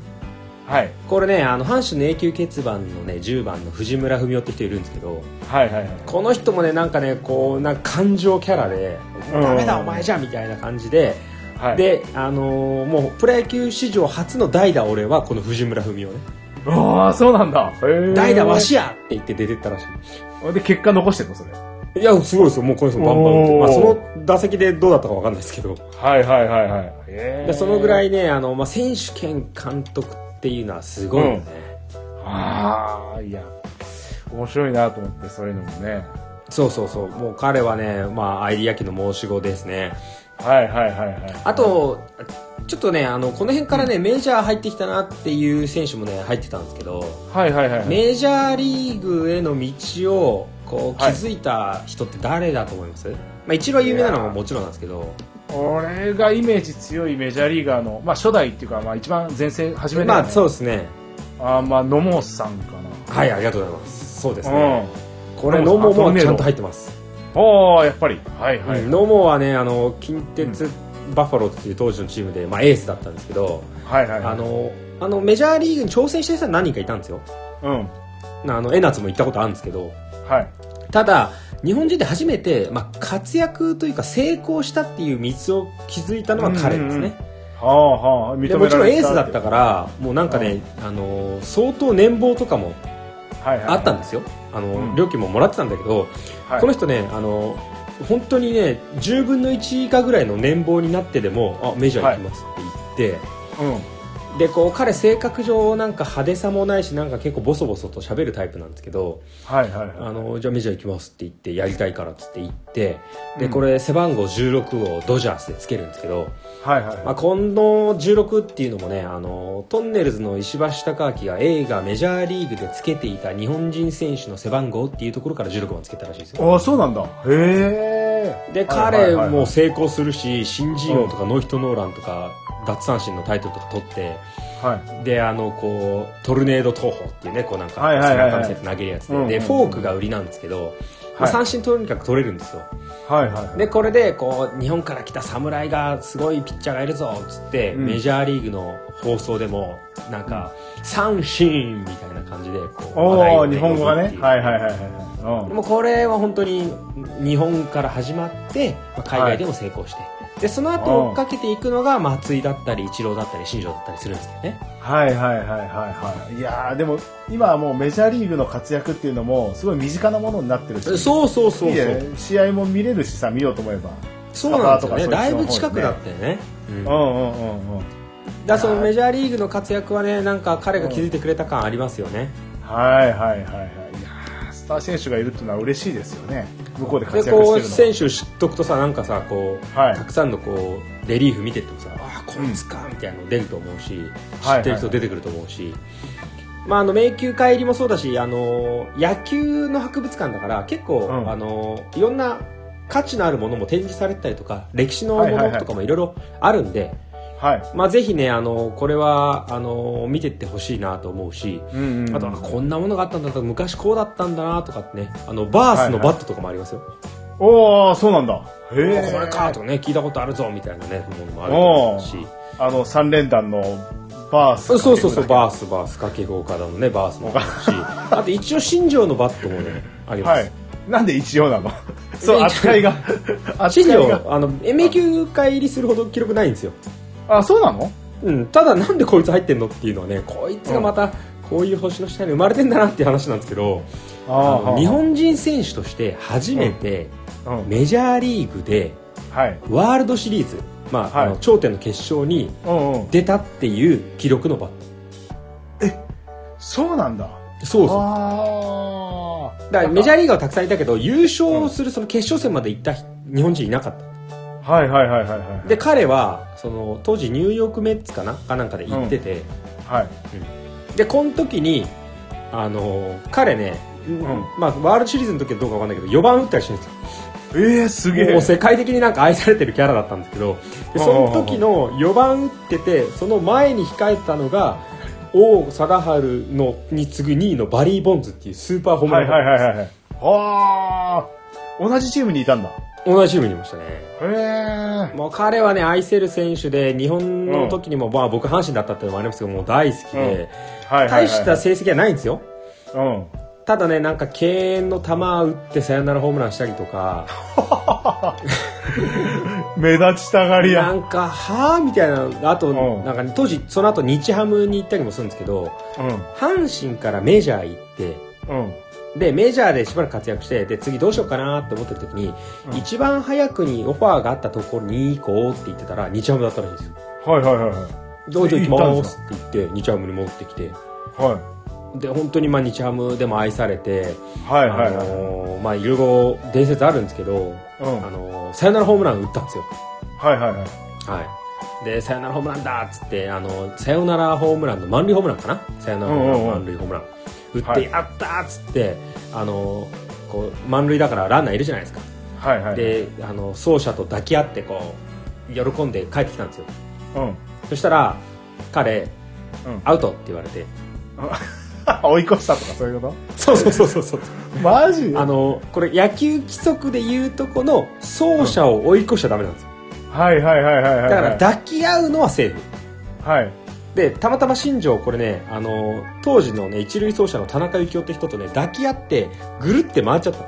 C: はい。
B: これね、あの、阪神の永久欠番のね、10番の藤村文夫って人いるんですけど、
C: はいはいはい。
B: この人もね、なんかね、こう、なんか感情キャラで、
C: うん
B: ダメだお前じゃんみたいな感じで、
C: はい、
B: で、あのーもうプロ野球史上初の代打俺はこの藤村文雄ね
C: ああ、そうなんだ。へえ。
B: 代打わしやって言って出てったらし
C: で、結果残してんの、それ。はい
B: いいやすごいですよもうこの人バンバン打って、
C: おー
B: まあ、その打席でどうだったかわかんないですけど
C: はいはいはい。へ
B: でそのぐら
C: い。
B: いねあの、まあ、選手兼監督っていうのはすごいよね、
C: ああ、いや、面白いなと思って、そういうのもね。
B: そうそうそうもう彼はね、まあ、アイディア機の申し子ですね
C: はいはいはいはい。
B: あとちょっとねあのこの辺からね、メジャー入ってきたなっていう選手もね入ってたんですけど
C: はいはいはい。
B: メジャーリーグへの道をこう気
C: はい
B: づいた人って誰だと思います、まあ、一番有名なのはもちろんなんですけど、
C: 俺がイメージ強いメジャーリーガーの、まあ初代っていうか、まあ一番前世、初めて、
B: まあそう
C: う。
B: ですね
C: あーまあ、野茂さんかな。
B: はいありがとうございますそうです
C: うん
B: ね、。これ
C: 野
B: ノ
C: 茂
B: モ
C: さん
B: もちゃん
C: ト
B: と
C: ルネ
B: 入
C: ー
B: ってます
C: ドああ、やっぱり。はい
B: ノモ、
C: は
B: う
C: い。
B: ん野茂はねあの近鉄バファローズっていう当時のチームで、まあ、エースだったんですけど、
C: はいはい。
B: あ、のあのメジャーリーグに挑戦してる人は何人かいたんですよ
C: うん。
B: あの江夏も行ったことあるんですけど
C: はい。
B: ただ日本人で初めて、まあ、活躍というか成功したっていう道を築いたのは彼で
C: うんう
B: すね、
C: んうんはあはあ、認め
B: で
C: られ
B: もちろんエー
C: た
B: スだったからもうなんかね、あのー相当年俸とかも
C: はいはい、
B: あったんですよ、あのー
C: うん
B: 料金ももらってたんだけど、
C: はい
B: この人ね、あのー本当にね10分の1以下ぐらいの年俸になってでもあメジャー行きますって言って、
C: うん。
B: でこう彼、性格上なんか派手さもないしなんか結構ボソボソと喋るタイプなんですけど
C: はいはいは
B: あのーじゃあメジャー行きますって言ってやりたいからっつって言って
C: う
B: で
C: ん
B: これ背番号16をドジャースでつけるんですけど。
C: い。はい
B: ま
C: は
B: あ、この16っていうのもねあのトンネルズの石橋貴明が映画メジャーリーグでつけていた日本人選手の背番号っていうところから16番つけたらしいんです
C: い。
B: よ
C: ああ、そうなんだ。へえ。
B: で
C: はい
B: 彼
C: はいはい
B: も成功するし新人王とかノーヒットノーランとか奪三振のタイトルとか取って
C: はい。
B: であのこうトルネード投法っていうねこうなんか
C: はいはいはいはい
B: 背中見せて投げるやつで,、
C: うんうん
B: でフォークが売りなんですけど、まあ
C: はい
B: 三振とにかく取れるんですよ
C: はいはい。
B: でこれでこう日本から来た侍がすごいピッチャーがいるぞっつって、
C: うん
B: メジャーリーグの放送でもなんか、三振みたいな感じでこう
C: お
B: 話題
C: お、
B: に
C: 日本語がね。
B: な
C: は
B: る
C: いはいはい
B: っ
C: は
B: て
C: い。
B: う
C: は
B: もうこれは本当に日本から始まって、まあ海外でも成功して、でその後追っかけていくのが松井だったり一郎だったり新庄だったりするんですけどね
C: いはいはいはいはい。いやー、でも、今はもうメジャーリーグの活躍っていうのも、すごい身近なものになってるし。
B: そうそうそうそう
C: いいね試合も見れるしさ、見ようと思えば。
B: そうなんですよね
C: スタ
B: だい
C: ー
B: ぶ
C: とかそ
B: 近
C: っちの方にね
B: くだったよね、うん
C: うんうんうんうん。
B: だからそのメジャーリーグの活躍はねなんか彼が気づいてくれた感ありますよね、
C: はいはいはいはい。いやースター選手がいるっていうのは嬉しいですよね。向こうで活躍し
B: で
C: てるの
B: こ
C: は
B: う選手知っとくとさなんかさこう、
C: はい
B: たくさんのこうレリーフ見てってもさあーこいつかみたいなの出ると思うし、知
C: はい
B: ってる人出てくると思うし、まあ、あの迷宮会入りもそうだしあの野球の博物館だから結構、
C: うん
B: あのいろんな価値のあるものも展示されてたりとか歴史のも
C: はいはいは
B: の
C: い
B: とかもいろいろあるんで、
C: はい。
B: まあ、ぜひねあのこれはあの見てってほしいなと思うし。
C: うんうん。
B: あとはこんなものがあったんだとか昔こうだったんだなとかってねあのバースのバットとかもありますよ、
C: おー、そうなんだ。へ
B: あ
C: ー
B: これかとかね聞いたことあるぞみたいなねものもあると思うし
C: あの、三連弾のバース。
B: そうそうそう
C: ー
B: バースバース掛布岡田のねバースもあるしあと一応新庄のバットもねありま
C: は
B: す、
C: い。なんで一応なのそう、
B: 一応
C: 扱いが。
B: 新
C: 扱いが。
B: 庄あの MA 級回入りするほど記録ないんですよ、
C: あ、そうなの
B: うん、ただなんでこいつ入ってんのっていうのはねこいつがまたこういう星の下に生まれてんだなっていう話なんですけどあの日。本人選手として初めて
C: うん
B: メジャーリーグで
C: はい。
B: ワールドシリーズ、まあ
C: はい
B: あの頂点の決勝に
C: うんうん。
B: 出たっていう記録のバッ
C: そうなんだ。
B: トそうそう
C: あー
B: だからメジャーリーガーはたくさんいたけど優勝するその決勝戦まで行った日本人いなかった
C: はいはいはいはいはい。
B: で彼はその当時ニューヨークメッツかなかなんかで行ってて、
C: はい。
B: でこの時にあのー彼ね、
C: ん
B: まあ、ワールドシリーズの時はどうかわかんないけど4番打ったりしてるんですよ
A: えー、すげ
B: もう
A: え。
B: 世界的になんか愛されてるキャラだったんですけどでその時の4番打っててその前に控えてたのが王貞治のに次ぐ2位のバリー・ボンズっていうスーパーホーム
A: は
B: ラ
A: い
B: ンバッ
A: はい
B: タ
A: はいはい。あ
B: ーです
A: ー、同じチームにいたんだ。
B: 同じチームにいましたね
A: へえ。
B: もう彼はね愛せる選手で日本の時にも、まあ、僕阪神だったっていうのもありますけどもう大好きで、
A: はいはいはい
B: 大した成績はないんですよ
A: うん。
B: ただねなんか敬遠の球を打ってサヨナラホームランしたりとか
A: 目立ちたがり
B: な
A: や。
B: んかはあみたいなあと、
A: うん
B: なんかね当時その後日ハムに行ったりもするんですけど
A: う
B: 阪神からメジャー行って
A: ん。うん。
B: でメジャーでしばらく活躍してで次どうしようかなって思ってる時に、
A: うん
B: 一番早くにオファーがあったところに行こうって言ってたら日ハムだったらしいんですよ
A: はいはいはいはい。
B: どうぞ行き
A: 行ったん
B: ま
A: です
B: って言って日ハムに戻ってきて
A: は
B: で本当にまあ日ハムでも愛されて、
A: い。はいはい
B: あ
A: はい。
B: のーまあいろいろ伝説あるんですけど、
A: うん
B: あのーサヨナラホームラン打ったんですよ
A: はいはいはい。
B: はいでサヨナラホームランだっつってあのサヨナラホームランの満塁ホームランかなサヨナラホームラ
A: うん
B: ン
A: うんうん
B: 満塁ホームラン打っ
A: は
B: て
A: い
B: やったーっつって、あのーこう満塁だからランナーいるじゃないですか、
A: はいはい。、
B: であの走者と抱き合ってこう喜んで帰ってきたんですよ
A: うん。 うん。
B: そしたら彼アウトって言われて
A: 追い越したとかそういうこ
B: そうそうそうそうそう
A: とマジ
B: あのこれ野球規則で言うとこの走者を追い越しちゃダメなんですよ
A: はいはいはいはいはい。
B: だから抱き合うのはセーフ
A: はい。
B: でたまたま新庄これねあの当時のね一塁走者の田中幸雄って人とね抱き合ってぐるって回っちゃったの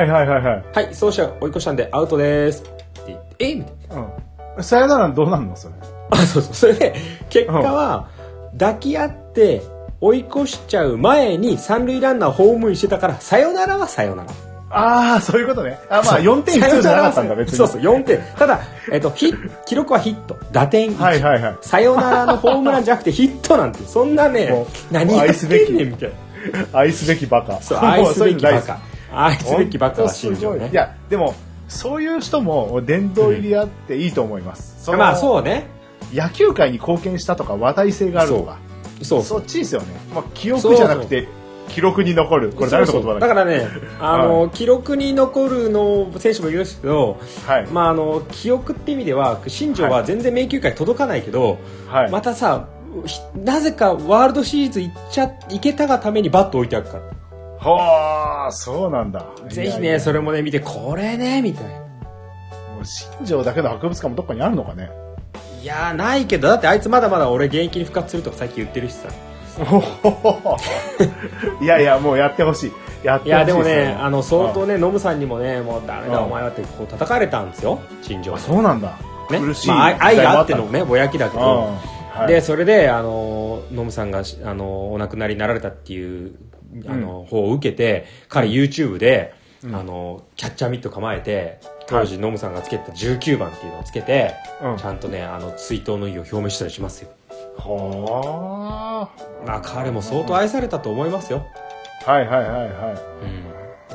A: はいはいはいはい。
B: はい走者追い越したんでアウトですって言ってえみたいな
A: うん。さよならどうなんのそれ。
B: あそうそうそれで結果は抱き合って追い越しちゃう前に三塁ランナーホームインしてたからさよならはさよなら
A: ああ、そういうことね。あ、まあ
B: そう
A: 4点必要じゃなかったんだ、
B: さよらは
A: 別に。
B: そうそう、4点。ただ、えっと、ヒッ記録はヒット。打点1。
A: はいはいはい。
B: さよならのホームランじゃなくてヒットなんて、そんなね
A: も、う
B: 何
A: もう
B: や
A: 愛
B: っ
A: すべ
B: て
A: き
B: んねんみたいな。
A: 愛すべきバカ。
B: そう、
A: も
B: 愛す
A: そういう
B: べきバ
A: の 大
B: カ。愛す
A: 好き
B: べきバカは新庄
A: ほんとすご
B: ね
A: いい。や、でも、そういう人も殿堂入りあっていいと思います。その
B: まあ、そうね。
A: 野球界に貢献したとか話題性があるとか。
B: そう。
A: そっちですよね。まあ、記憶じゃなくて、記録に残る。これ誰の言葉
B: そうそう
A: だ
B: だ
A: っ
B: からね、あの、記録に残るの選手もいるんですけど、
A: けはい。
B: まあ、あの、記憶って意味では、新庄は全然迷宮界届かないけど、
A: はい。
B: またさ、ひなぜかワールドシリーズ行っちゃ、行けたがためにバット置いてあるから。
A: はあ、そうなんだ。
B: ぜひ
A: いやい
B: ね、
A: や
B: それもね、見て、これね、みたいな。
A: もう新庄だけの博物館もどっかにあるのかね。
B: いやー、ないけど、だってあいつまだまだ俺現役に復活するとか最近言ってるしさ。
A: いやいや、もうやってほしい。やっ
B: い
A: てほしいすね。
B: や、でもね、あの、相当ね、ノムさんにもね、もうダメだ
A: うん
B: お前はってこう叩かれたんですよ、陳情
A: あ。そうなんだ。
B: ね
A: 苦し。い。
B: まあ愛、愛があっての。ね、ぼやきだけ
A: うん。
B: ど。
A: はい、
B: で、それで、あの、ノムさんが、あの、お亡くなりになられたっていう、あの、方を受けて、彼 YouTube で、あの、キャッチャーミット構えて、当時ノムさんがつけてた19番っていうのをつけて、
A: うん
B: ちゃんとね、あの、追悼の意を表明したりしますよ。
A: は
B: まあ、彼も相当愛されたと思いますよ。
A: あ。はいはいはいは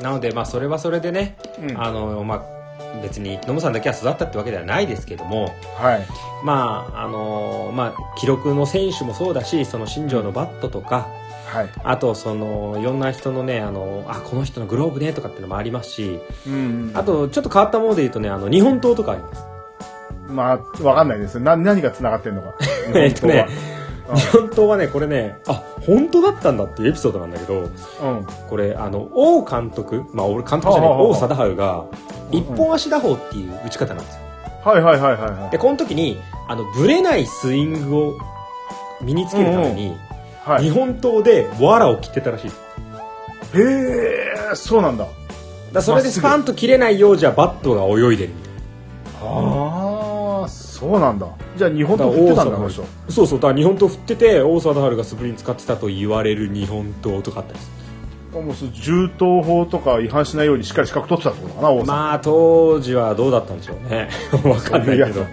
B: うん、なので、まあ、それはそれでね、
A: うん
B: あのまあ、別に野茂さんだけは育ったってわけではないですけども、
A: い。はい。
B: まああのまあ、記録の選手もそうだしその新庄のバットとか
A: はい。
B: あとそのいろんな人のねあのあこの人のグローブねとかっていうのもありますし
A: うん。
B: あ、とちょっと変わったもので言うとねあの日本刀とかあります。
A: まあ、わかんないです。な、何が繋がってんのか。
B: えっとね
A: うん
B: 日本刀はねこれねあ本当だったんだっていうエピソードなんだけど
A: うん。
B: これあの王監督まあ俺監督じゃな
A: ほう
B: い
A: ほうほう
B: 王貞治が一本足打法っていう打ち方なんですよ
A: はいはいはいはいはい
B: で、この時に、あの、ぶれないスイングを身につけるために、
A: はい。
B: 日本刀で藁を切ってたらしい。だか
A: へえ、そうなんだ。
B: らそれでスパンと切れないようじゃバットが泳いでるみたい
A: ああ、そうなんだ。じゃあ日本
B: な。
A: と振ってたんだ、
B: だ
A: こ
B: か
A: の
B: ら
A: 人。
B: そうそう、だから日本刀振ってて、大沢春が素振りに使ってたと言われる日本刀とかあったりする
A: もうそう銃刀法とか違反しないようにしっかり資格取ってたってことかな、王さん。
B: まあ、当時はどうだったんでしょうね。 わかんないけど。
A: あ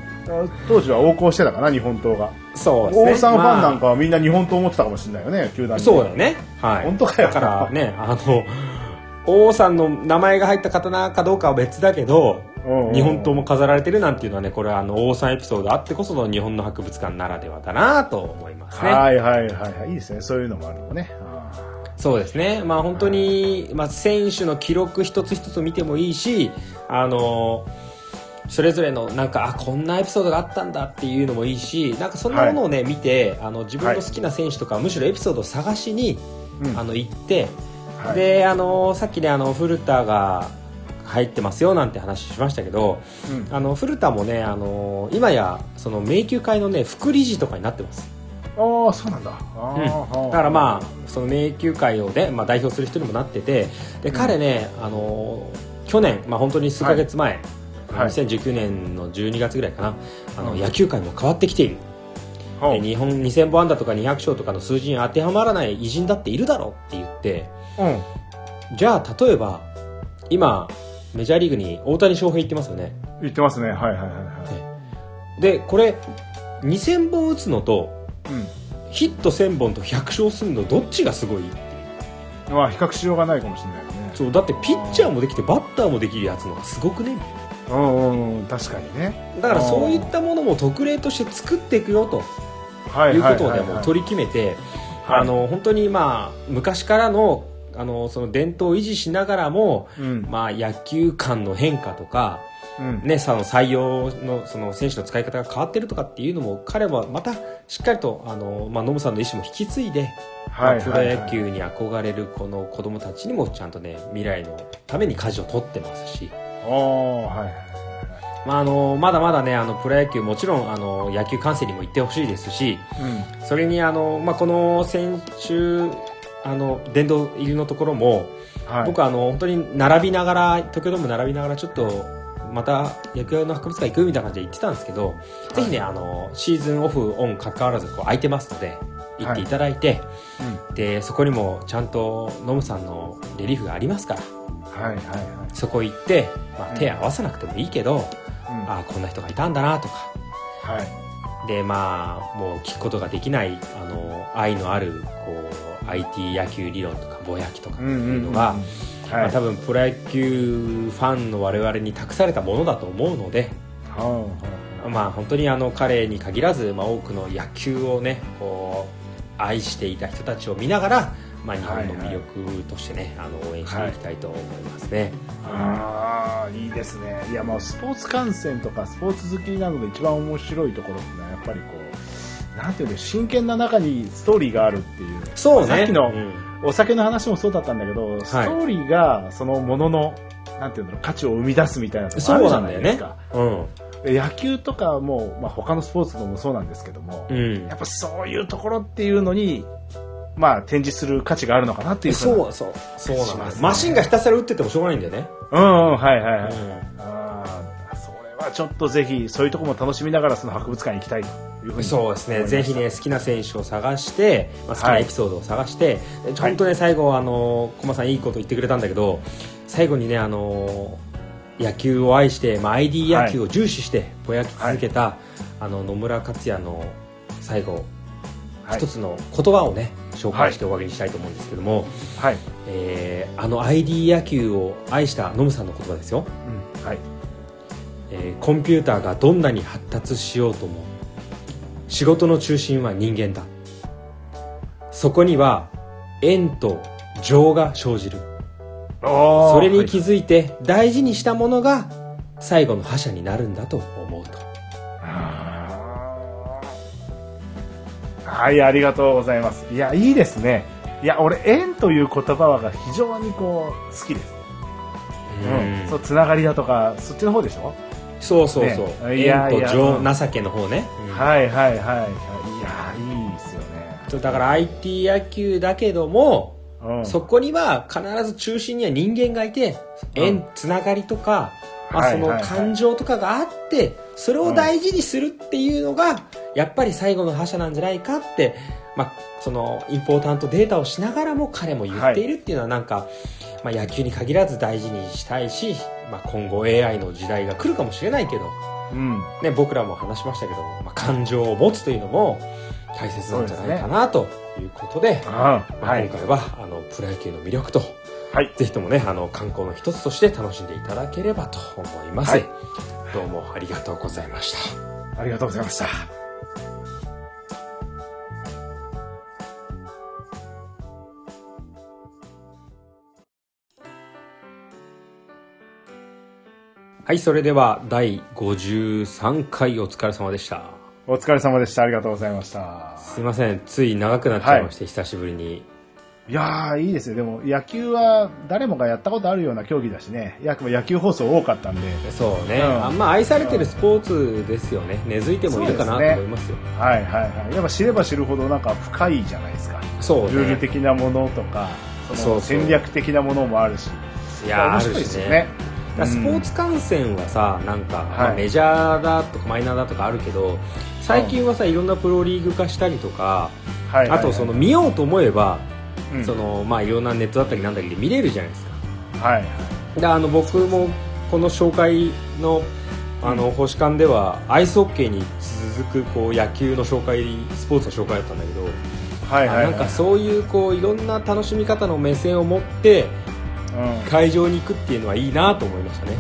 A: 当時は横行してたかな、日本刀が。
B: そうですね。
A: 王さんファンなん
B: か、
A: かはみんな日本刀持ってたかもしれないよね、球団に。
B: そうだよね。はい。
A: 本当かよ
B: だからね、あの、王さんの名前が入った刀かどうかは別だけど、
A: うんうん
B: 日本刀も飾られてるなんていうのはねこれはあの王さんエピソードあってこその日本の博物館ならではだなと思いますね
A: はいはいはいはい。いいですね、そういうのもあるのね。あ
B: そうですね、まあ、本当に、まあ、選手の記録一つ一つ見てもいいしあのそれぞれのなんかあこんなエピソードがあったんだっていうのもいいしなんかそんなものを、ね見てあの自分の好きな選手とか、むしろエピソードを探しに、
C: うん
B: あの行って、
C: はい
B: であのさっき、ね、あの古田が入ってますよなんて話しましたけど
C: うん
B: あの古田もねあの今やその迷宮会の、ね、副理事とかになってます。
C: ああそうなんだあー、
B: だからまあその迷宮界をね、まあ、代表する人にもなっててで彼ね、あの去年、まあ、本当に数ヶ月前、
C: はい
B: 2019年の12月ぐらいかなあの
C: うん
B: 野球界も変わってきている、
C: あ
B: で日本2000本安打とか200勝とかの数字に当てはまらない偉人だっているだろうって言って
C: うん
B: じゃあ例えば今メジャーリーグに大谷翔平行ってますよね
C: 言ってますねはいはいはいは
B: でこれ2000本打つのと
C: いうん
B: ヒット1000本と100勝するのどっちがすごい
C: まあ比較しようがないかもしれないよね
B: そうだってピッチャーもできてバッターもできるやつの方がすごくねみたい
C: うんうんうん確かにね
B: なだからそういったものも特例として作っていくよと
C: はい
B: いうことを
C: はい
B: ね
C: はい
B: も
C: は
B: う
C: い
B: 取り決めて
C: はい
B: あの本当にまあ昔からのあのその伝統を維持しながらも
C: うん
B: まあ野球観の変化とか
C: うん
B: ねその採用のその選手の使い方が変わってるとかっていうのも彼はまたしっかりとあのまあノムさんの意思も引き継いで
C: はい
B: プロ野球に憧れるこの子供たちにもちゃんとね未来のために舵を取ってますし。
C: ああはいはい
B: まあ、あのまだまだねあのプロ野球もちろんあの野球観戦にも行ってほしいですし
C: うん
B: それにあの、まあ、この先週あの殿堂入りのところも、
C: はい
B: 僕はあの本当に並びながら東京ドーム並びながらちょっとまた野球の博物館行くみたいな感じで行ってたんですけど、ぜひねあのシーズンオフオン関わらずこう空いてますので行っていただいて、
C: うん
B: でそこにもちゃんとノムさんのレリーフがありますから
C: はいはいは
B: そこ行って、ま
C: う
B: あ、
C: ん
B: 手合わせなくてもいいけ
C: いう
B: ど、
C: ん
B: ああこんな人がいたんだなとか。
C: はい
B: でまあもう聞くことができないあの愛のあるこう IT 野球理論とかぼやきとかっていうのが、
C: うんうんうん
B: ま
C: は
B: あ、
C: い
B: 多分プロ野球ファンの我々に託されたものだと思うので、
C: は
B: まあ、本当にあの彼に限らず、まあ、多くの野球をねこう愛していた人たちを見ながら、まあ、日本の魅力としてね、あの応援していきたいと思いますね。
C: いああいいですねいやもうスポーツ観戦とかスポーツ好きなので一番面白いところってのはやっぱりこうなんていうの真剣な中にストーリーがあるっていう
B: そうね
C: さっきの
B: うん
C: お酒の話もそうだったんだけど、ストーリーがそのものの、なんていうんだろう、価値を生み出すみたいなとこあるじゃないですか。
B: うん
C: 野球とかも、まあ、他のスポーツもそうなんですけども、
B: うん
C: やっぱそういうところっていうのに、まあ、展示する価値があるのかなっていうふうな
B: そうそうそうなん
C: し
B: だ
C: ま
B: よ
C: すね
B: マシンがひたすら打っててもしょうがないんだよね、
C: うん、うん、はいはいはい。
B: うん
C: あーそれはちょっとぜひ、そういうところも楽しみながら、その博物館に行きたいというふうに。
B: そうですね、
C: 思いました
B: ぜひね、好きな選手を探して、まあ、好きな
C: はい
B: エピソードを探して、で本当ね、最後、あの駒さん、いいこと言ってくれたんだけど、最後にね、あの野球を愛して、まあ、ID 野球を重視して、ぼやき続けた、あの野村克也の最後、
C: はい
B: 一。つの言葉をね、紹介してお詫びにしたいと思うんですけども、
C: はい。
B: えーあの ID 野球を愛したノムさんの言葉ですよ、
C: うん。はい。
B: えーコンピューターがどんなに発達しようとも仕事の中心は人間だそこには縁と情が生じるそ
C: そ
B: れに気づいて大事にしたものが最後の覇者になるんだと思うと
C: はい、ありがとうございます。いや、いいですね。いや、俺、縁という言葉が非常にこう、好きです。うん。そう、つながりだとか、そっちの方でしょ、
B: そうそうそう、
C: ねいや
B: 縁と情
C: いや
B: 情けの方ね、うん
C: はいはいはい。いや、いいですよね。
B: そうだから IT 野球だけども
C: うん。
B: そこには必ず中心には人間がいて縁、
C: うん
B: つながりとか、まあ、
C: はい
B: その
C: はいはい
B: 感情とかがあって、それを大事にするっていうのが、やっぱり最後の覇者なんじゃないかって、まあ、そのインポータントデータをしながらも彼も言っているっていうのはなんか、まあ、野球に限らず大事にしたいし、まあ、今後 AI の時代が来るかもしれないけど、
C: うん。
B: ね、僕らも話しましたけど、まあ、感情を持つというのも大切なんじゃないかなということで。
C: あ
B: まあ
C: はい
B: 今。回はあのプロ野球の魅力と
C: はい。
B: ぜひともねあの観光の一つとして楽しんでいただければと思います、
C: はい
B: どうもありがとうございました
C: ありがとうございました。
B: はい、それでは第53回お疲れ様でした。
A: お疲れ様でした。ありがとうございました。
B: すいません、つい長くなっちゃいまして、久しぶりに。
A: いやー、いいですよ。でも、野球は誰もがやったことあるような競技だしね。いや、野球放送多かったんで。
B: そうね、
A: うん
B: あんま愛されてるスポーツですよね。根付いてもいいかなと
A: そうですね
B: 思いますよ。
A: はいはいはい。やっぱ知れば知るほどなんか深いじゃないですか。
B: そう,、ね、
A: ルール的なものとか、
B: そ
A: そうの
B: そう
A: 戦略的なものもあるし。
B: いやー
A: 面
B: あ
A: 白
B: る
A: いですよ
B: しね
A: ね。。
B: だからスポーツ観戦はさなんか、まあ
A: はい
B: メジャーだとかマイナーだとかあるけど最近はさいろんなプロリーグ化したりとか、
A: はいはいはい
B: あとその、見ようと思えば、
A: うん
B: そのまあ、いろんなネットだったりなんだりで見れるじゃないですか
A: はいはい。
B: であの僕もこの紹介のあの星間ではアイスホッケーに続くこう野球の紹介スポーツの紹介だったんだけど、
A: はいはい、はい。
B: あなんかそういうこういろんな楽しみ方の目線を持って
A: う
B: 会場に行くっていうのはいいなと思いましたね。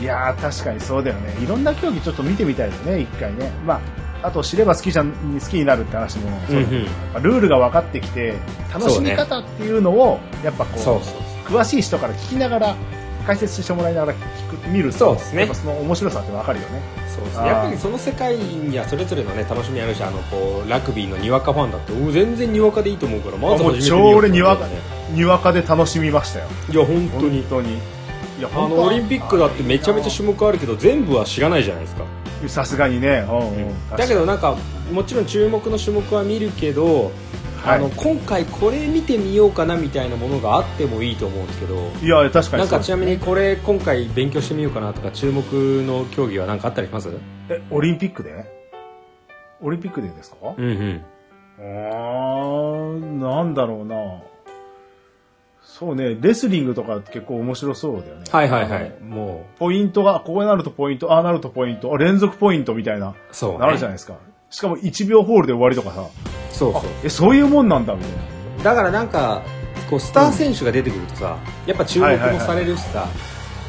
A: ん、いやー確かにそうだよねいろんな競技ちょっと見てみたいですね一回ねまああと知れば好きじゃん好きになるって話もそうだけど
B: うんうん
A: やっぱルールが分かってきて楽しみ方っていうのをやっぱこう
B: そうそう
A: 詳しい人から聞きながら解説してもらいながら聞く見ると
B: そうですね
A: やっぱその面白さって分かるよね
B: そうです
A: あ
B: ね
A: ー
B: やっぱりその世界にはそれぞれのね楽しみあるしあのこうラグビーのにわかファンだってお全然にわかでいいと思うからまず
A: も
B: 初め
A: う
B: て
A: 超
B: 見ようと思う
A: 俺にわ
B: か
A: から
B: ね
A: にわかで楽しみましたよ
B: いや本当
A: 本
B: に
A: 当にいや
B: あのオリンピックだってめちゃめちゃ種目あるけど全部は知らないじゃないですか
A: ゃさすがにね、うんうん
B: だけどなんかもちろん注目の種目は見るけど、
A: はい
B: あの今回これ見てみようかなみたいなものがあってもいいと思うんですけど
A: いや確かに
B: な
A: そう
B: んか
A: です
B: ちなみにこれ今回勉強してみようかなとか注目の競技は何かあったりしますうん
A: えオリンピックでオリンピックでですか、
B: うん
A: あーなんだろうな。そうね、レスリングとか結構面白そうだよね。
B: はいはいは
A: あの
B: い。も
A: ポイントが、ここになるとポイント、ああなるとポイント、あ連続ポイントみたいな、
B: うそう、ね、
A: なるじゃないですか。しかも1秒ホールで終わりとかさ、
B: そうそう
A: あえ、そういうもんなんだみたいな。
B: だからなんかこうスター選手が出てくるとさ、やっぱ注目もされるしさ、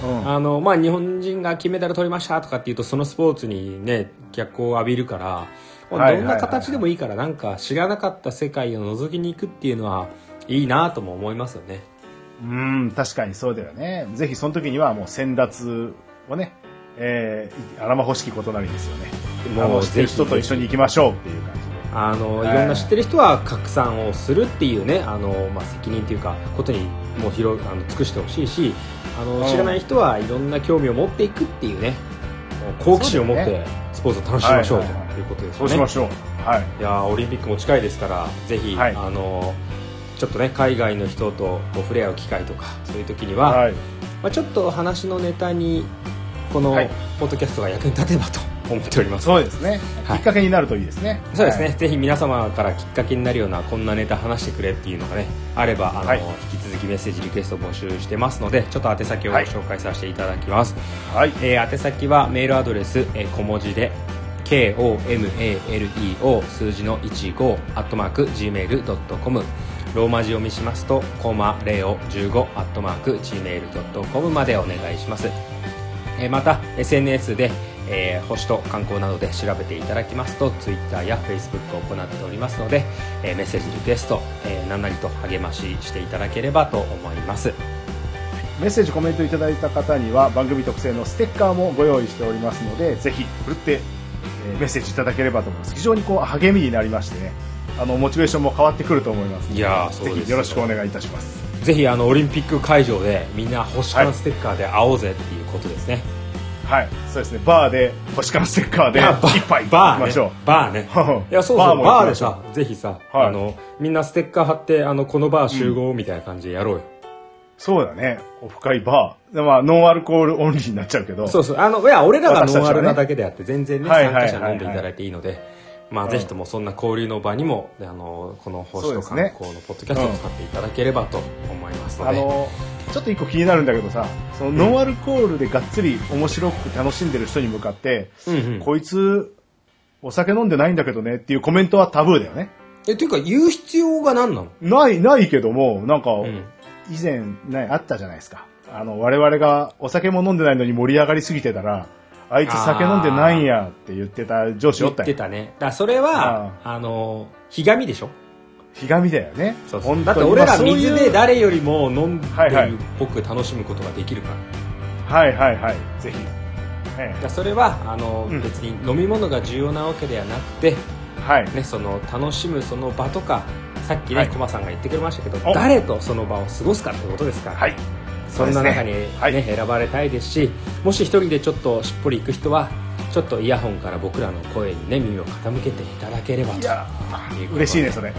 A: うん。
B: あのまあ日本人が金メダル取りましたとかっていうとそのスポーツにね脚光を浴びるから、まあ
A: はいはい
B: どんな形でもいいからなんか知らなかった世界を覗きに行くっていうのはいいなとも思いますよね。
A: うん、確かにそうだよね。ぜひその時にはもう先達をね、えー、荒間欲しきことなりですよね。あ
B: も
A: の
B: う
A: 知って
B: ぜ
A: る
B: ひ
A: 人と一緒に行きましょうっていう感じで。
B: あのい
A: はい
B: ろんな知ってる人は拡散をするっていうねあの、まあ、責任というかことにもう広あの尽くしてほしいしあ
A: う
B: の
A: ん
B: 知らない人はいろんな興味を持っていくっていうね好奇心を持っ
A: そうだ
B: てスポーツを楽しみましょう
A: は
B: と
A: いはいはい
B: いうことです
A: そ
B: よ
A: うし
B: ね
A: ま。しょう。はい。
B: いやーオリンピックも近いですからぜひ、
A: はい
B: あのちょっとね海外の人とこう触れ合う機会とかそういう時には、
A: はい。
B: まあ、ちょっと話のネタにこの
A: はい
B: ポッドキャストが役に立てばと思っております。
A: そうですね、
B: はい
A: きっかけになるといいですね。
B: そうですね、
A: はい
B: ぜひ皆様からきっかけになるようなこんなネタ話してくれっていうのがねあればあの、
A: はい
B: 引き続きメッセージリクエスト募集してますのでちょっと宛先をご紹介させていただきます、
A: はい。
B: えー宛先はメールアドレス、えー小文字で KOMALEO 数字の15アットマーク Gmail.com ローマ字読みしますとコマレオ15アットマーク Gmail.com までお願いします、えーまた SNS で、えー星と観光などで調べていただきますと Twitter や Facebook を行っておりますので、えーメッセージリクエスト、えー何なりと励まししていただければと思います
A: メッセージ、コメントいただいた方には番組特製のステッカーもご用意しておりますので、ぜひ、振るって、えーメッセージいただければと思います。非常にこう励みになりましてね、あの、モチベーションも変わってくると思いますので。
B: いやーそうです
A: ぜひよろしくお願いいたします。
B: ぜひあのオリンピック会場でみんな星間ステッカーで会おうぜっていうことですね、
A: はい。そうですね、バーで、星間ステッカーで、
B: いやバー
A: 一杯、
B: バ
A: 行き
B: ー
A: ましょう
B: ね。バーね いやそう
A: バ
B: そ
A: ー
B: う
A: も
B: バー
A: 行き
B: で
A: ましょう
B: さぜひさ、
A: はい
B: あのみんなステッカー貼ってあのこのバー集合みたいな感じでやろうよ、
A: そうだね。オフ会バー。でまあ、ノンアルコールオンリーになっちゃうけど。
B: そうそうあのいや俺らが
A: 私た
B: ノ
A: ち
B: ン
A: はね
B: アルなだけであって全然ね、
A: はいはいはいはい
B: 参加者飲んでいただいていいので、まあ、ぜひともそんな交流の場にもあのこの星と
A: そう
B: 観
A: ですね
B: 光のポッドキャストを使っていただければと思いますの
A: あ
B: で、
A: のちょっと一個気になるんだけどさそのノンアルコールでがっつり面白く楽しんでる人に向かって、
B: うんうん
A: こいつお酒飲んでないんだけどねっていうコメントはタブーだよね
B: えというか言う必要が何なの、
A: ないないけどもなんか
B: ん
A: 以前、ね、あったじゃないですかあの我々がお酒も飲んでないのに盛り上がりすぎてたらあいつ酒飲んでないんやって言ってた上司
B: 言
A: お
B: っ
A: った
B: て
A: よ
B: たねだからそれはあのひがみでしょ
A: ひがみだよね
B: そうそう
A: 本
B: だって
A: 当に
B: 俺
A: まあ
B: ら
A: そういう
B: 水で誰よりも飲んで
A: はいは
B: る
A: い
B: っぽく楽しむことができるから、
A: はいはいはいぜひ
C: え
B: だからそれはあの、
A: うん
B: 別に飲み物が重要なわけではなくて、
C: えはい。
B: ね、その楽しむその場とかさっき
C: は
B: ね
C: い
B: コマ、さんが言ってくれましたけど
C: お
B: 誰とその場を過ごすかってことですから、
C: はい。
B: そんな中
C: そ
B: に、
C: う
B: ね
C: ですねはい
B: 選ばれたいですしもし一人でちょっとしっぽり行く人はちょっとイヤホンから僕らの声にね耳を傾けていただければ
C: い
B: と
C: や
B: ということで、
C: 嬉しいね、それ。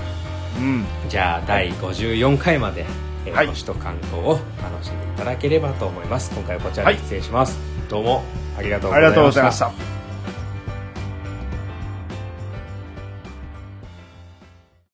C: うん。
B: じゃあ第54回まで、えー
C: はい
B: 星と観光を楽しんでいただければと思います今回はこちらで失礼します、どうもありがとうご
C: あ
B: ざい
C: り
B: ま
C: が
B: した
C: とうございました。